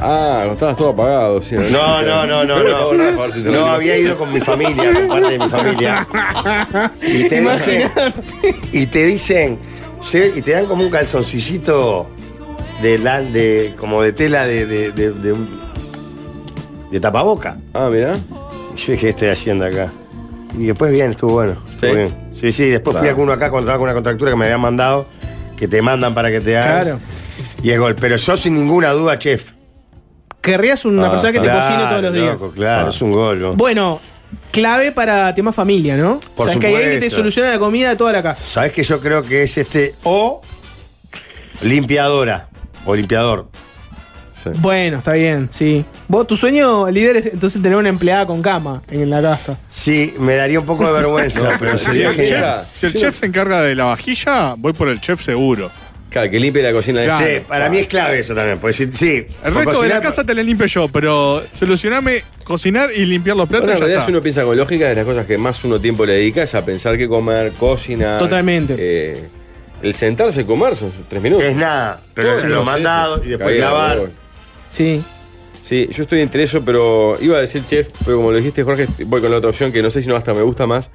S1: Ah, estabas todo apagado, sí. [laughs]
S2: No, no, no, no,
S1: Pero
S2: no.
S1: por favor, si te
S2: No,
S1: lo digo.
S2: había ido con mi familia, con parte de mi familia. Y te dicen, y te dicen, se- y te dan como un calzoncillito de, lan- de como de tela de, de, de, de un- de tapaboca.
S1: Ah, mirá.
S2: Yo dije, ¿qué estoy haciendo acá? Y después bien, estuvo bueno. estuvo
S1: ¿Sí?
S2: bien. sí, sí, después fui
S1: Claro.
S2: a uno acá cuando estaba con una contractura que me habían mandado, que te mandan para que te hagan.
S3: Claro.
S2: Y es gol. Pero yo sin ninguna duda, chef.
S3: Querrías una
S1: Ah,
S3: persona que
S2: Claro,
S3: te cocine todos los días.
S2: loco, claro,
S1: Ah.
S2: es un gol. ¿no?
S3: Bueno, clave para tema familia, ¿no?
S2: Por
S3: o sea, que hay alguien que te
S2: supuesto.
S3: soluciona la comida de toda la casa.
S2: ¿Sabes que yo creo que es este o limpiadora o limpiador?
S1: Sí.
S3: Bueno, está bien, sí. Vos, tu sueño, líder, es entonces tener una empleada con cama en la casa.
S2: Sí, me daría un poco de vergüenza, pero
S5: Si
S2: sería
S5: el,
S2: genial.
S5: chef, si el chef se encarga de la vajilla, voy por el chef seguro.
S1: Claro, que limpie la cocina de
S5: Claro.
S2: Sí, para mí es clave eso también, pues sí. sí
S5: El
S2: por
S5: resto de la
S2: cocinar-
S5: casa te la limpio yo, pero solucioname cocinar y limpiar los
S1: Ahora,
S5: platos.
S1: en
S5: ya
S1: realidad,
S5: está.
S1: si uno piensa con lógica, de las cosas que más uno tiempo le dedica es a pensar qué comer, cocinar.
S3: Totalmente.
S1: eh, el sentarse a comer son tres minutos.
S2: Es nada, pero
S1: Todo,
S2: lo
S1: no sé,
S2: mandado y después
S1: cagué la
S2: lavar.
S1: boca.
S3: Sí.
S1: Sí, yo estoy entre eso, pero iba a decir chef, pero como lo dijiste, Jorge, voy con la otra opción que no sé si no hasta me gusta más,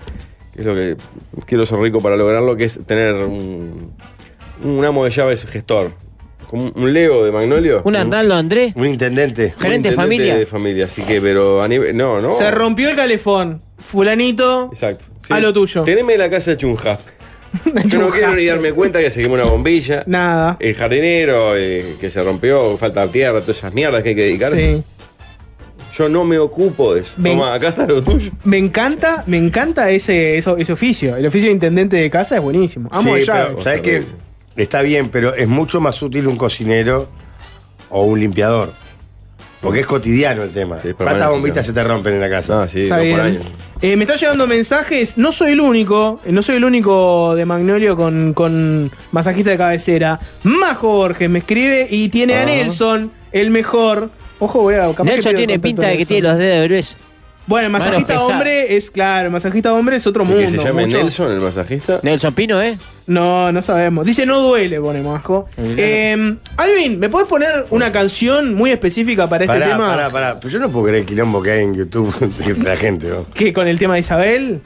S1: que es lo que quiero ser rico para lograrlo, que es tener un, un amo de llaves gestor. Como un Leo de Magnolio. Un-
S4: Un Arnaldo Andrés,
S2: Un intendente.
S1: un
S4: gerente
S1: intendente
S4: de familia.
S1: de familia, así que, pero a nivel. No, no.
S3: Se rompió el calefón. Fulanito.
S1: Oh. Exacto.
S3: A lo tuyo.
S1: Teneme la casa de
S3: [laughs]
S1: Chunja. Yo no quiero ni darme cuenta que seguimos una bombilla.
S3: Nada.
S1: El jardinero eh, que se rompió, falta tierra, todas esas mierdas que hay que dedicar.
S3: Sí.
S1: Yo no me ocupo de eso.
S3: Ven.
S1: Toma, acá está lo tuyo.
S3: Me encanta, me encanta ese, eso- ese oficio. El oficio de intendente de casa es buenísimo. Amo
S2: sí,
S3: de llaves.
S2: pero sabes
S1: Cosa
S2: que está bien, pero es mucho más útil un cocinero o un limpiador. Porque es cotidiano el tema.
S1: Sí, es permanente,
S2: ¿Cuántas bombitas
S1: claro.
S2: se te rompen en la casa?
S1: Ah, sí,
S3: Está
S1: dos
S3: bien.
S1: por año.
S3: Eh, me están llegando mensajes. No soy el único. eh, No soy el único de Magnolio con, con masajista de cabecera. Majo Borges me escribe y tiene a
S1: Ah.
S3: Nelson, el mejor. Ojo, voy a capaz que
S4: Nelson
S3: pido
S4: tiene
S3: contacto
S4: pinta de que
S3: Nelson.
S4: tiene los dedos gruesos.
S3: Bueno, el
S4: Manos
S3: masajista
S4: pesadas.
S3: hombre es claro. El masajista hombre es otro
S1: Y
S3: mundo.
S1: que se llame
S3: mucho-
S1: Nelson, el masajista.
S4: Nelson Pino, ¿eh?
S3: No, no sabemos. Dice no duele, pone Majo. Eh, Alvin, ¿me puedes poner una canción muy específica para este
S2: pará,
S3: tema?
S2: pará, pará. Pero yo no puedo creer el quilombo que hay en YouTube [laughs] de la gente, ¿no?
S3: que con el tema de Isabel.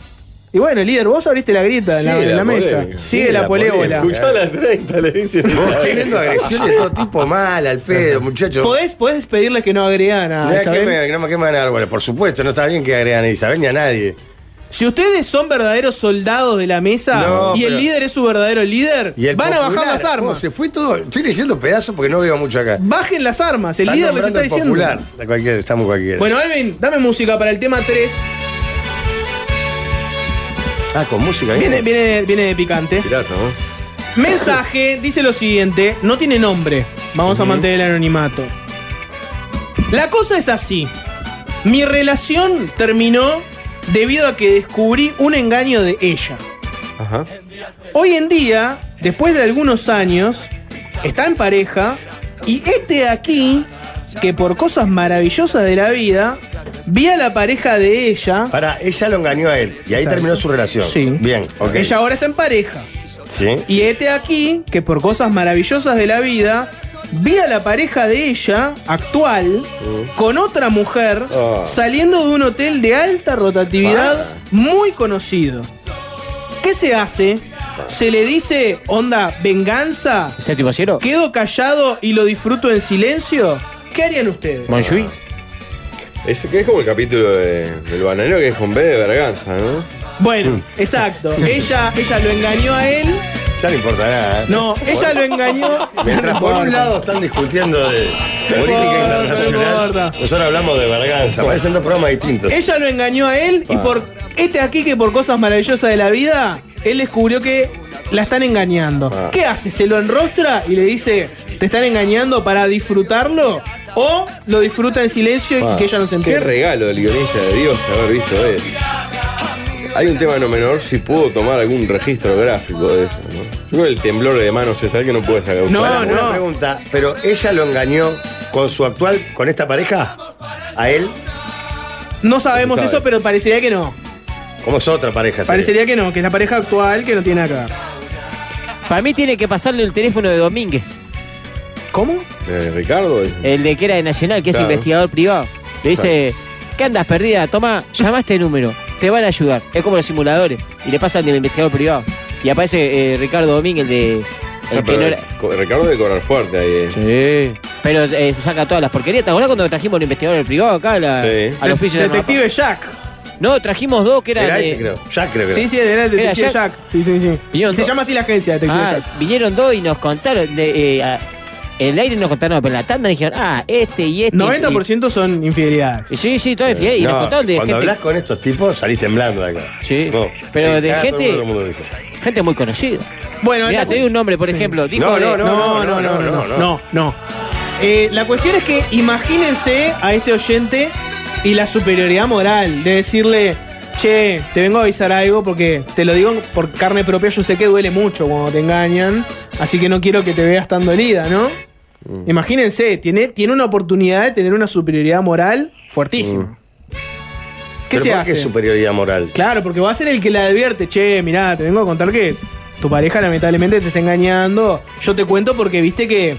S3: Y bueno, líder, vos abriste la grieta en la,
S1: Sigue
S3: en
S1: la
S3: la mesa.
S1: polémica.
S3: Sigue la, polébola.
S1: Escuchá las 30, le eh, dicen.
S2: Vos estoy [laughs] viendo agresiones de todo tipo mal, al pedo, muchachos.
S3: ¿Podés, podés pedirle que no agregan
S2: No
S3: a
S2: me
S3: Isabel.
S2: quemen- no me queman árboles, por supuesto, no está bien que agregan a Isabel ni a nadie.
S3: Si ustedes son verdaderos soldados de la mesa
S2: No,
S3: y el
S2: pero-
S3: líder es su verdadero líder,
S2: Y el
S3: van a bajar
S2: popular,
S3: las
S2: vos,
S3: armas.
S2: se fue todo. Estoy leyendo pedazos porque no veo mucho acá.
S3: Bajen las armas. El
S2: Están
S3: líder les
S2: nombrando
S3: está
S2: el
S3: diciendo.
S2: Popular. A cualquiera, estamos cualquiera.
S3: Bueno, Alvin, dame música para el tema 3.
S2: ah, con música. Ah,
S3: Viene, viene, viene de picante.
S1: Pirata, ¿no?
S3: Mensaje dice lo siguiente, no tiene nombre. Vamos a mantener el anonimato. La cosa es así. Mi relación terminó debido a que descubrí un engaño de ella.
S1: Ajá.
S3: Hoy en día, después de algunos años, está en pareja y este aquí que por cosas maravillosas de la vida vi a la pareja de ella.
S2: Para, ella lo engañó a él y ahí
S3: Exacto.
S2: terminó su relación.
S3: Sí.
S2: Bien, ok.
S3: Ella ahora está en pareja.
S2: Sí.
S3: Y este aquí, que por cosas maravillosas de la vida, vi a la pareja de ella, actual, con otra mujer,
S1: Ah.
S3: saliendo de un hotel de alta rotatividad muy conocido. ¿Qué se hace? Se le dice, onda, venganza,
S4: Séptimo cielo.
S3: quedo callado y lo disfruto en silencio. ¿Qué harían ustedes?
S4: Monjuy.
S1: Es, que es como el capítulo de- del bananero que es con B de Berganza, ¿no?
S3: Bueno, exacto. Ella, ella lo engañó a él.
S2: Ya no importa nada.
S3: No, ella lo engañó.
S2: Mientras por un
S3: Bueno.
S2: lado están discutiendo de política
S3: importa, no
S2: internacional,
S3: importa.
S2: nosotros hablamos de Berganza. Parecen dos programas distintos.
S3: Ella lo engañó a él y por este aquí que por cosas maravillosas de la vida, él descubrió que la están engañando.
S1: Ah.
S3: ¿Qué hace? ¿Se lo enrostra y le dice, te están engañando para disfrutarlo? ¿O lo disfruta en silencio y
S1: Ah,
S3: que ella no se
S1: Qué
S3: entere?
S1: regalo del guionista de Dios haber visto eso. Hay un tema no menor si pudo tomar algún registro gráfico de eso, ¿no? Yo creo que el temblor de manos es tal que no puede sacar.
S3: No,
S1: Para,
S2: Una
S3: no.
S2: pregunta, pero ella lo engañó con su actual, con esta pareja, a él,
S3: No sabemos
S1: Sabe.
S3: eso, pero parecería que no.
S2: como es otra pareja. sería?
S3: Parecería que no, que es la pareja actual que no tiene acá.
S4: Para mí tiene que pasarle el teléfono de Domínguez,
S3: ¿Cómo?
S1: Eh, Ricardo, es-
S4: el de que era de Nacional, que es
S1: Claro.
S4: investigador privado. Le dice, ¿qué andas perdida? Toma, llama a este número, te van a ayudar. Es como los simuladores. Y le pasan del investigador privado. Y aparece eh, Ricardo Domínguez, el de...
S1: o sea,
S4: El que
S1: pero
S4: no era-
S1: co- Ricardo de cobrar fuerte ahí. eh.
S4: Sí. Pero eh, se saca todas las porquerías. ¿Te acordás cuando trajimos el investigador privado acá a, la-
S1: Sí.
S4: a los pisos de
S3: Detective Jack.
S4: Amapá? No, trajimos dos que eran.
S2: Era ese,
S4: de-
S2: creo. Ya creo que
S3: Sí,
S2: era.
S3: sí, era el
S4: Era
S3: Detective
S4: Jack.
S3: Jack. Sí, sí, sí.
S4: Y otro.
S3: se llama así la agencia, Detective
S4: Ah,
S3: Jack.
S4: vinieron dos y nos contaron. De, eh, a- en el aire nos contaron, pero en la tanda dijeron, ah, este y este.
S3: 90% son infidelidades.
S4: Y- y sí, sí, todo es fiel. Y nos
S2: No,
S4: contaron de
S2: cuando
S4: gente,
S2: hablas con estos tipos salís temblando de acá.
S4: Sí,
S2: No,
S4: pero
S2: te
S4: de
S2: caga todo
S4: gente-
S2: el mundo, dijo.
S4: gente muy conocida.
S3: Bueno,
S4: Mira,
S3: la-
S4: te doy un nombre, por ejemplo. Dijo eh,
S2: No, no,
S4: de-
S2: no.
S3: No, no, no, no,
S2: no,
S3: no. no. Eh, la cuestión es que imagínense a este oyente y la superioridad moral de decirle, che, te vengo a avisar algo porque te lo digo por carne propia, yo sé que duele mucho cuando te engañan, así que no quiero que te veas tan dolida, ¿no? Mm. Imagínense, tiene, tiene una oportunidad de tener una superioridad moral fuertísima. ¿Qué
S2: ¿Pero
S3: se
S2: por
S3: hace?
S2: qué superioridad moral?
S3: Claro, porque va a ser el que la advierte, che, mirá, te vengo a contar que tu pareja lamentablemente te está engañando. Yo te cuento porque viste que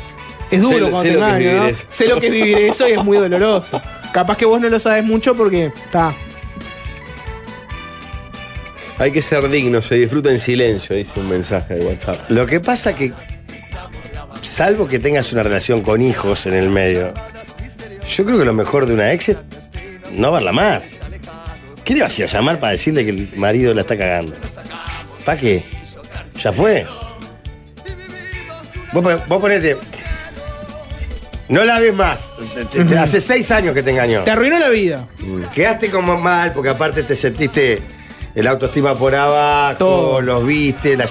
S3: es duro
S1: Sé lo-
S3: cuando
S1: sé
S3: te
S1: lo que es
S3: engañan, ¿no?
S1: vivir eso.
S3: Sé lo que es vivir eso y es muy doloroso. Capaz que vos no lo sabes mucho porque está.
S1: Hay que ser digno, se disfruta en silencio, dice un mensaje de WhatsApp.
S2: Lo que pasa que, salvo que tengas una relación con hijos en el medio, yo creo que lo mejor de una ex es no verla más. ¿Qué le vas a ir a llamar para decirle que el marido la está cagando? ¿Para qué? ¿Ya fue? Vos, pon- vos ponete... No la ves más. Te- te- te- hace seis años que te engañó.
S1: Ah.
S3: Te arruinó la vida.
S2: Mm. Quedaste como mal porque aparte te sentiste el autoestima por abajo,
S3: Todo.
S2: los viste, la,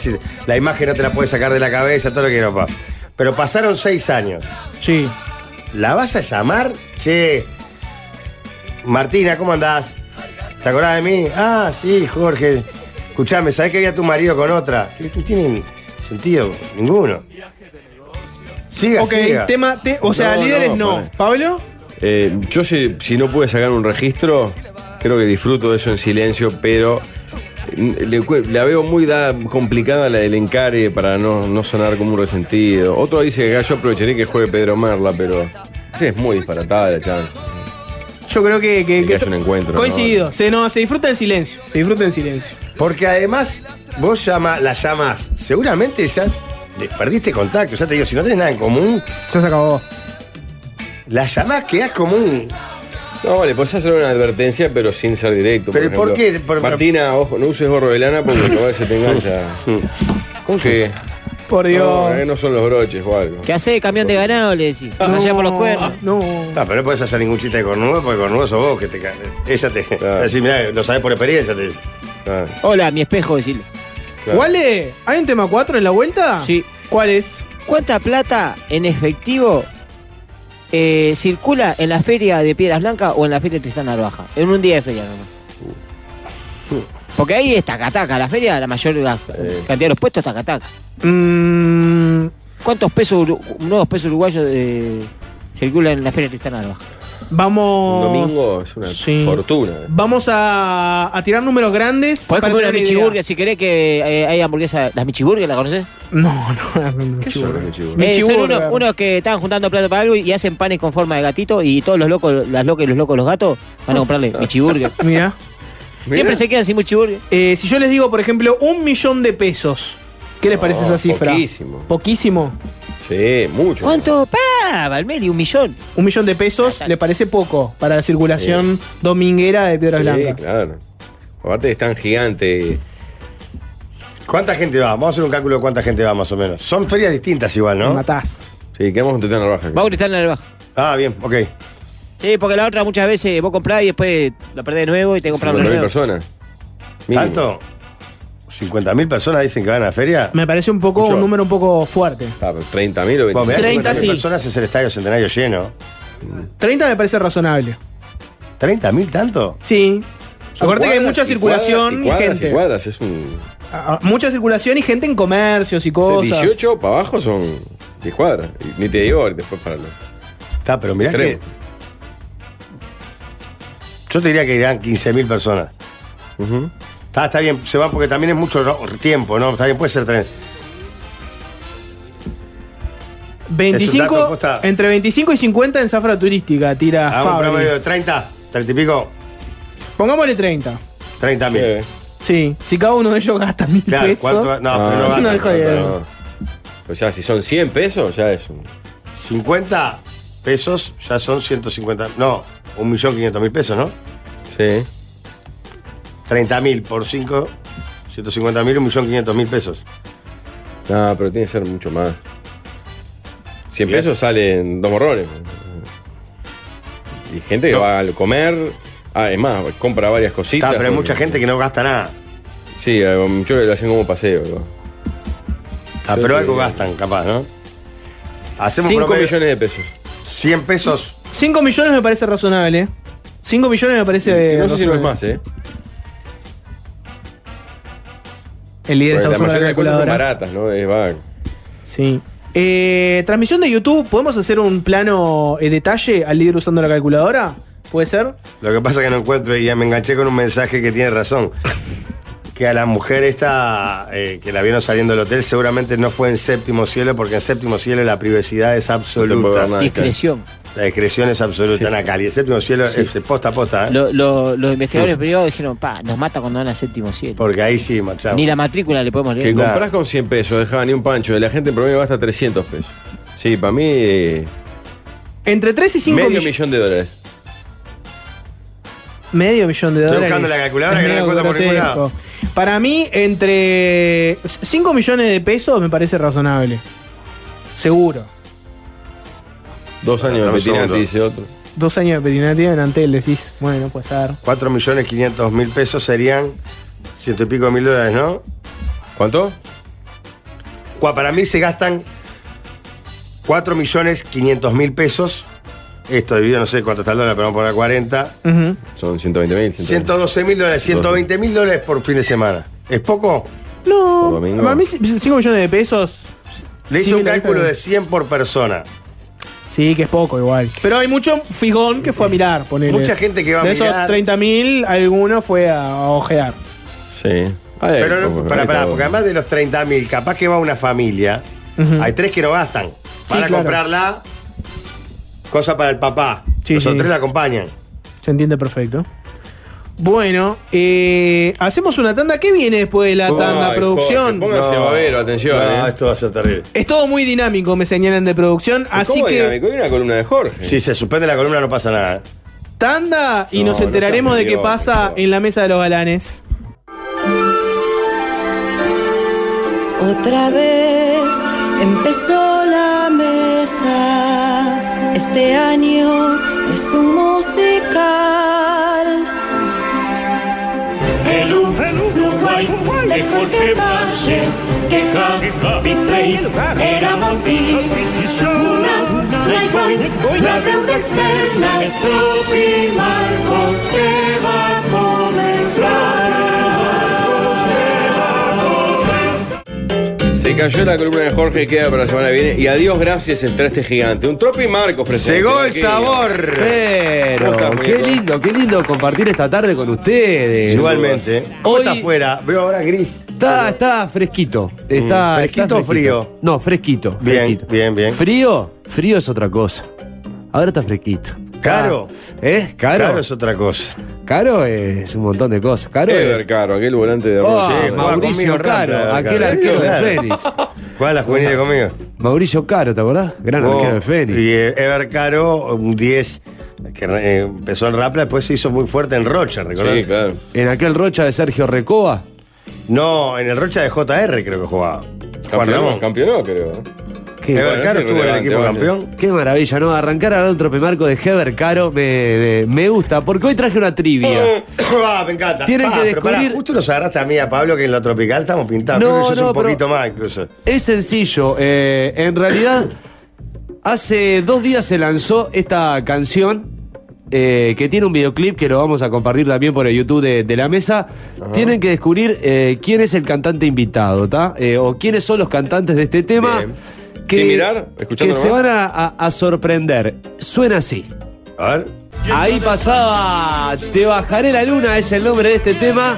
S2: la imagen no te la puedes sacar de la cabeza, todo lo que no pa. Pero pasaron seis años.
S3: Sí.
S2: ¿La vas a llamar? Che, Martina, ¿cómo andás? ¿Te acordás de mí? Ah, sí, Jorge. Escuchame, ¿sabés que había tu marido con otra? Que No tiene sentido ninguno. Siga,
S3: ok,
S2: siga.
S3: tema. te- o sea,
S1: No,
S3: líderes no.
S1: no, pone.
S3: ¿Pablo?
S1: Eh, yo si, si no pude sacar un registro, creo que disfruto de eso en silencio, pero eh, le cu- la veo muy da- complicada la del encare para no, no sonar como un resentido. Otro dice que acá yo aprovecharé que juegue Pedro Merla, pero esa es muy disparatada la chance.
S3: Yo creo que. que,
S1: Y
S3: que
S1: que haya un encuentro,
S3: Coincidido.
S1: ¿no?
S3: Se, no, se disfruta en silencio. Se disfruta en silencio.
S2: Porque además, vos llama, la llamás, seguramente ya le- perdiste contacto, ya te digo, si no tenés nada en común,
S3: Ya se acabó.
S2: la llamás quedás como un...
S1: No, le podés hacer una advertencia, pero sin ser directo.
S2: Pero, ¿por
S1: ejemplo.
S2: qué? Por-
S1: Martina, ojo, no uses gorro de lana porque capaz se
S2: [laughs]
S1: te engancha. ¿Con qué?
S3: Por Dios.
S1: No, eh, no son los broches o algo.
S4: ¿Qué hace de camión de ganado? Le decís. Allá por los cuernos.
S3: No.
S2: No, pero no podés hacer ningún chiste de cornudo porque cornudo sos vos que te... ca- Ella te...
S1: Claro.
S2: [laughs] Así, mirá, lo sabés por experiencia, te dice.
S1: Ah,
S4: Hola, mi espejo, decirle.
S1: Claro.
S3: Wale, ¿hay un tema 4 en la vuelta?
S4: Sí.
S3: ¿Cuál es?
S4: ¿Cuánta plata en efectivo eh, circula en la feria de Piedras Blancas o en la feria de Tristán Narvaja? En un día de feria nomás. Uh. Porque ahí es tacataca. La feria, la mayor ga- cantidad de los puestos es tacataca.
S3: Mm,
S4: ¿Cuántos pesos, uru- nuevos pesos uruguayos eh, circulan en la feria de Tristán Narvaja?
S1: Un
S3: vamos.
S1: domingo es una
S3: Sí.
S1: fortuna.
S3: Vamos a, a tirar números grandes.
S4: Podés
S3: para
S4: comer una
S3: tener idea.
S4: michiburger si querés que eh, hay hamburguesas. ¿Las michiburger las conocés?
S3: No, [laughs] no, no.
S1: ¿Qué son los michiburgues?
S4: Eh, son
S3: Michiburger.
S4: unos, unos que estaban juntando plata para algo y hacen panes con forma de gatito y todos los locos, las locas y los locos, los gatos, van a
S1: [laughs]
S4: comprarle michiburger.
S3: Mira.
S4: Siempre se quedan sin michiburger.
S3: Eh, si yo les digo, por ejemplo, un millón de pesos, ¿qué les parece
S1: No,
S3: esa cifra?
S1: Oh, poquísimo.
S3: Poquísimo.
S1: Sí, mucho.
S4: ¿Cuánto? Pa, Valmeli, un millón.
S3: Un millón de pesos le parece poco para la circulación dominguera de Piedras
S1: Sí,
S3: Blancas.
S1: claro. Aparte es tan gigante.
S2: ¿Cuánta gente va? Vamos a hacer un cálculo de cuánta gente va más o menos. Son ferias distintas igual,
S3: Me
S2: ¿no?
S3: Matás.
S1: Sí, quedamos con Tetano Roja.
S4: Vamos a Tristán Narvaja.
S2: Ah, bien, ok.
S4: Sí, porque la otra muchas veces vos comprás y después la perdés de nuevo y te compras
S1: 50.000
S4: una nueva.
S1: personas. Mínimo.
S2: ¿Tanto? ¿50.000 personas dicen que van a la feria?
S3: Me parece un poco
S1: Mucho.
S3: un número un poco fuerte.
S1: Ah, pero 30.000 o 25.000.
S2: Bueno, me da
S3: 30
S2: 50.000
S3: sí.
S2: personas es el estadio centenario lleno.
S3: 30 me parece razonable.
S2: ¿30.000 tanto?
S3: Sí. Acuérdate que hay
S1: Cuadras
S3: mucha
S1: y cuadras
S3: circulación y,
S1: y cuadras
S3: gente.
S1: y cuadras, es un.
S3: Ah, ah, Mucha circulación y gente en comercios y
S1: es
S3: cosas.
S1: 18 para abajo son 10 cuadras. Y ni te digo después para los.
S2: Está, pero mirá
S1: Creo.
S2: que. Yo te diría que irán 15.000 personas.
S1: Ujú.
S2: Está, está bien, se va porque también es mucho ro- tiempo, ¿no? Está bien, puede ser tren.
S3: 25,
S2: Es un dato posta.
S3: entre 25 y 50 en zafra turística, tira
S2: Ah, un
S3: Fabri.
S2: promedio de 30, 30 y pico,
S3: Pongámosle 30.
S2: 30.000.
S1: Eh,
S3: Sí. Si cada uno de ellos gasta mil
S2: Claclaro,
S3: pesos.
S2: ¿cuánto? va? No, pero no
S1: No,
S2: va
S3: no,
S2: tanto,
S3: joder.
S2: no, no.
S1: O sea, si son 100 pesos, ya es un.
S2: 50 pesos ya son 150. No, 1.500.000 pesos, ¿no?
S1: Sí.
S2: 30.000 por 5, 150.000, 1.500.000 pesos.
S1: No, pero tiene que ser mucho más. 100
S2: Sí.
S1: pesos salen dos morrones. Y gente que
S2: No.
S1: va a comer. Ah, es más, compra varias cositas.
S2: Está, pero hay
S1: porque-
S2: mucha gente que no gasta nada.
S1: Sí, yo lo hacen como paseo. ¿no?
S2: Ah,
S1: Yo
S2: pero
S1: te
S2: algo
S1: diría.
S2: gastan, capaz, ¿no? Hacemos
S1: 5
S2: promedio-
S1: millones de pesos.
S2: 100 pesos.
S3: 5 millones me parece razonable. 5 millones me parece.
S1: no sé si no es
S3: razonable.
S1: más, ¿eh?
S3: El
S1: Porque
S3: líder
S1: la
S3: está usando la,
S1: mayoría de cosas son
S3: calculadora.
S1: baratas, ¿no? Es va.
S3: Sí. Eh, transmisión de YouTube, ¿podemos hacer un plano eh, detalle al líder usando la calculadora? ¿Puede ser?
S2: Lo que pasa es que no encuentro y ya me enganché con un mensaje que
S1: [laughs]
S2: tiene razón. Que a la mujer esta, eh, que la vieron saliendo del hotel, seguramente no fue en séptimo cielo, porque en séptimo cielo la privacidad es
S1: No te puedo
S2: absoluta.
S1: ver nada.
S4: Discreción.
S2: la discreción es absoluta, Nacali. El séptimo cielo es posta a
S1: Ah.
S2: posta, ¿eh?
S4: Lo- lo- los investigadores privados dijeron, pa, nos mata cuando van a séptimo cielo.
S2: porque ahí sí, machado.
S4: Ni la matrícula le podemos
S1: Que
S4: leer.
S2: Claro.
S1: compras con 100 pesos, dejaba ni un pancho. Y la gente en promedio gasta 300 pesos. Sí, para mí. eh,
S3: Entre 3 y 5
S1: medio
S3: millones.
S1: millón de dólares.
S3: Medio millón de
S2: Estoy
S3: dólares.
S2: buscando la calculadora
S3: Es
S2: que no la
S3: medio
S2: encuentro por ningún
S3: grotesco.
S2: lado.
S3: Para mí, entre 5 millones de pesos me parece razonable. Seguro.
S1: Dos años de
S2: Dame un
S1: Petinati,
S2: segundo.
S1: dice otro.
S3: Dos años de petinati en Antel, decís, bueno, puede ser.
S2: 4 millones 500 mil pesos serían ciento y pico mil dólares, ¿no?
S1: ¿Cuánto?
S2: Cua- Para mí se gastan 4 millones 500 mil pesos. Esto dividido, no sé cuánto está el dólar, pero vamos a poner 40.
S3: Ujú.
S1: Son 120 mil.
S2: 112 mil dólares, 120 mil dólares por fin de semana. ¿Es poco?
S3: No,
S1: Por domingo.
S3: para mí 5 millones de pesos.
S2: Le hice
S3: sí,
S2: un
S3: la
S2: cálculo
S3: lista-
S2: de 100 por persona.
S3: Sí, que es poco igual. Pero hay mucho figón que fue a mirar, ponele.
S2: Mucha gente que va a
S3: De esos
S2: mirar.
S3: 30.000, alguno fue a, a ojear.
S1: Sí.
S2: Pero no, para, para, porque además de los 30 mil, capaz que va una familia,
S3: Ujú.
S2: hay tres que no gastan. Para
S3: claro.
S2: comprarla, cosa para el papá.
S3: Sí,
S2: Los otros
S3: sí.
S2: tres la acompañan.
S3: Se entiende perfecto. Bueno, eh, hacemos una tanda. ¿Qué viene después de la tanda, producción?
S1: Pónganse
S2: No.
S1: babero, atención. eh.
S2: No, esto va a ser terrible.
S3: Es todo muy dinámico, me señalan de producción. Así
S1: ¿Cómo
S3: que
S1: dinámico? Hay una columna de Jorge.
S2: Si se suspende la columna no pasa nada.
S3: tanda y
S1: No,
S3: nos
S1: no
S3: enteraremos
S1: seas
S3: de qué
S1: mediocre,
S3: pasa
S1: por
S3: en la mesa de los galanes.
S11: Otra vez empezó la mesa. Este año es un musical.
S10: El Uruguay de Jorge Bach. que Happy Place era Montis. Unas Raypoint, la deuda externa es Tropi Marcos que va a comenzar.
S1: Se cayó la columna de Jorge y queda para la semana que viene. Y adiós, gracias, entraste gigante. Un tropi Marcos presente.
S2: Llegó el
S1: Aquí.
S2: sabor.
S1: ¿Cómo
S12: Pero,
S1: estás,
S12: qué
S1: muñeco?
S12: lindo, qué lindo compartir esta tarde con ustedes.
S2: Igualmente. ¿Cómo está afuera? Veo ahora gris.
S12: Está, está fresquito. Está, está
S2: Mm. ¿Fresquito o frío?
S12: No, fresquito.
S2: Bien,
S12: fresquito.
S2: bien, bien.
S12: Frío, frío es otra cosa. Ahora está fresquito.
S2: Caro.
S12: Ah, ¿Eh? Caro.
S2: Caro es otra cosa.
S12: Caro es un montón de cosas. Caro es-
S1: Ever Caro, aquel volante de
S12: Oh,
S1: Racing.
S12: Mauricio
S1: Juega conmigo,
S12: Caro,
S1: Rafa,
S12: aquel arquero de Fénix.
S2: ¿Cuál la juvenil conmigo?
S12: Mauricio Caro, ¿te acordás? Gran
S1: Oh,
S2: Vos,
S12: arquero de Fénix.
S2: Y eh, Ever Caro, un 10 que eh, empezó en Rapla, después se hizo muy fuerte en Rocha, ¿recordás?
S1: Sí, claro.
S12: En aquel Rocha de Sergio Recoba.
S2: No, en el Rocha de JR creo que jugaba. Juan Ramón.
S1: Campeón, campeón, creo. ¿eh?
S12: Qué,
S2: Ever
S1: bueno,
S2: Caro
S1: sí,
S2: estuvo en el
S1: relevante,
S2: equipo
S1: vale.
S2: campeón.
S12: qué maravilla, ¿no? Arrancar a otro pemarco de Heber Caro me, me- me gusta, porque hoy traje una
S1: Oh,
S12: trivia.
S2: [coughs] Ah, me encanta.
S12: Tienen
S2: Ah,
S12: que
S2: pero pará,
S12: descubrir-
S2: justo nos agarraste a mí, a Pablo, que en lo tropical estamos pintados.
S12: No,
S2: creo que sos
S12: no,
S2: un
S12: pero-
S2: poquito más incluso.
S12: Es sencillo, eh, en realidad hace dos días se lanzó esta canción eh, que tiene un videoclip que lo vamos a compartir también por el YouTube de, de la mesa. Tienen que descubrir eh, quién es el cantante invitado, ¿tá? Eh, o quiénes son los cantantes de este tema. Que,
S1: Sin mirar,
S12: que
S1: escuchando
S12: se
S1: nomás.
S12: van a, a- a sorprender. Suena así.
S2: A ver. pues,
S12: Ahí pasaba Te bajaré la luna, es el nombre de este tema.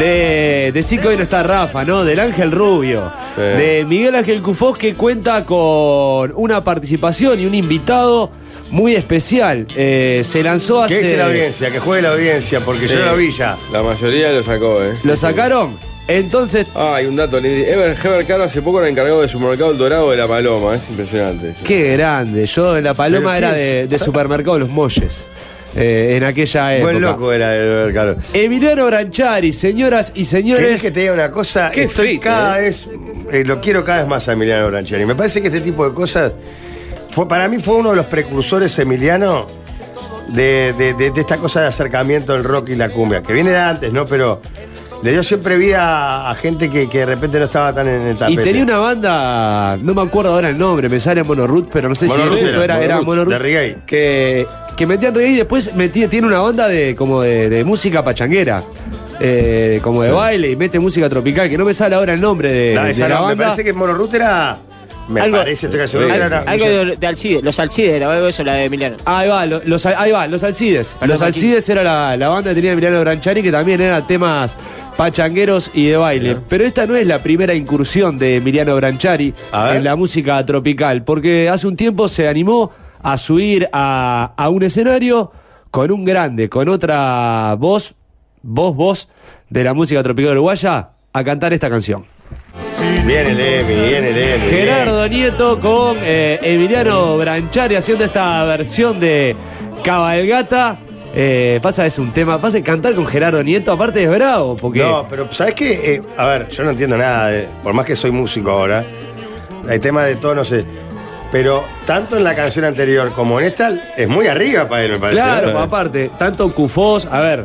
S12: De, de Cinco hoy no está Rafa, ¿no? Del Ángel Rubio.
S1: Sí.
S12: De Miguel Ángel Cufós que cuenta con una participación y un invitado muy especial. Eh, se lanzó
S2: ¿Qué
S12: hace.
S2: dice la audiencia? Que juegue la audiencia, porque
S1: Sí.
S2: yo lo vi ya.
S1: La mayoría lo sacó, ¿eh?
S12: ¿Lo sacaron? Entonces.
S1: Ah, hay un dato lindo. Ever, Heber Caro hace poco era encargado de su mercado El Dorado de la Paloma. Es impresionante. eso.
S12: Qué grande. Yo en la paloma
S2: Pero,
S12: era
S2: ¿qué
S12: de,
S2: es?
S12: de supermercado Los Molles. eh, en aquella época.
S2: Buen loco era Ever Caro.
S12: Emiliano Branchari, señoras y
S2: ¿Querés
S12: señores.
S2: que te diga una cosa?
S1: Qué
S2: Estoy
S1: frito,
S2: cada vez. eh, lo quiero cada vez más a Emiliano Brancheri. Me parece que este tipo de cosas. Fue, para mí fue uno de los precursores, Emiliano, de, de- de- de esta cosa de acercamiento del rock y la cumbia. Que viene de antes, ¿no? Pero le dio siempre vida a, a gente que, que de repente no estaba tan en el
S12: Y
S2: tapete.
S12: tenía una banda, no me acuerdo ahora el nombre, me sale Monorut, pero no sé
S2: Mono
S12: si
S2: Root
S12: esto era, era
S2: Mono Root,
S12: Monorut.
S2: de reggae.
S12: Que, que metían reggae y después metía, tiene una banda de como de, de música pachanguera. eh, como de baile y mete música tropical, que no me sale ahora el nombre de,
S2: No,
S12: eh, de
S2: Ah, esa
S12: la
S2: no, me
S12: banda.
S2: parece que Mono Root era. Me
S4: Algo-
S2: parece, estoy casi seguro que
S1: Algo-
S2: era.
S4: Algo de, de Alcides, los Alcides, era algo de eso, la de Emiliano.
S12: Ahí va, lo- los, ahí va, los Alcides. los
S4: Martín.
S12: Alcides era la, la banda que tenía Emiliano Branchari, que también era temas pachangueros y de baile. Pero esta no es la primera incursión de Emiliano Branchari
S2: A ver.
S12: en la música tropical, porque hace un tiempo se animó a subir a, a un escenario con un grande, con otra voz, voz, voz de la música tropical uruguaya, a cantar esta canción.
S2: Viene el Emi, viene el Emi. bien.
S12: Gerardo Nieto con eh, Emiliano Branchari haciendo esta versión de Cabalgata. Eh, pasa, es un tema. Pasa, que cantar con Gerardo Nieto, aparte es bravo, porque.
S2: No, pero ¿sabes qué? Eh, a ver, yo no entiendo nada, de- por más que soy músico ahora, hay temas de todo, no sé. Pero tanto en la canción anterior como en esta, es muy arriba para él, me parece.
S12: claro,
S2: ¿no?
S12: aparte, tanto Cufós, a ver,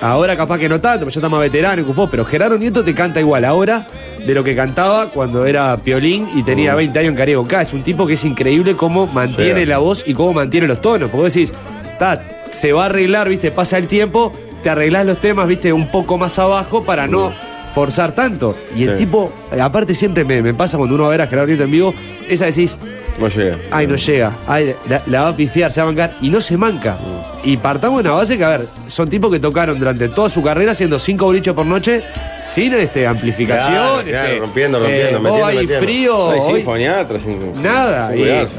S12: ahora capaz que no tanto, porque ya está más veterano en Cufós, pero Gerardo Nieto te canta igual ahora de lo que cantaba cuando era piolín y tenía 20 años en Carioca. Es un tipo que es increíble cómo mantiene
S1: Sí.
S12: la voz y cómo mantiene los tonos. Porque vos decís, "Ta, se va a arreglar, viste, pasa el tiempo, te arreglás los temas, viste, un poco más abajo para no forzar tanto. Y el
S1: Sí.
S12: tipo, eh, aparte siempre me, me pasa cuando uno va a ver a Gerardo Nieto en vivo, esa decís,
S1: No llega.
S12: Ay, no llega. Ay, la, la va a pifiar, se va a mancar. Y no se manca.
S2: Mm.
S12: Y partamos de una base que, a ver, son tipos que tocaron durante toda su carrera haciendo cinco bolichos por noche sin este, amplificación.
S2: Claro,
S12: este,
S2: claro, rompiendo,
S12: eh,
S2: rompiendo,
S12: vos
S2: metiendo,
S12: ahí
S2: metiendo.
S12: frío.
S1: No hay
S12: hoy-
S1: sinfoniatra, sin, sin-
S12: nada.
S1: sin
S12: Y,
S1: cuidarse.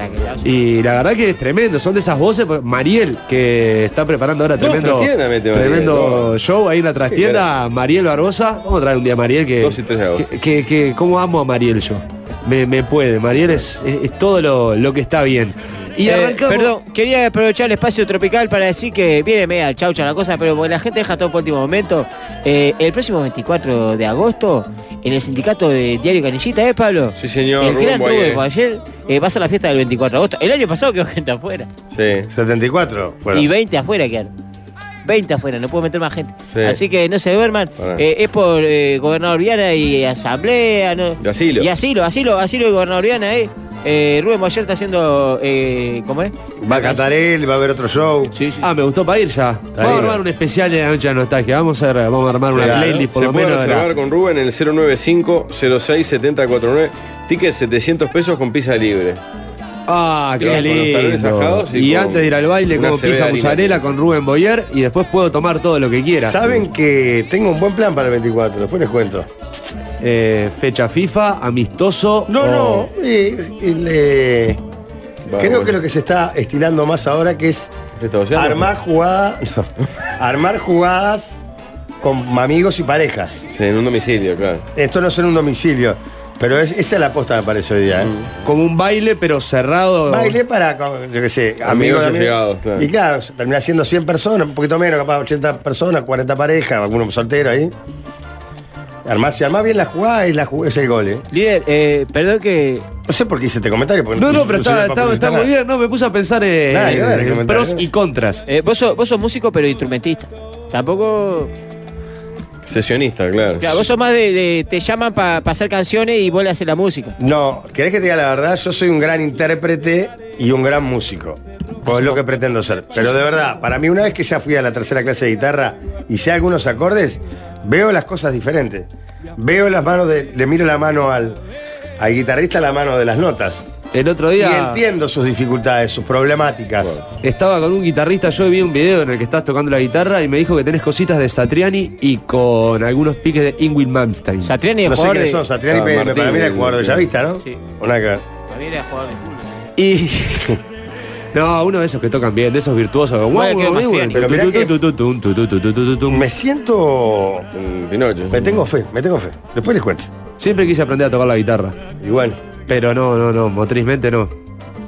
S12: y la verdad que es tremendo. Son de esas voces. pues, Mariel, que está preparando ahora
S1: Dos
S12: tremendo,
S1: trastiendas mete Mariel,
S12: tremendo
S1: dos.
S12: show ahí en la trastienda. Mariel Barbosa. Vamos a traer un día a Mariel que.
S1: Dos y tres de agosto.
S12: que, que- que- ¿Cómo amo a Mariel yo? Me, me puede. Mariel es, es- es todo lo, lo que está bien. Y
S4: Eh,
S12: arrancamos.
S4: perdón, quería aprovechar el espacio tropical para decir que viene media chaucha la cosa, pero porque la gente deja todo por último momento. Eh, el próximo 24 de agosto, en el sindicato de Diario Canillita, ¿eh, Pablo?
S1: Sí, señor,
S4: El gran
S1: rumbo ahí,
S4: Rubén
S1: eh.
S4: Guayel, eh, va a ser la fiesta del 24 de agosto. El año pasado quedó gente afuera.
S1: Sí.
S2: 74, fueron.
S4: Y 20 afuera quedaron. 20 afuera, no puedo meter más gente.
S1: Sí.
S4: Así que no se duerman.
S1: Pará.
S4: Eh, es por eh, Gobernador Viana y Asamblea. ¿no?
S1: Y asilo.
S4: Y asilo, asilo, asilo de Gobernador Viana, eh. Eh, Rubén Boyer está haciendo. eh, ¿Cómo es?
S2: Va a Catarel, va a haber otro show.
S12: Ah, me gustó para ir ya. Vamos a
S1: bien.
S12: armar un especial de la noche de nostalgia. Vamos a, vamos a armar una
S1: Claro.
S12: playlist por
S1: Se
S12: lo
S1: puede
S12: menos. de la-
S1: reservar con Rubén el 095 06 7049. Ticket 700 pesos con pizza libre.
S12: Ah,
S1: Con
S12: qué
S1: los talones
S12: lindo.
S1: ajados
S12: Y,
S1: y con
S12: antes de ir al baile,
S1: una
S12: como
S1: cebada
S12: pizza
S1: de
S12: mozzarella con Rubén Boyer y después puedo tomar todo lo que quiera.
S2: Saben que tengo un buen plan para el 24, después les cuento.
S12: Eh, fecha FIFA, amistoso.
S2: No,
S12: o-
S2: no, eh, el, eh, creo que lo que se está estilando más ahora que es
S1: boceando?
S2: armar jugada, armar jugadas con amigos y parejas.
S1: En un domicilio, claro.
S2: Esto no es en un domicilio, pero es- esa es la aposta me parece hoy día. ¿eh?
S12: Como un baile, pero cerrado.
S2: Baile para, con- yo qué sé, amigos,
S1: y
S2: amigos.
S1: allegados, claro.
S2: Y claro, termina siendo 100 personas, un poquito menos, capaz 80 personas, 40 parejas, algunos solteros ahí. Armás, si armás bien la jugada, es, la ju- es el gol, ¿eh?
S4: Líder, perdón que.
S2: No sé por qué hice este comentario. porque
S12: No, no, pero
S2: sirve
S12: está,
S2: para
S12: está-
S2: publicitar
S12: está muy
S2: nada.
S12: bien. No, me puse a pensar eh,
S2: Nada que
S12: en,
S2: ver,
S12: en
S2: comentario.
S12: pros y contras.
S4: Eh, vos, sos, vos sos músico, pero instrumentista. Tampoco.
S1: Sesionista, claro.
S4: Claro, vos sos más de. de- te llaman para hacer canciones y vos le haces la música.
S2: No, ¿querés que te diga la verdad? Yo soy un gran intérprete y un gran músico. O es lo que pretendo ser. Pero de verdad, para mí, una vez que ya fui a la tercera clase de guitarra y sé algunos acordes, veo las cosas diferentes. Veo las manos de. Le miro la mano al, al guitarrista, la mano de las notas.
S12: El otro
S2: Y
S12: día
S2: entiendo sus dificultades, sus problemáticas.
S12: estaba con un guitarrista. Yo vi un video en el que estás tocando la guitarra y me dijo que tenés cositas de Satriani y con algunos piques de Ingrid Malmsteen.
S4: Satriani
S2: No sé quiénes son, Satriani,
S12: Ah,
S2: me- me-
S12: Martín,
S2: para mí era el jugador de
S12: sí.
S2: Bellavista, ¿no?
S12: Sí.
S2: Una que ver.
S12: Y. [laughs] No, uno de esos que tocan bien, de esos virtuosos. Guau,
S2: Bueno,
S12: guau,
S2: que
S12: guau,
S2: Mastiani. Pero mirá
S12: tu, tu,
S2: que-
S12: tu, tu, tu, tu, tu, tu, tu, tu, tu.
S2: Me siento. Me tengo fe, me tengo fe. Después les cuento.
S12: Siempre quise aprender a tocar la guitarra.
S2: Igual.
S12: Pero no, no, no, motrizmente no.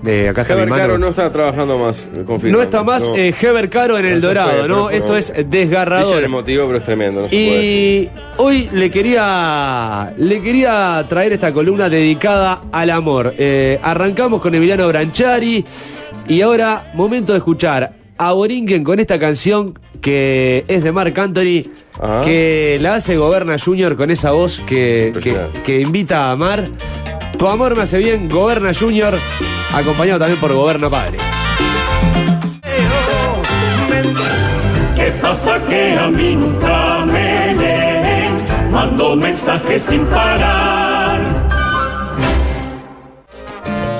S12: Eh, acá está mi
S1: Heber Caro
S12: mano.
S1: no está trabajando más, eh, confirmo.
S12: No está más
S1: No.
S12: eh, Heber Caro en
S1: No,
S12: el
S1: se
S12: Dorado,
S1: fue,
S12: ¿no?
S1: pero-
S12: Esto es
S1: Dice el
S12: desgarrador.
S1: motivo, pero es tremendo. No se puede decir.
S12: Y hoy le quería, le quería traer esta columna dedicada al amor. Eh, arrancamos con Emiliano Branchari y ahora momento de escuchar a Borinquen con esta canción que es de Marc Anthony, que la hace Goberna Junior con esa voz que,
S1: Pues
S12: que- que invita a amar. Tu amor me hace bien, Goberna Junior, acompañado también por Goberna Padre.
S10: ¿Qué pasa que a mí nunca me leen? Mando mensajes sin parar.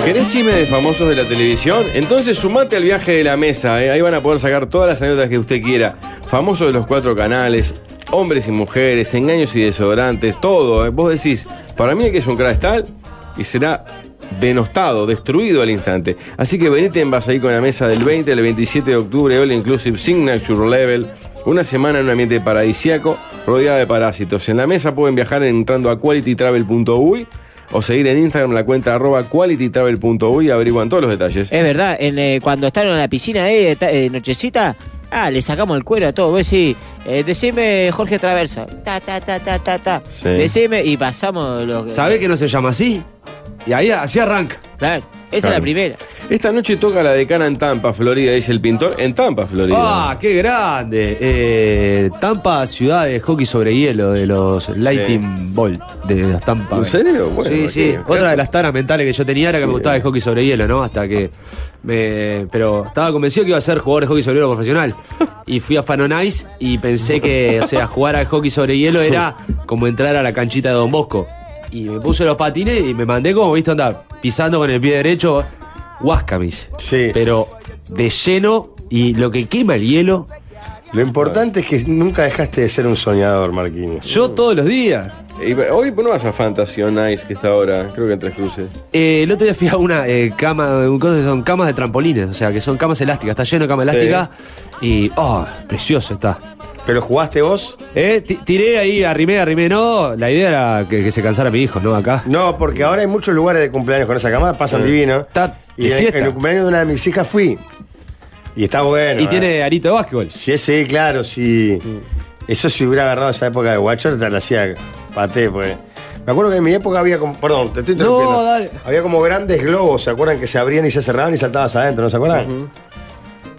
S1: ¿Querés chismes de famosos de la televisión? Entonces sumate al viaje de la mesa. ¿eh? Ahí van a poder sacar todas las anécdotas que usted quiera. Famosos de los cuatro canales, hombres y mujeres, engaños y desodorantes, todo. ¿eh? Vos decís, para mí el que es un crack es tal y será denostado, destruido al instante. Así que venite en vas ahí con la mesa del 20 al 27 de octubre, All Inclusive Signature Level. Una semana en un ambiente paradisiaco, rodeada de parásitos. En la mesa pueden viajar entrando a qualitytravel.uy o seguir en Instagram la cuenta arroba qualitytravel.uy y averiguan todos los detalles.
S4: Es verdad, en, eh, cuando estaban en la piscina eh, de ta- eh, nochecita, ah, le sacamos el cuero a todo. Vos decís, eh, decime Jorge Traverso. Ta, ta, ta, ta, ta, ta.
S12: Sí.
S4: Decime y pasamos los.
S12: ¿Sabés que no se llama así? Y ahí así arranca.
S4: Claro, esa es
S1: Claro.
S4: la primera.
S1: Esta noche toca la decana en Tampa, Florida, dice el pintor. En Tampa, Florida.
S12: ¡Ah, qué grande! Eh, Tampa, ciudad de hockey sobre hielo, de los Lightning Bolt, de los Tampa.
S1: ¿En serio? Bueno,
S12: sí, sí.
S1: qué-
S12: Otra de las taras mentales que yo tenía era que me gustaba el hockey sobre hielo, ¿no? Hasta que. me- pero estaba convencido que iba a ser jugador de hockey sobre hielo profesional. Y fui a Fanon Ice y pensé que, o sea, jugar al hockey sobre hielo era como entrar a la canchita de Don Bosco. Y me puse los patines y me mandé como, viste, onda, pisando con el pie derecho, Huascamis.
S2: Sí.
S12: Pero de lleno y lo que quema el hielo.
S2: Lo importante es que nunca dejaste de ser un soñador, Marquinhos.
S12: Yo todos los días.
S1: Y hoy no vas a Fantasy on Ice, que está ahora, creo que en Tres Cruces.
S12: Eh, el otro día fui a una eh, cama, un cosa que son camas de trampolines, o sea, que son camas elásticas, está lleno de cama elástica y, oh, precioso está.
S2: ¿Pero jugaste vos?
S12: Eh, ti- tiré ahí, arrimé, arrimé, no, la idea era que, que se cansara mi hijo, ¿no? Acá.
S2: No, porque ahora hay muchos lugares de cumpleaños con esa cama, pasan
S12: Sí.
S2: divino.
S12: Está
S2: y
S12: de
S2: en,
S12: fiesta.
S2: en el cumpleaños de una de mis hijas fui. Y está bueno.
S12: Y
S2: ¿eh?
S12: tiene Mm. arito de básquetbol.
S2: Sí, sí, claro, sí. Eso si hubiera agarrado esa época de Watcher, te la hacía paté, pues. Me acuerdo que en mi época había como. Perdón, te estoy interrumpiendo. Había como grandes globos, ¿se acuerdan? Que se abrían y se cerraban y saltabas adentro, ¿no se acuerdan?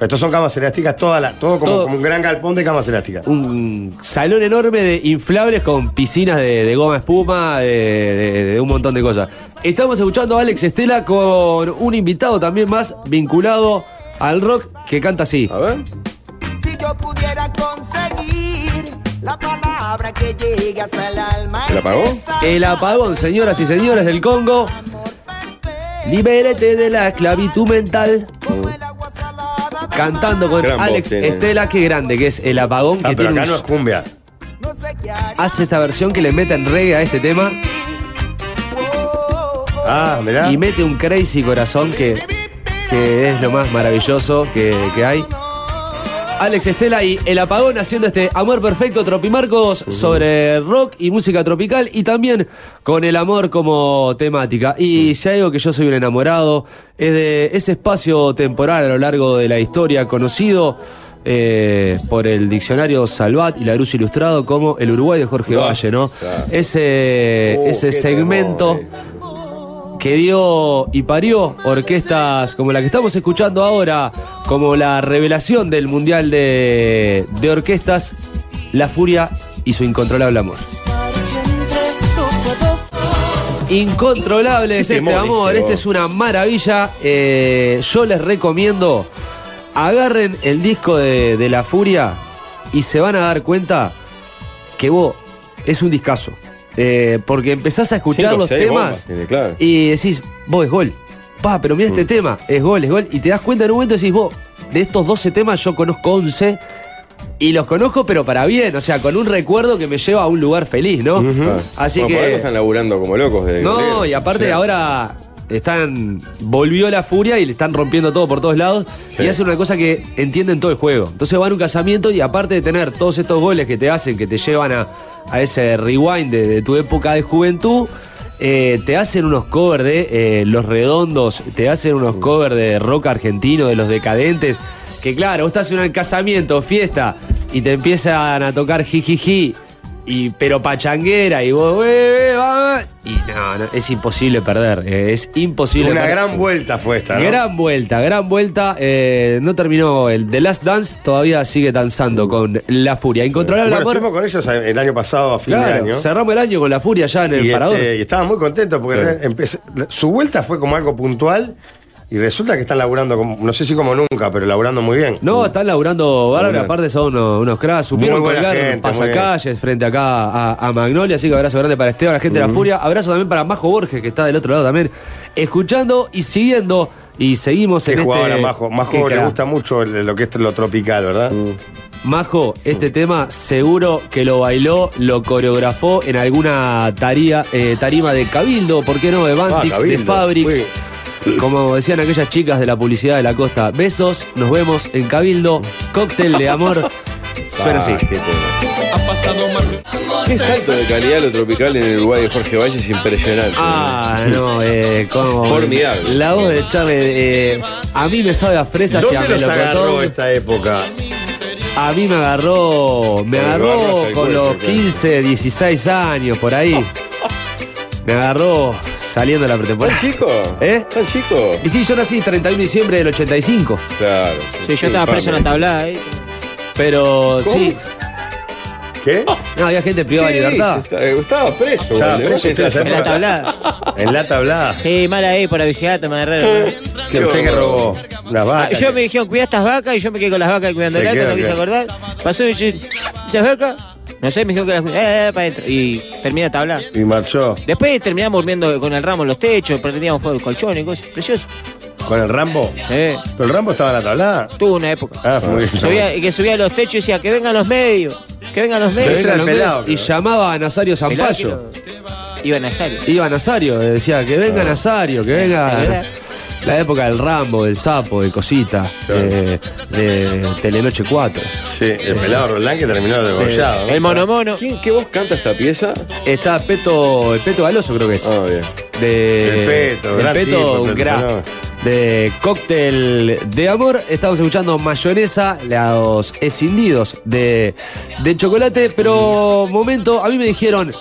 S2: Pero estos son camas elásticas, toda la, todo, como, como un gran galpón de camas elásticas.
S12: Un salón enorme de inflables con piscinas de, de goma espuma, de, de- de un montón de cosas. Estamos escuchando a Alex Estela con un invitado también más vinculado al rock que canta así. A ver.
S13: Si yo pudiera conseguir la palabra que llegue hasta el alma.
S12: ¿El apagón? El apagón, señoras y señores del Congo. Libérate de la esclavitud mental. Cantando con
S2: Gran voz
S12: Alex
S2: tiene.
S12: Estela, qué grande que es el apagón
S2: Ah,
S12: que
S2: pero
S12: tiene
S2: acá
S12: un-
S2: no es cumbia.
S12: Hace esta versión que le mete en reggae a este tema.
S2: Ah, mirá.
S12: Y mete un crazy corazón que, que es lo más maravilloso que, que hay. Alex Estela y El Apagón haciendo este amor perfecto Tropimarcos sobre rock y música tropical y también con el amor como temática. Y si hay algo que yo soy un enamorado es de ese espacio temporal a lo largo de la historia conocido eh, por el diccionario Salvat y la Cruz Ilustrado como el Uruguay de Jorge Valle, ¿no? Ese, eh,
S10: Oh,
S12: ese segmento
S10: eh.
S12: que dio y parió orquestas como la que estamos escuchando ahora, como la revelación del Mundial de, de Orquestas, La Furia y su incontrolable amor. Incontrolable es
S10: Qué
S12: este
S10: temor,
S12: amor,
S10: este,
S12: este es una maravilla. Eh, yo les recomiendo, agarren el disco de, de La Furia y se van a dar cuenta que vos es un discazo. Eh, porque empezás a escuchar
S1: Cinco,
S12: los
S1: seis
S12: temas
S1: bombas tiene, claro. Mm.
S12: y decís, vos es gol. Pa, pero mira este tema, es gol, es gol. Y te das cuenta en un momento y decís, vos, de estos 12 temas yo conozco 11 y los conozco, pero para bien, o sea, con un recuerdo que me lleva a un lugar feliz, ¿no?
S1: Ah.
S12: Así
S1: Bueno, por algo
S12: que.
S1: están laburando como locos. De
S12: No,
S1: de-
S12: y aparte
S1: o sea,
S12: ahora están. Volvió la furia y le están rompiendo todo por todos lados. Y hacen una cosa que entienden todo el juego. Entonces van a un casamiento y aparte de tener todos estos goles que te hacen, que te llevan a, a ese rewind de, de tu época de juventud. eh, te hacen unos covers de eh, Los Redondos, te hacen unos covers de rock argentino, de Los Decadentes, que claro, vos estás en un casamiento, fiesta, y te empiezan a tocar jijiji, y, pero pachanguera, y vos, "Eh, eh, va, va", y no, no, es imposible perder, eh, es imposible
S2: Una
S12: perder.
S2: gran vuelta fue esta, ¿no?
S12: Gran vuelta, gran vuelta. eh, no terminó el The Last Dance, todavía sigue danzando con La Furia. Incontrolable
S2: Bueno,
S12: amor.
S2: estuvimos con ellos eh, el año pasado a fin
S12: Claro,
S2: de año.
S12: cerramos el año con La Furia ya en el
S2: y,
S12: parador.
S2: este, y estaba muy contento porque
S12: Sí.
S2: re- empecé- su vuelta fue como algo puntual y resulta que están laburando, como, no sé si como nunca, pero laburando muy bien.
S12: No, están laburando bárbaro,
S2: Mm. Laburando.
S12: aparte son unos, unos cracks, supieron
S2: Muy buena
S12: colgar
S2: gente,
S12: unos pasacalles frente acá a, a Magnolia, así que abrazo grande para Esteban, la gente de la
S2: Ujú.
S12: Furia, abrazo también para Majo Borges, que está del otro lado también, escuchando y siguiendo, y seguimos
S2: Que
S12: en
S2: jugaba
S12: este...
S2: la Majo.
S12: Qué
S2: Majo le
S12: crack.
S2: gusta mucho el- lo que es lo tropical, ¿verdad?
S12: Majo,
S2: Mm.
S12: este tema seguro que lo bailó, lo coreografó en alguna taría- eh, tarima de Cabildo, ¿por qué no? De Bantix,
S2: Ah,
S12: de
S2: Cabildo,
S12: Fabrics. Como decían aquellas chicas de la publicidad de la costa, besos, nos vemos en Cabildo, cóctel de amor. Suena así.
S1: Ah, qué tema. Qué salto de calidad lo tropical en el Uruguay de Jorge Valle es impresionante.
S12: Ah, no, eh,
S2: [laughs]
S12: como.
S1: Formidable.
S12: La voz de Charlie, eh, a mí me sabe a fresas y a
S2: ¿Dónde los agarró
S12: melocotón.
S2: esta época?
S12: A mí me agarró, me
S2: Te agarró
S12: agarró
S2: hasta el
S12: con
S2: cuello,
S12: los
S2: claro.
S12: 15, 16 años, por ahí. Me agarró saliendo de la pretemporada.
S1: ¿Tan chico?
S12: ¿Eh?
S1: ¿Tan chico?
S12: Y sí, yo nací 31 de diciembre del 85.
S1: Claro.
S4: Sí, yo estaba preso en la tablada eh, ahí.
S12: Pero
S4: ¿Cómo?
S12: sí.
S2: ¿Qué?
S12: No, había gente privada de
S4: ¿Qué
S12: libertad.
S1: Estaba preso.
S2: Estaba boludo. preso,
S4: En
S2: claro.
S4: la tablada.
S2: En la tablada.
S4: Sí, mala ahí por avigeato, me agarraron.
S2: Que usted que robó. Las
S4: Ah,
S2: vacas.
S4: yo me dijeron, cuida estas vacas y yo me quedé con las vacas cuidando
S2: Se
S4: el
S2: quedó
S4: no quise
S2: acá.
S4: acordar. Pasó y yo, esas vacas, no sé, me dijeron que las eh, eh, para adentro. Y termina tabla.
S2: Y marchó.
S4: Después terminamos durmiendo con el ramo en los techos, prendíamos fuego el colchón y cosas. Precioso. Eh,
S2: ¿Con el Rambo? ¿Pero el Rambo estaba en la tablada?
S4: Tuvo una época.
S2: Ah, muy bien.
S4: Subía, que subía a los techos y decía, que vengan los medios, que vengan los medios.
S12: Eran los medios y llamaba a Nazario Zampayo.
S4: Iba a Nazario.
S12: Iba Nazario, decía que
S1: Ah.
S12: venga Nazario, que venga.
S4: ¿verdad?
S12: La época del Rambo, del Sapo, de Cosita, eh, de Telenoche 4.
S2: Sí, el pelado Roland que terminó degollado. ¿no?
S4: mono.
S1: ¿Quién, ¿Qué voz canta esta pieza?
S12: Está Peto, el Peto Galoso creo que es.
S1: Ah, bien.
S12: De,
S1: El Peto,
S12: el
S1: gran
S12: Peto,
S1: tipo,
S12: un
S1: Peto,
S12: crack.
S1: no.
S12: De Cóctel de Amor, estamos escuchando mayonesa, los escindidos de, de chocolate, pero momento, a mí me dijeron,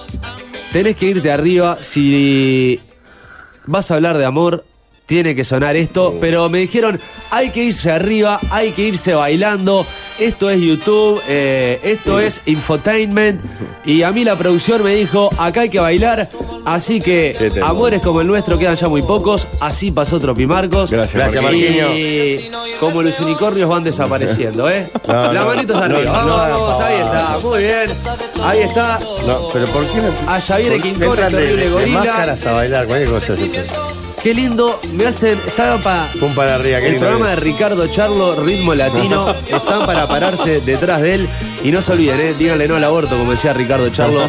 S12: tenés que irte arriba si vas a hablar de amor, tiene que sonar esto. Pero me dijeron, hay que irse arriba, hay que irse bailando. Esto es YouTube, eh, esto es infotainment. Y a mí la producción me dijo, acá hay que bailar. Así que
S1: temón.
S12: amores como el nuestro quedan ya muy pocos. Así pasó Tropi Marcos.
S1: Gracias, Marquinho.
S12: Y como los unicornios van desapareciendo, ¿eh?
S2: No,
S12: la
S2: no,
S12: manito
S2: no,
S12: está arriba.
S2: no,
S12: vamos,
S2: no,
S12: vamos,
S2: no.
S12: ahí está. Muy bien. Ahí está.
S2: No, pero ¿por qué no?
S12: A Javier
S2: ¿por qué
S12: Quincón,
S2: entran
S12: el
S2: de-
S12: horrible
S2: de
S12: gorila?
S2: máscaras a bailar, cualquier cosa. se puede.
S12: Qué lindo, me hacen. Estaban para.
S2: Pum para arriba, qué
S12: El
S2: lindo
S12: programa
S2: que
S12: de
S2: es.
S12: Ricardo Charlo, ritmo
S2: [laughs]
S12: latino. Están para pararse detrás de él. Y no se olviden, ¿eh? díganle no al aborto, como decía Ricardo Charlo,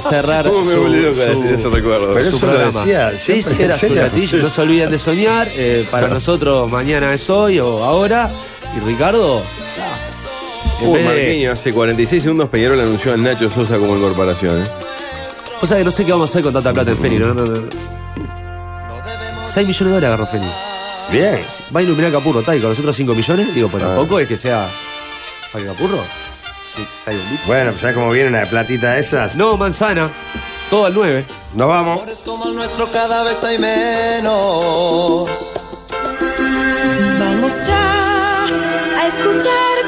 S2: [laughs]
S12: cerrar
S1: ¿Cómo me
S12: su,
S1: volví loco de
S12: su-
S1: decir ese recuerdo?
S2: Pero
S12: su
S2: eso lo
S12: programa.
S2: decía
S12: sí, sí,
S2: siempre,
S12: era
S2: ¿en
S12: su
S2: serio?
S12: gatillo. No se olviden de soñar. eh, para nosotros, mañana es hoy o ahora. Y Ricardo.
S1: En
S12: Uy,
S1: vez de-
S12: Marquinhos,
S1: hace 46 segundos Peñarol anunció a Nacho Sosa como incorporación. ¿eh?
S12: O sea que no sé qué vamos a hacer con tanta plata en Feni, ¿no? 6 millones de dólares agarró Feni.
S2: Bien.
S12: Va a iluminar Capurro, está, y con los otros 5 millones, digo, pues tampoco es que sea. ¿Para Capurro? Sí, seis bombitas.
S2: Bueno, pues, ¿sabes cómo viene una platita de esas?
S12: No, manzana. Todo al 9.
S2: Nos vamos.
S14: Como el nuestro cada vez hay menos.
S11: Vamos ya a escuchar